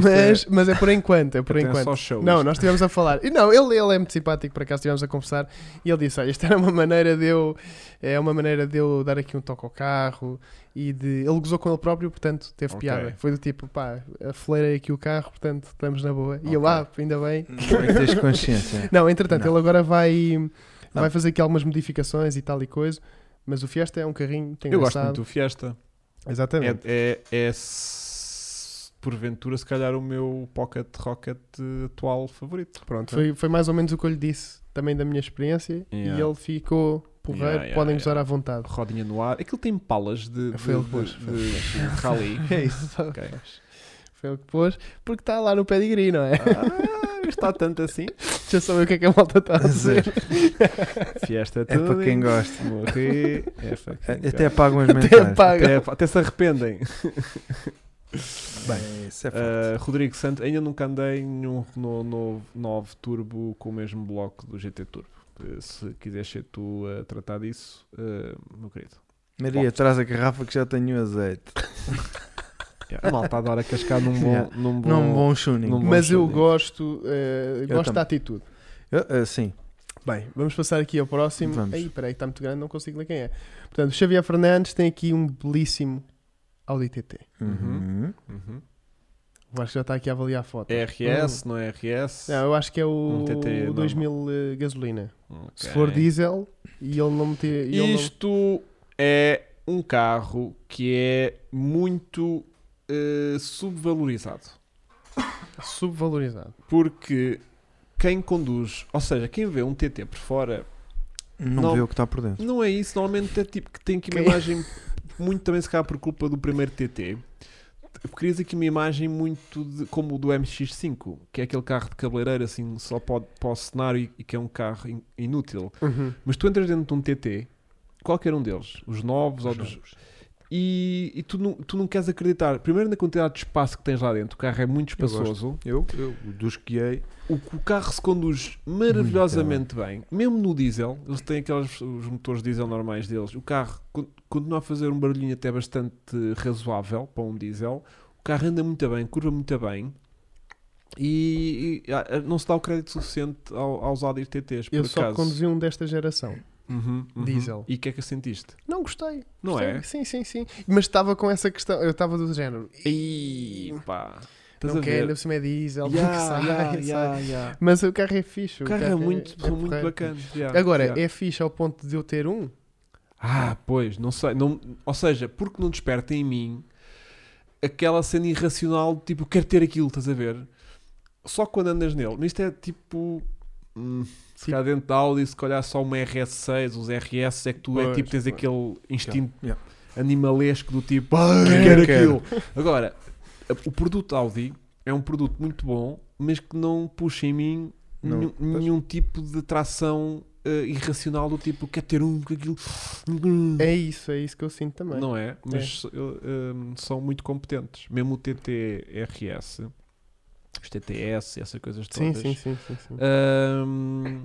Mas, mas é por enquanto, é por Até enquanto. só shows. Não, nós estivemos a falar. E Não, ele, ele é muito simpático, por acaso estivemos a conversar e ele disse: Olha, isto era uma maneira de eu. É uma maneira de eu dar aqui um toque ao carro e de. Ele gozou com ele próprio, portanto teve Ok. piada. Foi do tipo: pá, afleirei aqui o carro, portanto estamos na boa. E eu, Ok. ah, ainda bem. Não é que tens [LAUGHS] consciência. Não, entretanto, Não. ele agora vai. Não. Vai fazer aqui algumas modificações e tal e coisa. Mas o Fiesta é um carrinho, tem Eu gosto muito do Fiesta. Exatamente. É, é, é se- porventura, se calhar, o meu Pocket Rocket eh, atual favorito. Pronto, foi, foi mais ou menos o que eu lhe disse também da minha experiência. E Yeah. ele ficou porreiro, Yeah, yeah, podem yeah. gozar à vontade. Rodinha no ar. Aquilo tem palas de, de, Foi ele de, que pôs, de, foi ele de que [LAUGHS] rally. É isso. Ok. Foi o que pôs, porque está lá no pedigree, não é? Ah, está tanto assim. Deixa eu saber o que é que a malta está a dizer. Zero. [LAUGHS] Fiesta É para quem gosta. Morrer. É para quem A- gosta. Até apagam as Até mensagens. paga. até, até se arrependem. Bem, eh, isso é forte. Uh, Rodrigo Santos, ainda nunca andei num Renault novo 9 Turbo com o mesmo bloco do GT Turbo. Uh, Se quiseres ser tu a tratar disso, uh, meu querido. Maria, traz a garrafa que já tenho azeite. A malta adora cascar num bom. Yeah. Num bom, Não bom chuning. Não bom. Mas eu Vamos fazer. gosto, eh, Eu gosto também. da atitude. Eu- ah, sim. Bem, vamos passar aqui ao próximo. Vamos. Aí, peraí, que está muito grande, não consigo ler quem é. Portanto, Xavier Fernandes tem aqui um belíssimo Audi TT. Uhum. Uhum. Uhum. Eu acho que já está aqui a avaliar a foto. É RS, não é RS? Não, eu acho que é o, Um TT o 2000 eh, gasolina. Ok. É. Se for diesel e ele não meter. e ele não- Isto é um carro que é muito uh, subvalorizado. Subvalorizado. Porque quem conduz, ou seja, quem vê um TT por fora Não, Não. vê o que está por dentro. Não é isso, normalmente é tipo que tem aqui uma Quem é? imagem muito também se calhar por culpa do primeiro TT. Querias aqui uma imagem muito de- como o do MX5, que é aquele carro de cabeleireiro assim, só pode para o cenário e, e que é um carro in- inútil. Uhum. Mas tu entras dentro de um TT, qualquer um deles, os novos ou dos. E, e tu, não, tu não queres acreditar, primeiro na quantidade de espaço que tens lá dentro, o carro é muito Eu gosto. espaçoso Eu, eu dos que hei, o, o carro se conduz maravilhosamente bem. mesmo no diesel, eles têm aqueles os motores diesel normais deles. O carro con- continua a fazer um barulhinho até bastante razoável para um diesel. O carro anda muito bem, curva muito bem. E, e, ah, não se dá o crédito suficiente ao- aos Audi TTs, por Eu só acaso. conduzi um desta geração. Uhum, uhum. Diesel. E o que é que sentiste? Não gostei. Não Gostei. é? Sim, sim, sim. Mas estava com essa questão. Eu estava do género. E pá. Estás não a quero, ver? ainda por cima é diesel. [LAUGHS] Yeah, sai, yeah, sai. yeah, yeah. Mas o carro é fixe. O carro é muito, muito porreiro. bacana. yeah, Agora, yeah. é fixe ao ponto de eu ter um? Ah, pois, não sei. Não, ou seja, porque não desperta em mim aquela cena irracional de tipo, quero ter aquilo, estás a ver? Só quando andas nele. Mas isto é tipo. hum, se Tipo calhar dentro da Audi, se calhar só uma RS6, os RS, é que tu é Pois, tipo, tens pois. aquele instinto Yeah. animalesco do tipo, ah, Quero, quero, quero." aquilo. Agora, a- o produto Audi é um produto muito bom, mas que não puxa em mim Não, nenhum, pois. nenhum tipo de tração eh, irracional do tipo, quero ter um, com aquilo. É isso, é isso que eu sinto também. Não é, mas eu, hum, são muito competentes. Mesmo o TTRS, os TTS, essas coisas sim, todas. sim, sim, sim, sim. Hum,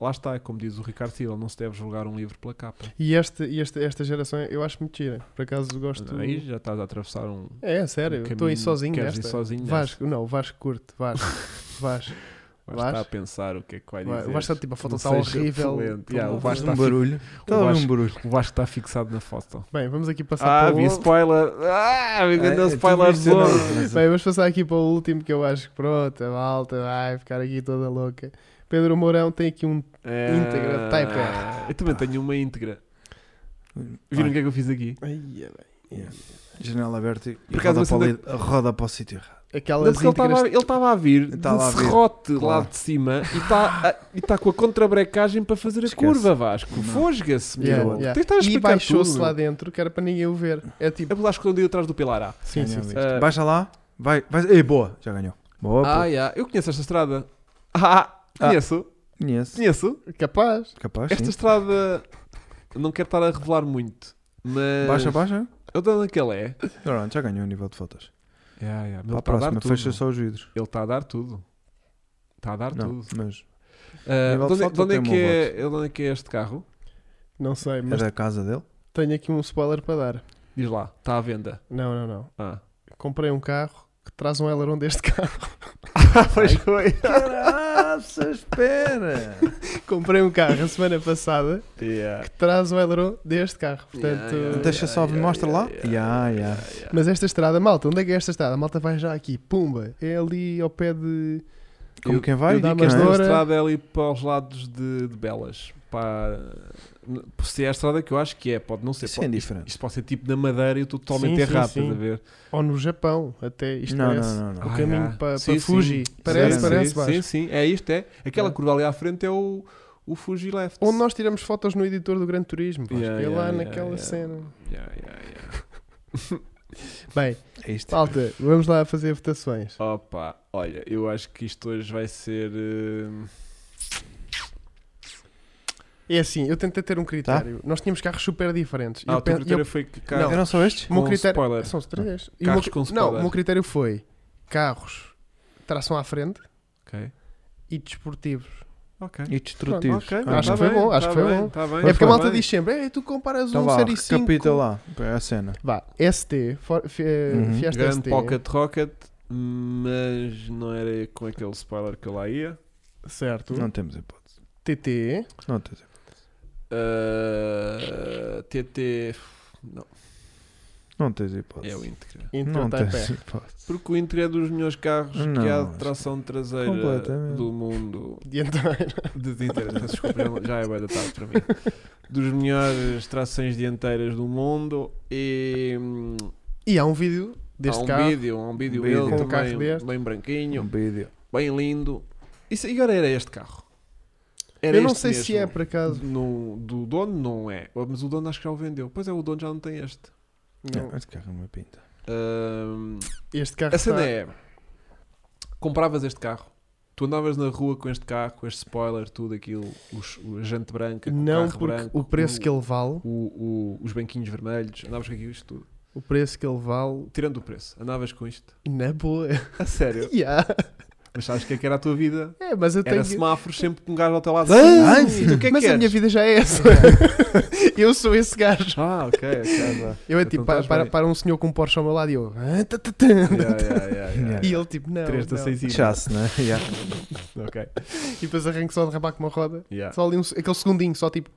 lá está, como diz o Ricardo Silva, não se deve julgar um livro pela capa. E esta, e esta, esta geração é, eu acho muito gira. Por acaso gosto. é? Aí já estás a atravessar um. É, sério, um estou aí caminho, sozinho queres ir nesta. sozinho Vasco, não, Vasco [LAUGHS] curto, Vasco. Vasco. Vais Vasco? estar a pensar o que é que vai Vai- dizer. Vasco está tipo, a foto Não está seja horrível. repelente. Pelo Yeah, o amor de Vasco um está fi- barulho. Estava a ouvir um Vasco- barulho. o Vasco está fixado na foto. Bem, vamos aqui passar Ah, para o vi outro. spoiler! Ah, me Ah, dando tu spoiler viste a zone. nossa. Bem, vamos passar aqui para o último que eu acho que pronto, a malta vai ficar aqui toda louca. Pedro Mourão tem aqui um. É, Íntegra, tá Type R. Ah, Eu também tenho uma íntegra. Viram o que é que eu fiz aqui? Yeah. Janela aberta e Por roda, acaso para o você li- roda para o sítio errado. Não, Aquelas porque ele íntegras- estava ele estava a vir de Estava a vir, serrote lá claro. de cima e está a- e está com a contrabrecagem para fazer a Esquece. curva, Vasco. Não. Fosga-se, meu. Yeah, Boa. Tens yeah. de estar a E explicar baixou-se tudo. lá dentro, que era para ninguém o ver. É tipo. É lá escondido atrás do pilar A. Sim, sim, sim. Ah. Baixa lá. Vai, vai. Ei, boa. Já ganhou. Boa, Ah, pô. yeah. eu conheço esta estrada. Ah, conheço, Conhece. conheço. Capaz. Capaz, Esta sim. estrada não quero estar a revelar muito, mas Baixa, baixa. eu dou naquela é. Pronto, já ganhou o nível de fotos. Yeah, yeah. mas Ele está Para a a dar próxima, fecha tudo. só os vidros. Ele está a dar tudo. Está a dar Não, tudo. mas Ah, nível de de onde- foto de onde é tem que um é- de onde é que é este carro? Não sei, mas era a é casa dele. tenho aqui um spoiler para dar. Diz lá, está à venda. Não, não, não. Ah. Comprei um carro que traz um aileron deste carro. [LAUGHS] pois foi. Caraca, espera! Comprei um carro a semana passada que traz um aileron deste carro. Portanto. yeah, Deixa só, yeah, mostra yeah, lá. yeah, Yeah, yeah, yeah. yeah. Mas esta estrada, malta, onde é que é esta estrada? A malta vai já aqui, pumba, é ali ao pé de. Como é? Eu- quem vai? Eu digo que Mas esta não era- estrada é ali para os lados de, de Belas. Para... Se é a estrada que eu acho que é, pode não ser. Isso é pode- indiferente. Isto pode ser tipo na Madeira e eu estou totalmente Sim, sim, errado, sim. estás a ver? Ou no Japão, até isto não, parece. não, não, não. O Ah, caminho yeah. para, Sim, para sim. Fuji. Parece, sim, parece, sim, Vasco. Sim, sim, é isto, é. Aquela É. curva ali à frente é o, o Fuji Left. Onde nós tiramos fotos no editor do Grande Turismo, Vasco, Yeah, é lá yeah, naquela yeah, yeah. cena. Yeah, yeah, yeah. Bem, É isto. malta, vamos lá fazer votações. Opa, olha, eu acho que isto hoje vai ser. hum, É assim, eu tentei ter um Tá. critério. Nós tínhamos carros super diferentes. E Ah, eu o teu pen- critério eu- foi que Não. carros Eram só estes? o meu com critério- spoiler. Ah. São os três. E o Carros meu- com Não, spoiler. o meu critério foi carros, tração à frente Ok. e desportivos. Ok. E destrutivos. Ok, Ah, acho que foi bom, acho que foi bom. Tá bem, é porque tá a malta bem. diz sempre: "Ei, tu comparas Então um vá, Série 5. recapita lá. É a cena. Vá, ST, for, fi- eh, Uhum. Fiesta Grande ST. Pocket Rocket, mas não era com aquele spoiler que eu lá ia. Certo. Não temos hipótese. TT. Não temos hipótese. Ah, TT. Não, Não tens hipótese. é o Integra. Intra Não Type tens R. hipótese. Porque o Integra é dos melhores carros que há Não, de tração traseira completamente. do mundo. Dianteiro. De dianteira, peço desculpa, já- já é boa da tarde para mim. Dos melhores trações dianteiras do mundo e. hum, [LAUGHS] E há um vídeo há deste um carro. vídeo, há um vídeo Um vídeo. dele Com o também, carro deste. bem branquinho. Um vídeo. bem lindo. Isso, e agora era este carro? Era eu não este sei se é mesmo. por acaso. No- do dono não é, mas o dono acho que já o vendeu. Pois é, o dono já não tem este. Hum, Não. Não, Este carro é uma pinta. Ahm, Este carro a cena está- é: compravas este carro, tu andavas na rua com este carro, com este spoiler, tudo aquilo, os, o- a jante branca, com o não carro porque branco, o preço o- que ele vale, o- o- os banquinhos vermelhos, andavas com aquilo, isto tudo. o preço que ele vale, Tirando o preço, andavas com isto. na boa. [LAUGHS] A sério? Yeah. mas sabes o que é que era a tua vida? É, mas eu Era tenho. semáforos sempre com um gajo ao teu lado. Ah, "Ah, e tu o que é que mas a queres?" minha vida já é [LAUGHS] essa. eu sou esse gajo. Ah, ok, [LAUGHS] ok. vá. Eu é Então tipo, para, estás para, bem. para um senhor com um Porsche ao meu lado e eu. "Ah, tá, tá, tá." Yeah, yeah, yeah, yeah. E ele tipo, não. 3 da não. 6 Chasse, né? [LAUGHS] Yeah. Ok. E depois arranco só de rabar com uma roda. Yeah. Só ali um, aquele segundinho, só tipo.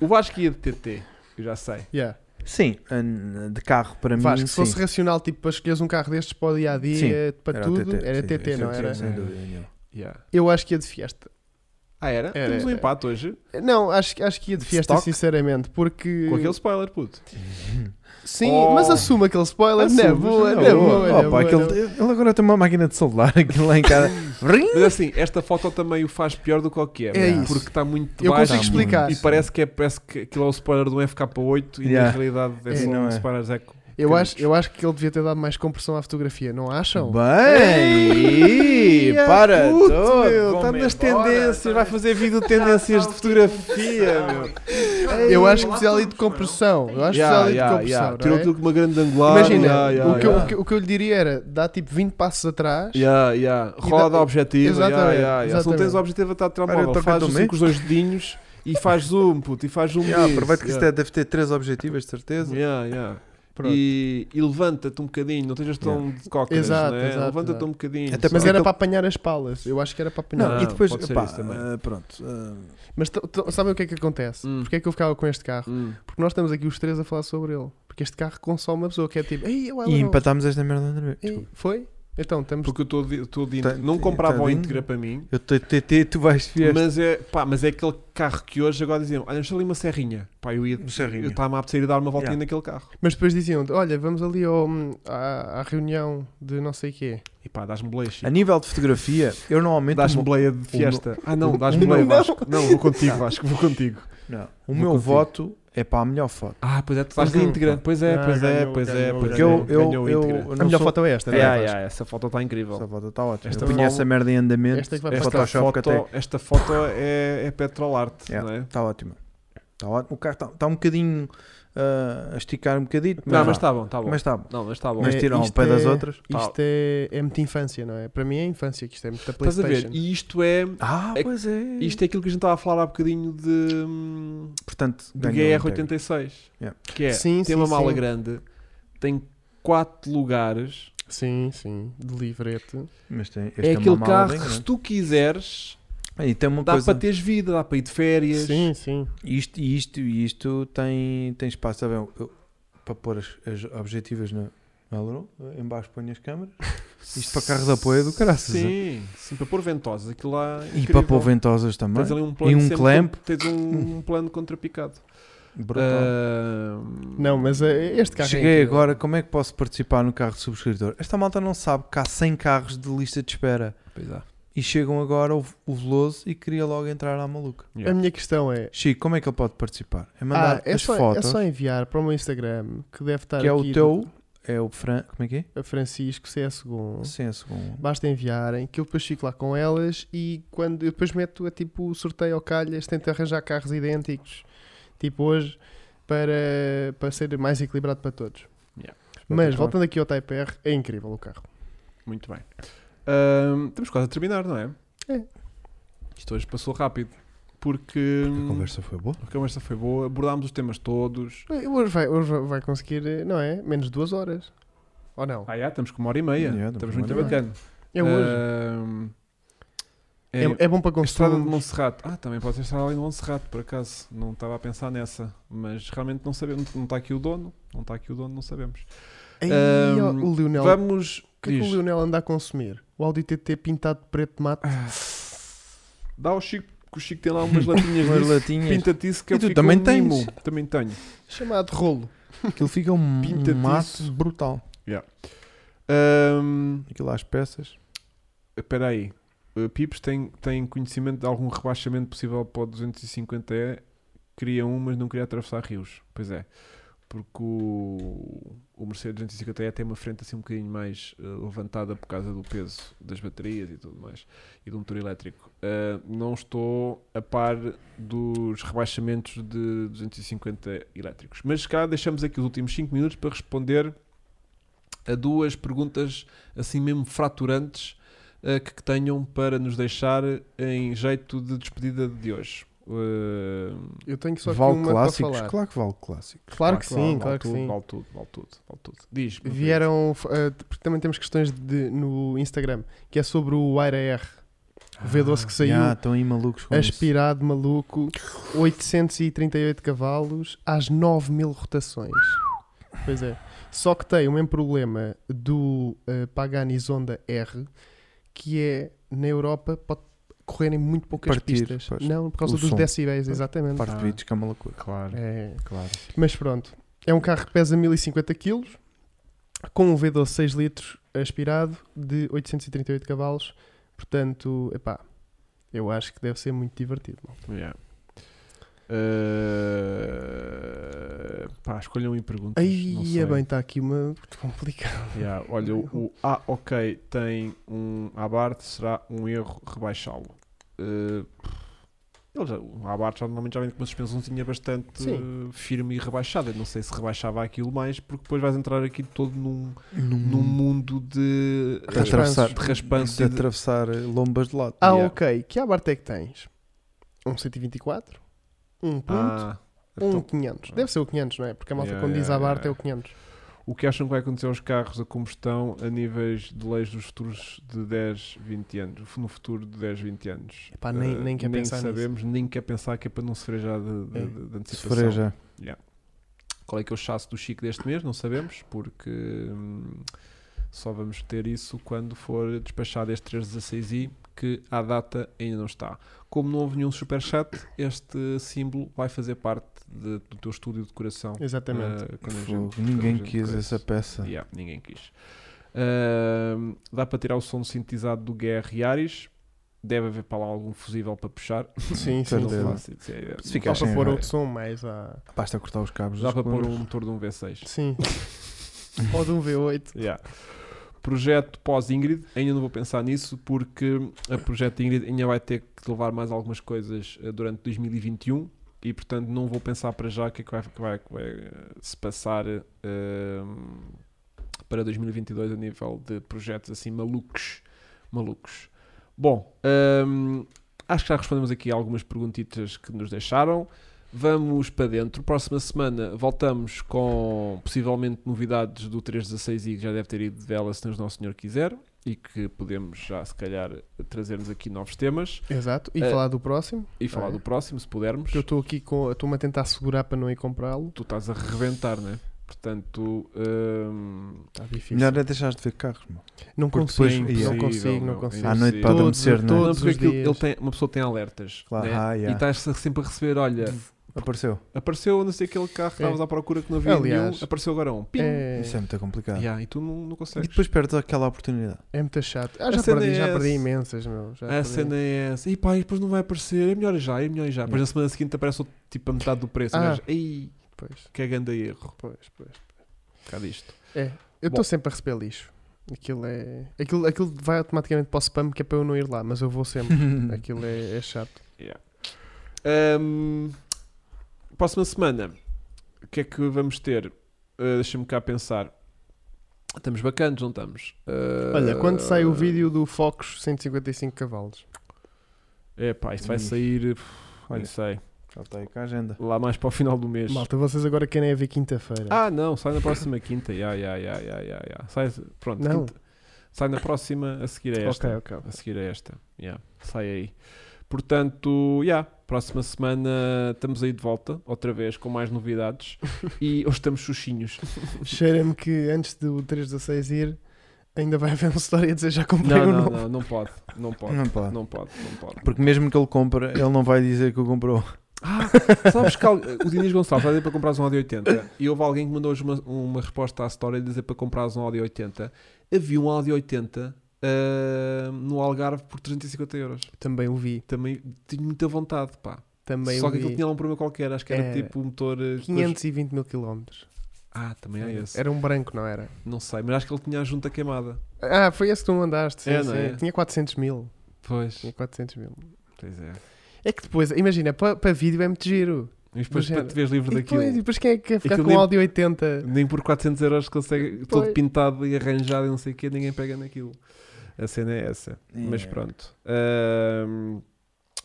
O Vasco ia de TT, eu já sei. Yeah. Sim, an- de carro para Vasco, mim, se sim. fosse racional, tipo, para escolheres um carro destes para o dia a dia, para Era o tudo, TT, era sim, TT, sim, não sim, era? Sem dúvida nenhuma. Yeah. Eu acho que ia de Fiesta. Ah, era? Era, Temos um era. empate hoje. Não, acho, acho que ia de Fiesta, Stock? sinceramente, porque. Com aquele spoiler, puto. Sim, Oh. mas assume aquele spoiler. Assume, não, boa, mas não, é é boa. boa. Oh, não, pá, boa, aquele- tipo não. Ele agora tem uma máquina de soldar, aquilo lá em casa. Ring! Mas assim, esta foto também o faz pior do que o que é, É mano, isso. porque está muito Eu baixo consigo explicar. e parece que, é, parece que aquilo é o spoiler do FK8 e Yeah. na realidade é É, só não um é. spoiler Zeco. Eu acho, eu acho que ele devia ter dado mais compressão à fotografia, não acham? [LAUGHS] Bem! para! tudo, Está vamos tá nas embora, tá tendências, vai fazer vídeo de tendências de fotografia, meu. eu acho que precisa ali de compressão. Eu acho Yeah, que precisa ali yeah, de compressão. yeah. não Tirou é? aquilo com uma grande angular. Imagina, yeah, yeah, o, que eu, yeah. o que- o que eu lhe diria era dar tipo 20 passos atrás. Yeah, yeah. Roda dá- o objetivo. yeah, Exatamente, yeah, yeah. Se não tens exatamente. o objetivo, está a tirar Olha, toca Faz também. assim com os dois dedinhos e faz zoom, puto, e faz zoom. Yeah, nisso. aproveito que isto Yeah. é- deve ter três objetivos, de certeza. é- Yeah, yeah. Pronto. E, e levanta-te um bocadinho, não estejas tão de cócaras, Exato, né? exato, levanta-te exato. um bocadinho. Até só. Mas porque era aquele- para apanhar as palas. Eu acho que era para apanhar. Não, Não, e depois, pode ser pá, isso também. ah, pronto. ah, Mas t- t- sabem o que é que acontece? Hum. Porque é que eu ficava com este carro? Hum. Porque nós estamos aqui os três a falar sobre ele. Porque este carro consome uma pessoa que é tipo. Ei, eu e não. empatámos esta merda outra vez. Ei, foi? Então, estamos. Porque eu estou de, estou de Tá- não comprava tá o de- íntegra para mim, Eu estou TT, tu vais fiar. mas é, pá, mas é aquele carro que hoje agora diziam: Olha, deixa ali uma serrinha. Pá, eu ia. Uma serrinha. Eu estava a apetecer ir dar uma voltinha Yeah. naquele carro. Mas depois diziam olha, vamos ali ao, à, à reunião de não sei quê. E pá, dás-me bleixa. A nível de fotografia, eu normalmente. Dás-me o bleia de fiesta. Ah, não, dás-me o bleia, meu- Vasco. Não, vou contigo, Vasco, vou contigo. meu- não, o meu voto é para a melhor foto. Ah, pois é, tu estás de Uhum. íntegra. Pois é, Ah, pois é, ganhou, pois é. ganhou, Pois Porque é, eu, ganhou eu, o eu, íntegra. eu A não melhor sou- foto é esta, não É, é? é, Vasco? é, essa foto está incrível. Esta foto está ótima. Esta Eu tinha foto- essa merda em andamento. Esta é que vai Esta para Photoshop foto, até. esta foto é, é Petrolarte, Yeah. não é? Está ótima. Está ótimo. O carro está está um bocadinho ah, a esticar um bocadito. Não, mas vá. está bom, está bom. Mas está bom. Não, mas está bom. Mas É, tiram ao isto pé das é- outras. Isto é, é muita infância, não é? Para mim é infância, que isto é muita Estás a ver? Playstation. E isto é, Ah, É- pois é. isto é aquilo que a gente estava a falar há bocadinho de, hum, Portanto, de ganhou um tag. GR86. Yeah. Que é, Sim, tem sim, uma mala sim. grande, tem quatro lugares. Sim, sim, de livrete. Mas tem, este é uma aquele mala carro bem que se grande. tu quiseres, E tem uma dá coisa. para teres vida, dá para ir de férias. Sim, sim. Isto, e isto, e isto tem, tem espaço, sabem? Eu- eu- Para pôr as, as objetivas na. na Aluro, Em baixo ponho as câmaras Isto para carro de apoio é do caraças, Sim, sim, para pôr ventosas, aquilo lá. é e incrível. para pôr ventosas também. Tens ali um plano um sempre clamp. con- Tens um, um plano contrapicado. Brutal. Ahm, Não, mas eh, este carro. é ah, Cheguei incrível. agora, como é que posso participar no carro de subscritor? Esta malta não sabe que há 100 carros de lista de espera Pois é. e chegam agora o, o Veloso e queria logo entrar à maluca. A minha questão é. Chico, como é que ele pode participar? É Ah, mandar é, as só, fotos, é só enviar para o meu Instagram que deve estar que é o aqui teu, é o Fran, como é que é? do- a Francisco CS1. Sim, é segundo. Basta enviarem, que eu depois fico lá com elas e quando eu depois meto a tipo o sorteio ao calhas, tento arranjar carros idênticos, tipo hoje, para, para ser mais equilibrado para todos. Yeah. Mas Espetacular. voltando aqui ao Type R, é incrível o carro. Muito bem. Ahm, estamos quase a terminar, não é? É. Isto hoje passou rápido. Porque A conversa foi boa. a conversa foi boa, abordámos os temas todos. Eh, Hoje vai, hoje vai conseguir, eh, não é? Menos de duas horas. Ou não? Ah, já, estamos com uma hora e meia. Yeah, estamos estamos com muito uma hora bacana. É hoje. Ahm, é, É, é bom para a estrada de consumo. Monserrate. Ah, também pode ser estrada ali de Monserrate, por acaso. Não estava a pensar nessa. Mas realmente não sabemos. Não está aqui o dono. Não está aqui o dono, não sabemos. Ei, Ahm, ó, o Leonel. Ah, Vamos. O que é que diz. o Leonel anda a consumir? O Audi TT pintado de preto de mato. Ah, Dá ao Chico, que o Chico tem lá [LAUGHS] umas latinhas Umas disso. latinhas. Pinta-te isso que E eu tu fico também um tens. mimo. Também tenho. Chamado rolo. Aquilo fica um, Pinta-te um mato isso. brutal. Ahm, Aquilo às peças. Espera aí. Uh, Pips tem, tem conhecimento de algum rebaixamento possível para o 250E? Queria um, mas não queria atravessar rios. Pois é. Porque o, o Mercedes 250E tem uma frente assim um bocadinho mais uh, levantada por causa do peso das baterias e tudo mais. E do motor elétrico. Uh, não estou a par dos rebaixamentos de 250 elétricos. Mas se calhar deixamos aqui os últimos 5 minutos para responder a duas perguntas assim mesmo fraturantes eh, que que tenham para nos deixar em jeito de despedida de hoje. Eh, Eu tenho só aqui Vale uma para clássicos. falar. Claro que vale clássicos. Claro que sim, vale claro que tudo, sim. Vale tudo, vale tudo, vale tudo. Diz. meu Vieram, f- eh, porque também temos questões de- no Instagram, que é sobre o Aira R. O V12 que saiu, Ah, estão aí malucos com isso. aspirado maluco, 838 cavalos, às 9 mil rotações. Pois é. Só que tem o mesmo problema do eh, Pagani Zonda R, que é na Europa pode correrem muito poucas Partir, pistas. pois. Não, por causa O dos som. decibéis, exatamente. Parte de vídeos que é uma loucura. Claro, É. claro. Mas pronto, é um carro que pesa 1050 kg, com um V12 6 litros aspirado de 838 cavalos, portanto, epá, eu acho que deve ser muito divertido. mal. Yeah. Eh, pá, escolham e perguntas. não Aí sei. é bem, está aqui uma [LAUGHS] muito complicado. Yeah, Olha, o, o Ah, ok, tem um Abarth, será um erro rebaixá-lo. Eh, ele já- o Abarth já, normalmente já vem com uma suspensãozinha bastante Sim. eh, firme e rebaixada. Não sei se rebaixava aquilo mais, porque depois vais entrar aqui todo Hum. num, Num, num mundo de de atravessar, de raspanço de e de- atravessar eh, lombas de lado. Ah, Yeah. ok, que abarta é que tens? Um 124, um ponto, Ah, um então, 500. Deve ser o 500, não é? Porque a malta Yeah, quando diz yeah, abarta yeah. é o 500. o que acham que vai acontecer aos carros a combustão a níveis de leis dos futuros de 10, 20 anos? No futuro de 10, 20 anos? Epá, nem- Eh, nem quer pensar nisso. sabemos, nem quer pensar que é para não se frejar de, de, É. de- de Se antecipação. forem já. Qual é que é o chasse do Chico deste mês? Não sabemos, porque hum, só vamos ter isso quando for despachado este 316i, que à data ainda não está. Como não houve nenhum superchat, este símbolo vai fazer parte de- do teu estúdio de coração. Exatamente. eh, quando a Fogo, gente- Ninguém quando a gente quis coisa. essa peça. Yeah, ninguém quis. Ahm, dá para tirar o som sintetizado do GR e Ares. Deve haver para lá algum fusível para puxar. Sim, sim, Ah, então Não é certeza. sim. faço assim, ideia. Se Não ficar Dá faço para Sim, pôr vai. outro som mais à... Basta cortar os cabos. Dá dos para pôr cones. um motor de um V6. [LAUGHS] Sim. Ou de um V8. Yeah. Projeto pós-Ingrid, ainda não vou pensar nisso porque a Projeto Ingrid ainda vai ter que levar mais algumas coisas eh, durante 2021 e portanto não vou pensar para já o que é que vai, que vai- que vai, eh, se passar eh, para 2022 a nível de projetos assim malucos. malucos. Bom, ehm, acho que já respondemos aqui algumas perguntitas que nos deixaram. Vamos para dentro. Próxima semana voltamos com possivelmente novidades do 316 e que já deve ter ido de vela se Nosso Senhor quiser e que podemos já se calhar trazermos aqui novos temas Exato. E Eh, falar do próximo. e falar Ah, é? do próximo se pudermos. Porque eu estou aqui com. Estou-me a tentar segurar para não ir comprá-lo. Tu estás a reventar, né? Portanto, hum, Está Tá difícil. Melhor é deixar de ver carros, meu. não porque consigo, depois- não yeah. consigo, não meu, consigo. é À noite impossível. para Todos- adormecer, não é? todos- Não, porque os aquilo- dias. ele tem, uma pessoa tem alertas Claro, né? ah, e yeah. estás sempre a receber: olha, Apareceu. apareceu não sei aquele carro que Hum. É. estavas à procura que não havia Aliás, nenhum, apareceu agora um. Pim! É, Isso é muito complicado. Yeah, e tu não, não E consegues. depois perdes aquela oportunidade. é muito chato. Ah, A já cena perdi, é já perdi essa. imensas, meu. Já A perdi. cena é essa. E pá, e depois não vai aparecer. É melhor ir já, é melhor ir já. Depois na semana seguinte aparece outro, tipo a metade do preço. Ah. Ah. Ei, Pois, que grande erro. um pois, pois. Cá disto. É. Eu Bom. estou sempre a receber lixo. Aquilo é. Aquilo, aquilo vai automaticamente para o spam que é para eu não ir lá, mas eu [LAUGHS] vou sempre. aquilo é, é chato. Ahm, próxima semana, o que é que vamos ter? Ah, Deixa-me cá pensar. Estamos bacanas, não estamos? Ah, Olha, quando sai o vídeo do Focus 155 cavalos? É pá, isso vai sair. pff, Não Olha. sei. Já está aí com a agenda. Lá mais para o final do mês. Malta, vocês agora querem é ver quinta-feira. Ah, não, sai na próxima quinta. Ya, ya, ya, ya, ya, ya. Sai, pronto, Não. quinta. sai na próxima a seguir a esta. ok, ok. A seguir a esta. Yeah, sai aí. Portanto, yeah, próxima semana estamos aí de volta, outra vez, com mais [LAUGHS] novidades. e hoje estamos xuxinhos. Cheira-me que antes do 316 ir, ainda vai haver uma história a dizer já comprei Não, o não, um novo. não, não pode. Não pode. Não pode. Não pode, não pode. Porque mesmo que ele compra, ele não vai dizer que o comprou. Ah, [LAUGHS] sabes que al- o Dinis Gonçalves vai dizer para comprares um Audi 80 e houve alguém que mandou hoje uma, uma resposta à história de dizer para comprares um Audi 80. Havia um Audi 80 ah, no Algarve por 350 euros. Também o vi. Também tinha muita vontade, pá. Também Só o que vi. aquilo tinha lá um problema qualquer, acho que era É, tipo um motor. eh, com as- 520 mil quilómetros. Ah, também é esse. Era um branco, não era? Não sei, mas acho que ele tinha a junta queimada. Ah, foi esse que tu mandaste. Sim, É, não sim. é? Tinha 400 mil. Pois. Tinha 400 mil. Pois é. É que depois, imagina, para, para vídeo é muito giro. Mas depois Mas era- para te veres livre E daquilo, depois, e depois quem é que quer ficar Aquilo com um nem- áudio 80? nem por 400 euros consegue, Pois. todo pintado e arranjado e não sei o quê, ninguém pega naquilo. A cena é essa. Mas É. pronto. Ahm,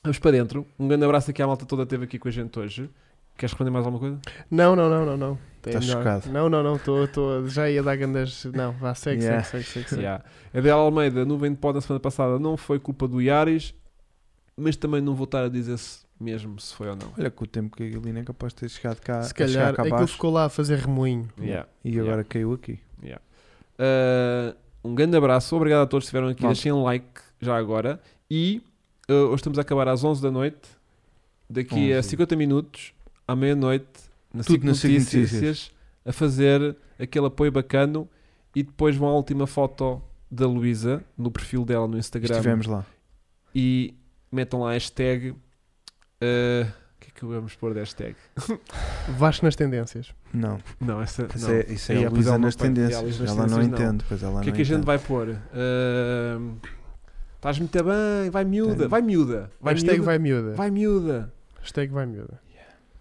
vamos para dentro. Um grande abraço aqui à malta toda que esteve aqui com a gente hoje. Queres responder mais alguma coisa? Não, não, não, não, não. Tá Tem Estás melhor. chocado. Não, não, não, estou, tô, já ia dar grandes. Não, vá, segue, Yeah. segue, segue, segue, segue. Yeah. Adel Almeida, nuvem de pó na semana passada, não foi culpa do Iares, mas também não vou estar a dizer se mesmo se foi ou não. Olha, com o tempo que a Guilherme é capaz de ter chegado cá, Se chegar calhar é cá aquilo abaixo ficou lá a fazer remoinho. Yeah. e agora caiu aqui. Uh, um grande abraço, obrigado a todos que estiveram aqui. Malta. Deixem um like já agora. E uh, hoje estamos a acabar às 11 da noite. Daqui a 11. 50 minutos, à meia-noite, na Tudo SIC na SIC Notícias, Notícias. a fazer aquele apoio bacano. E depois vão à última foto da Luísa no perfil dela no Instagram. Estivemos lá. E metam lá a hashtag. uh, o que é que vamos pôr de hashtag? Vasco nas tendências. Não, Não, essa. isso não. é, isso é Aí, a pois ela Luísa não nas põe. tendências. Yeah, a Luísa nas ela não tendências, entende, pois O que é ela Ah, não que a gente entende. vai pôr? Ahm, Estás muito bem, vai miúda, Tem. vai miúda. Vai Hashtag miúda, vai miúda. vai miúda. Hashtag vai miúda.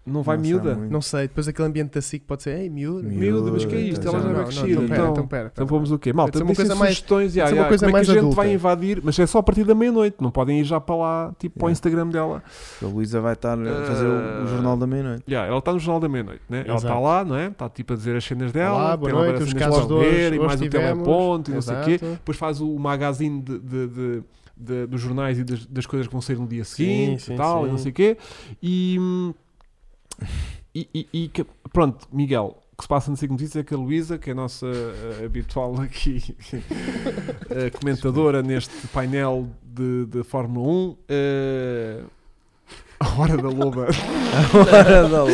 Não vai Não sei miúda. muito. Não sei, depois aquele ambiente da SIC pode ser, ei, miúda. Miúda. Miúda, mas que é isto? Miúda, Ela já não, vai não, crescida. pera, Então, então pera. então pera. pomos o quê? Malta, Tem uma deixem coisa mais- sugestões. Ya, tem uma ya, coisa como é mais que a gente adulta. vai invadir? Mas é só a partir da meia-noite. Não podem ir já para lá, tipo, para o Yeah. Instagram dela. A Luísa vai estar a fazer o, o jornal da meia-noite. Ya, ela está no Jornal da Meia-Noite, né? Ela está Exato. lá, não é? Está tipo a dizer as cenas dela. Olá, boa tem assim, lá noite, várias os cenas casos para de hoje, ver, e hoje mais um o tivemos. teleponto e não sei o quê. Exato. depois faz o magazine de, de- de- de- dos jornais e das, das coisas que vão sair no dia Sim, seguinte sim, e tal, e não sim. sei o quê. E, hum, e, e- e que- pronto, Miguel, o que se passa no Sigo Notícias é que a Luísa, que é a nossa eh, habitual aqui [LAUGHS] eh, comentadora neste painel de, de Fórmula 1, eh, a hora da loba. Não.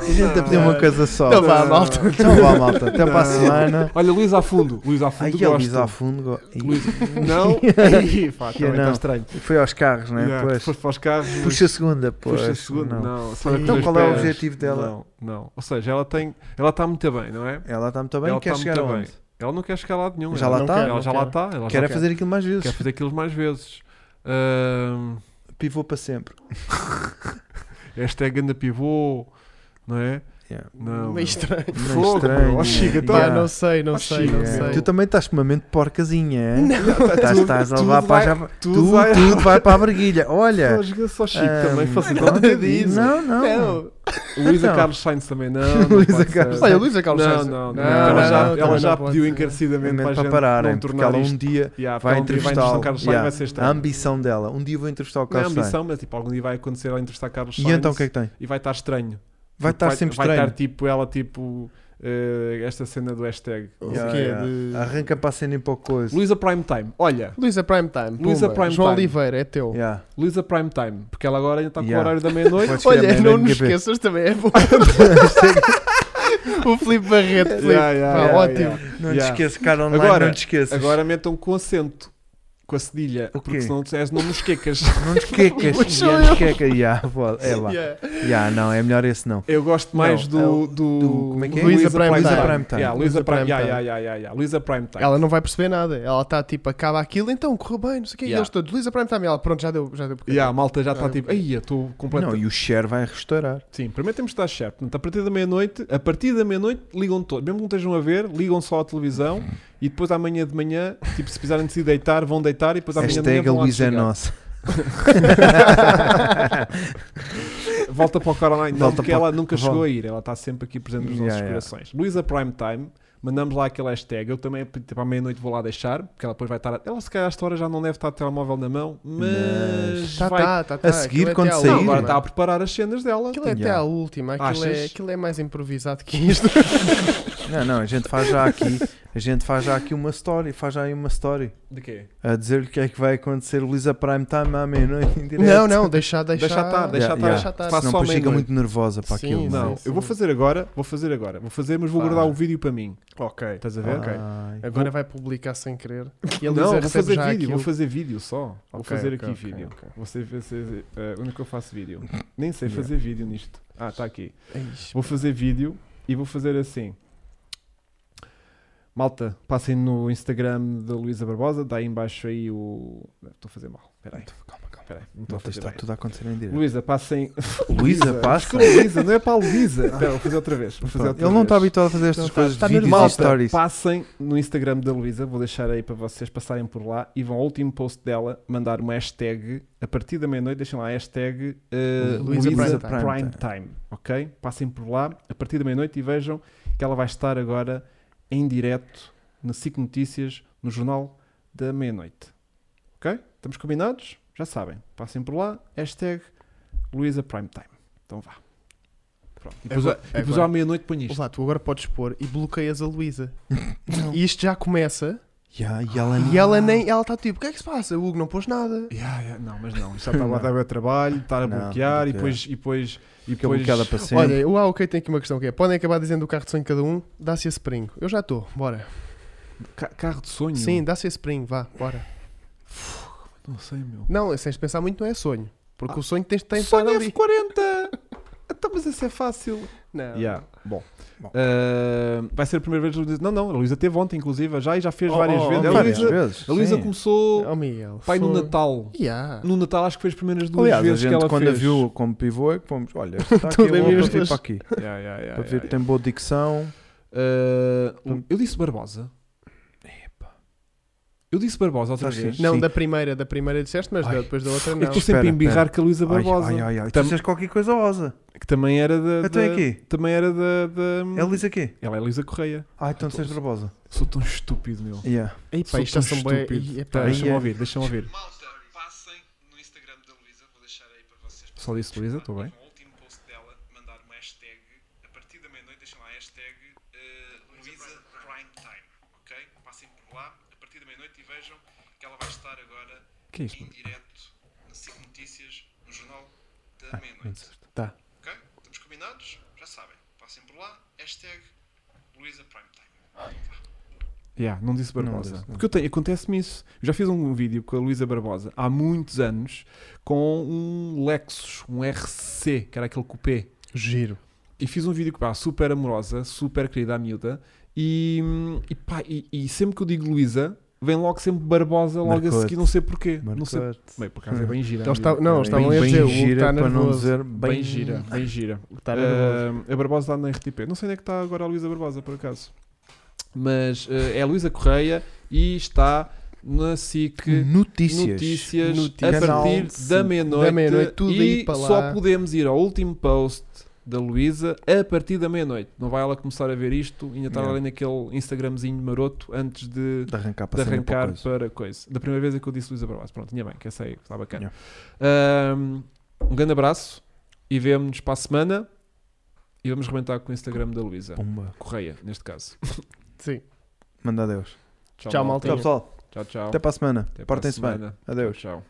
A gente a pedir uma coisa só. Então Ah. vá, malta. Ah. Então vá, malta. Até para a semana. Olha, Luísa a fundo, Luísa a fundo, Aí a Ah. gosto. Luísa a fundo. go- Ih, Luísa- [LAUGHS] não, Ih, pá, Que também não. está estranho. Foi aos carros, não é? Yeah, Pois. Depois para os carros, mas- Puxa a segunda, pois. Puxa segundo, não. só Sim. com Então dois qual é o pés. objetivo dela? Não, não. Ou seja, ela tem. Ela está muito bem, não é? Ela está muito bem, Ela quer está chegar muito aonde? Ela não quer chegar lá de nenhum. Já ela Não lá está? quero. ela já lá está. Ela Quer já é fazer aquilo mais quer vezes. fazer aquilo mais vezes. Ahm, Pivô para sempre. hashtag anda é pivô, não é? Yeah. Não. Meio estranho. [LAUGHS] Não é Fogo, estranho, meu. Oh, chega, yeah. tá. Pá, não sei, não Ah, sei, Chico, não Yeah. sei. Tu também estás com uma mente porcazinha, é? Estás, tá- tudo- estás a tudo levar vai- para já... tudo tudo, vai- tudo vai para a barguilha. Olha. [LAUGHS] Só joga Só Chico ahm, também, faço não, nada disso. Não, não. Não. Luísa Não. Carlos Sainz também, [LAUGHS] não. não Luísa pode ser. Carlos Olha, Luísa Carlos Não, Sainz. não, não. Não, Ela já, não, não, ela também já não pode pediu ser. encarecidamente para, a É para gente pararem, não porque tornar ela um isto- dia Yeah, porque ela um dia vai vai entrevistar entrevistá-lo. o Carlos Sainz Yeah. vai ser estranho. A ambição dela. Um dia vou entrevistar o Não é Carlos Sainz. ambição, mas tipo, algum dia vai acontecer ela entrevistar Carlos E Sainz então o que é que tem? e vai estar estranho. Vai estar Vai- sempre vai estranho. estar tipo ela, tipo eh, esta cena do hashtag. O Oh. Yeah, quê? yeah. De- Arranca para a cena em pouco coisa. Luísa Prime Time, olha, Luísa Prime Time. Luísa pumba. Prime João Time. Oliveira, é teu. Yeah. Luísa Prime Time, porque ela agora ainda está com o Yeah. horário da meia-noite. Podes criar Olha, merda não no nos NGP. esqueças também, é [LAUGHS] bom. [LAUGHS] o Filipe Barreto, Filipe. Yeah, yeah, Pá, yeah, ótimo. yeah. Não Yeah. te esqueças, cara online, Agora- não te esqueças. Tá Agora metam com acento, com a cedilha, O porque quê? senão és não nos quecas. Não te [LAUGHS] quecas. Pois sou yeah, eu. queca. Yeah, pode. É lá. Yeah. Yeah, não, é melhor esse não. [LAUGHS] Eu gosto mais Não, é o- do, do, do- como é que é? Luísa Luísa Prime Prime Time. Time. Yeah, Luísa Luísa Prime Prime yeah, yeah, Time. yeah, yeah, yeah. Luísa Prime Time. Ela não vai perceber nada. Ela está tipo, acaba aquilo, então correu bem, não sei o quê. Yeah. E eles todos, Luísa Prime Time. E ela, pronto, já deu, já deu porque. Yeah, a malta já está Ah, tipo, ai, eu estou Não, completamente. e o share vai restaurar. Sim, primeiro temos de estar sharp. Portanto, a partir da meia-noite, a partir da meia-noite ligam todos, mesmo que não estejam a ver, ligam só à televisão e depois amanhã de manhã, tipo, se precisarem de se deitar, vão deitar e depois amanhã de manhã Hashtag a vão lá Luísa é chegar. nossa. [LAUGHS] Volta para o Caroline, não, Volta porque para o- ela nunca volta. chegou a ir, ela está sempre aqui presente nos Yeah, nossos yeah. corações. Luísa Prime Time, mandamos lá aquele hashtag, eu também tipo, à meia-noite vou lá deixar, porque ela depois vai estar, ela se calhar a esta hora já não deve estar de telemóvel na mão, mas Tá, vai... tá, tá, tá. seguir, Aquilo é quando até à sair, Não, última. agora está tá a preparar as cenas dela. Aquilo é até Yeah. à última. Aquilo é, Achas? aquilo é mais improvisado [LAUGHS] que isto. Não, não, a gente faz já aqui, a gente faz já aqui uma story, faz já aí uma story. Tipo, De quê? A dizer-lhe o que é que vai acontecer Luísa Prime tá Time à meia-noite é em direto. não, não, deixa, deixa. Deixa estar, deixa Yeah, estar. yeah. Deixa estar. Faço Senão só depois fica meia-noite. muito nervosa para Sim, aquilo. é? sim, Não, sim. eu vou fazer agora, vou fazer agora, vou fazer, mas vou Vá. guardar o vídeo para mim. Ok. Estás a ver? Ok. Ai. Agora vai publicar sem querer. E a Luísa Não, vou recebe fazer já vídeo, aquilo. vou fazer vídeo só. vou Ok, fazer ok, aqui ok, vídeo. ok. Você, você, eh, onde é que eu faço [LAUGHS] vídeo? Nem sei Yeah. fazer vídeo nisto. Ah, está aqui. Eish, Vou fazer vídeo e vou fazer assim. Malta, passem no Instagram da Luísa Barbosa, dá aí embaixo aí o. Estou a fazer mal, peraí. Calma, calma. Peraí, não estou a Malta, fazer tá Está bem. tudo a acontecer em direto. Luísa, passem. Luísa, passa. Desculpa, Luísa, não é para a Luísa. Espera, vou fazer outra vez. Vou fazer outra Ele não está tá vez. tá. habituado a fazer estas Não está- coisas está de vídeos e nervoso. stories. Passem no Instagram da Luísa, vou deixar aí para vocês passarem por lá e vão ao último post dela mandar uma hashtag a partir da meia-noite, deixem lá a hashtag uh, Luísa Luísa Prime, Prime Time. Time, ok? Passem por lá a partir da meia-noite e vejam que ela vai estar agora em direto na SIC Notícias, no Jornal da Meia-Noite, ok? Estamos combinados? Já sabem, passem por lá, hashtag Luísa Prime Time. Então vá. Pronto. E depois, Agora- e depois agora- à meia-noite ponho isto. Olá, tu agora podes pôr e bloqueias [LAUGHS] a Luísa. E isto já começa. Ya, e ela E ela nem. Ela está tipo: o que é que se passa? O Hugo não pôs nada. Yeah, yeah, não, mas não, [LAUGHS] já estava a dar o trabalho, estar a Não, bloquear e bloqueia. depois. E depois, e fica bloqueada para sempre. Olha, o AOK tem aqui uma questão que é: podem acabar dizendo o carro de sonho de cada um? Dá-se esse pringo. Eu já estou, bora. Ca- carro de sonho? Sim, dá-se esse pringo, vá, bora. Não sei, meu. Não, sem se pensar muito, não é sonho. Porque o sonho tens de estar sonho ali. F40! [LAUGHS] então, mas esse é fácil. Não. Yeah, Bom. Bom. Ah, vai ser a primeira vez. que a Luísa- Não, não, a Luísa teve ontem, inclusive, já e já fez Oh, várias oh, vezes. oh, a várias Luísa, vezes. a Luísa sim. É começou Oh, Miguel. pai no foi- Natal. Yeah. No Natal acho que foi as primeiras duas Aliás, a vezes que gente ela quando a fez. viu como pivô é que fomos, olha, esta está aqui, Tudo eu em vou minhas partir duas. para aqui, [LAUGHS] Yeah, yeah, yeah, para yeah, ver que yeah. tem boa dicção. Ah, eu disse Barbosa. Eu disse Barbosa outra Estás vez. fixe. Não, Sim. da primeira, da primeira disseste, mas Ai. da- depois da outra Eu não. estou sempre Espera, a embirrar espera. com a Luísa Ai, Barbosa. ai, ai, ai, tu Tam- disseste qualquer coisa osa. que também era da. Então Eu é tenho da- aqui. Também era da. da- É Luísa aqui. Ela é Luísa Correia. Ah, então disseste Barbosa. Sou tão estúpido, meu. Yeah. Ei, pá, Sou isto tão já são bué- estúpido. e- epá, Tá, Ai, deixa-me é. ouvir, deixa-me ouvir. Malta, passem no Instagram da Luísa, vou deixar aí para vocês. Só disse Luísa, estou bem. último post dela, mandar uma hashtag. A partir da meia-noite, deixem lá a hashtag eh, Luísa Prime Time. Ok? Passem por lá, a partir da meia-noite e vejam que ela vai estar agora Que é isto? mano? direto na SIC Notícias, no Jornal da Não Meia-Noite. sei. Tá. Ok? Estamos combinados? Já sabem. Passem por lá. Hashtag Luísa Primetime. Yeah, não disse Barbosa. disse, não. Porque eu tenho, acontece-me isso. Eu já fiz um vídeo com a Luísa Barbosa há muitos anos com um Lexus, um RC, que era aquele coupé. Giro. E fiz um vídeo que pá, super amorosa, super querida à miúda. E, hum, e, pá, e, e sempre que eu digo Luísa, vem logo sempre Barbosa logo a Marcou-te. seguir, não sei porquê. Não sei. Marcou-te. Bem, por acaso é bem gira. a Então está- miúda. não, estavam a bem dizer, o Hugo gira está para não nervoso. dizer Bem, bem, gira, bem gira. Está nervoso. Ah, a Barbosa lá na RTP. Não sei onde é que está agora a Luísa Barbosa, por acaso. Mas ah, é a Luísa Correia e está na SIC Notícias. Notícias, Notícias. a partir Canal da cinco. meia-noite. Da meia-noite, tudo e aí para lá. só podemos ir ao último post da Luísa a partir da meia-noite. Não vai ela começar a ver isto, ainda estar É. Yeah. ali naquele Instagramzinho maroto antes de, De arrancar para de cima para arrancar coisa. para coisa. Da primeira vez é que eu disse Luísa Barbosa. Pronto, tinha bem, que essa aí está bacana. Um, um grande abraço e vemo-nos para a semana e vamos rebentar com o Instagram da Luísa. Pumba. Correia, neste caso. Sim. Manda adeus. Tchau, malta. Tchau, pessoal. Tchau, tchau. Até para a semana. Até para a Portem-se bem. semana. Adeus. Tchau.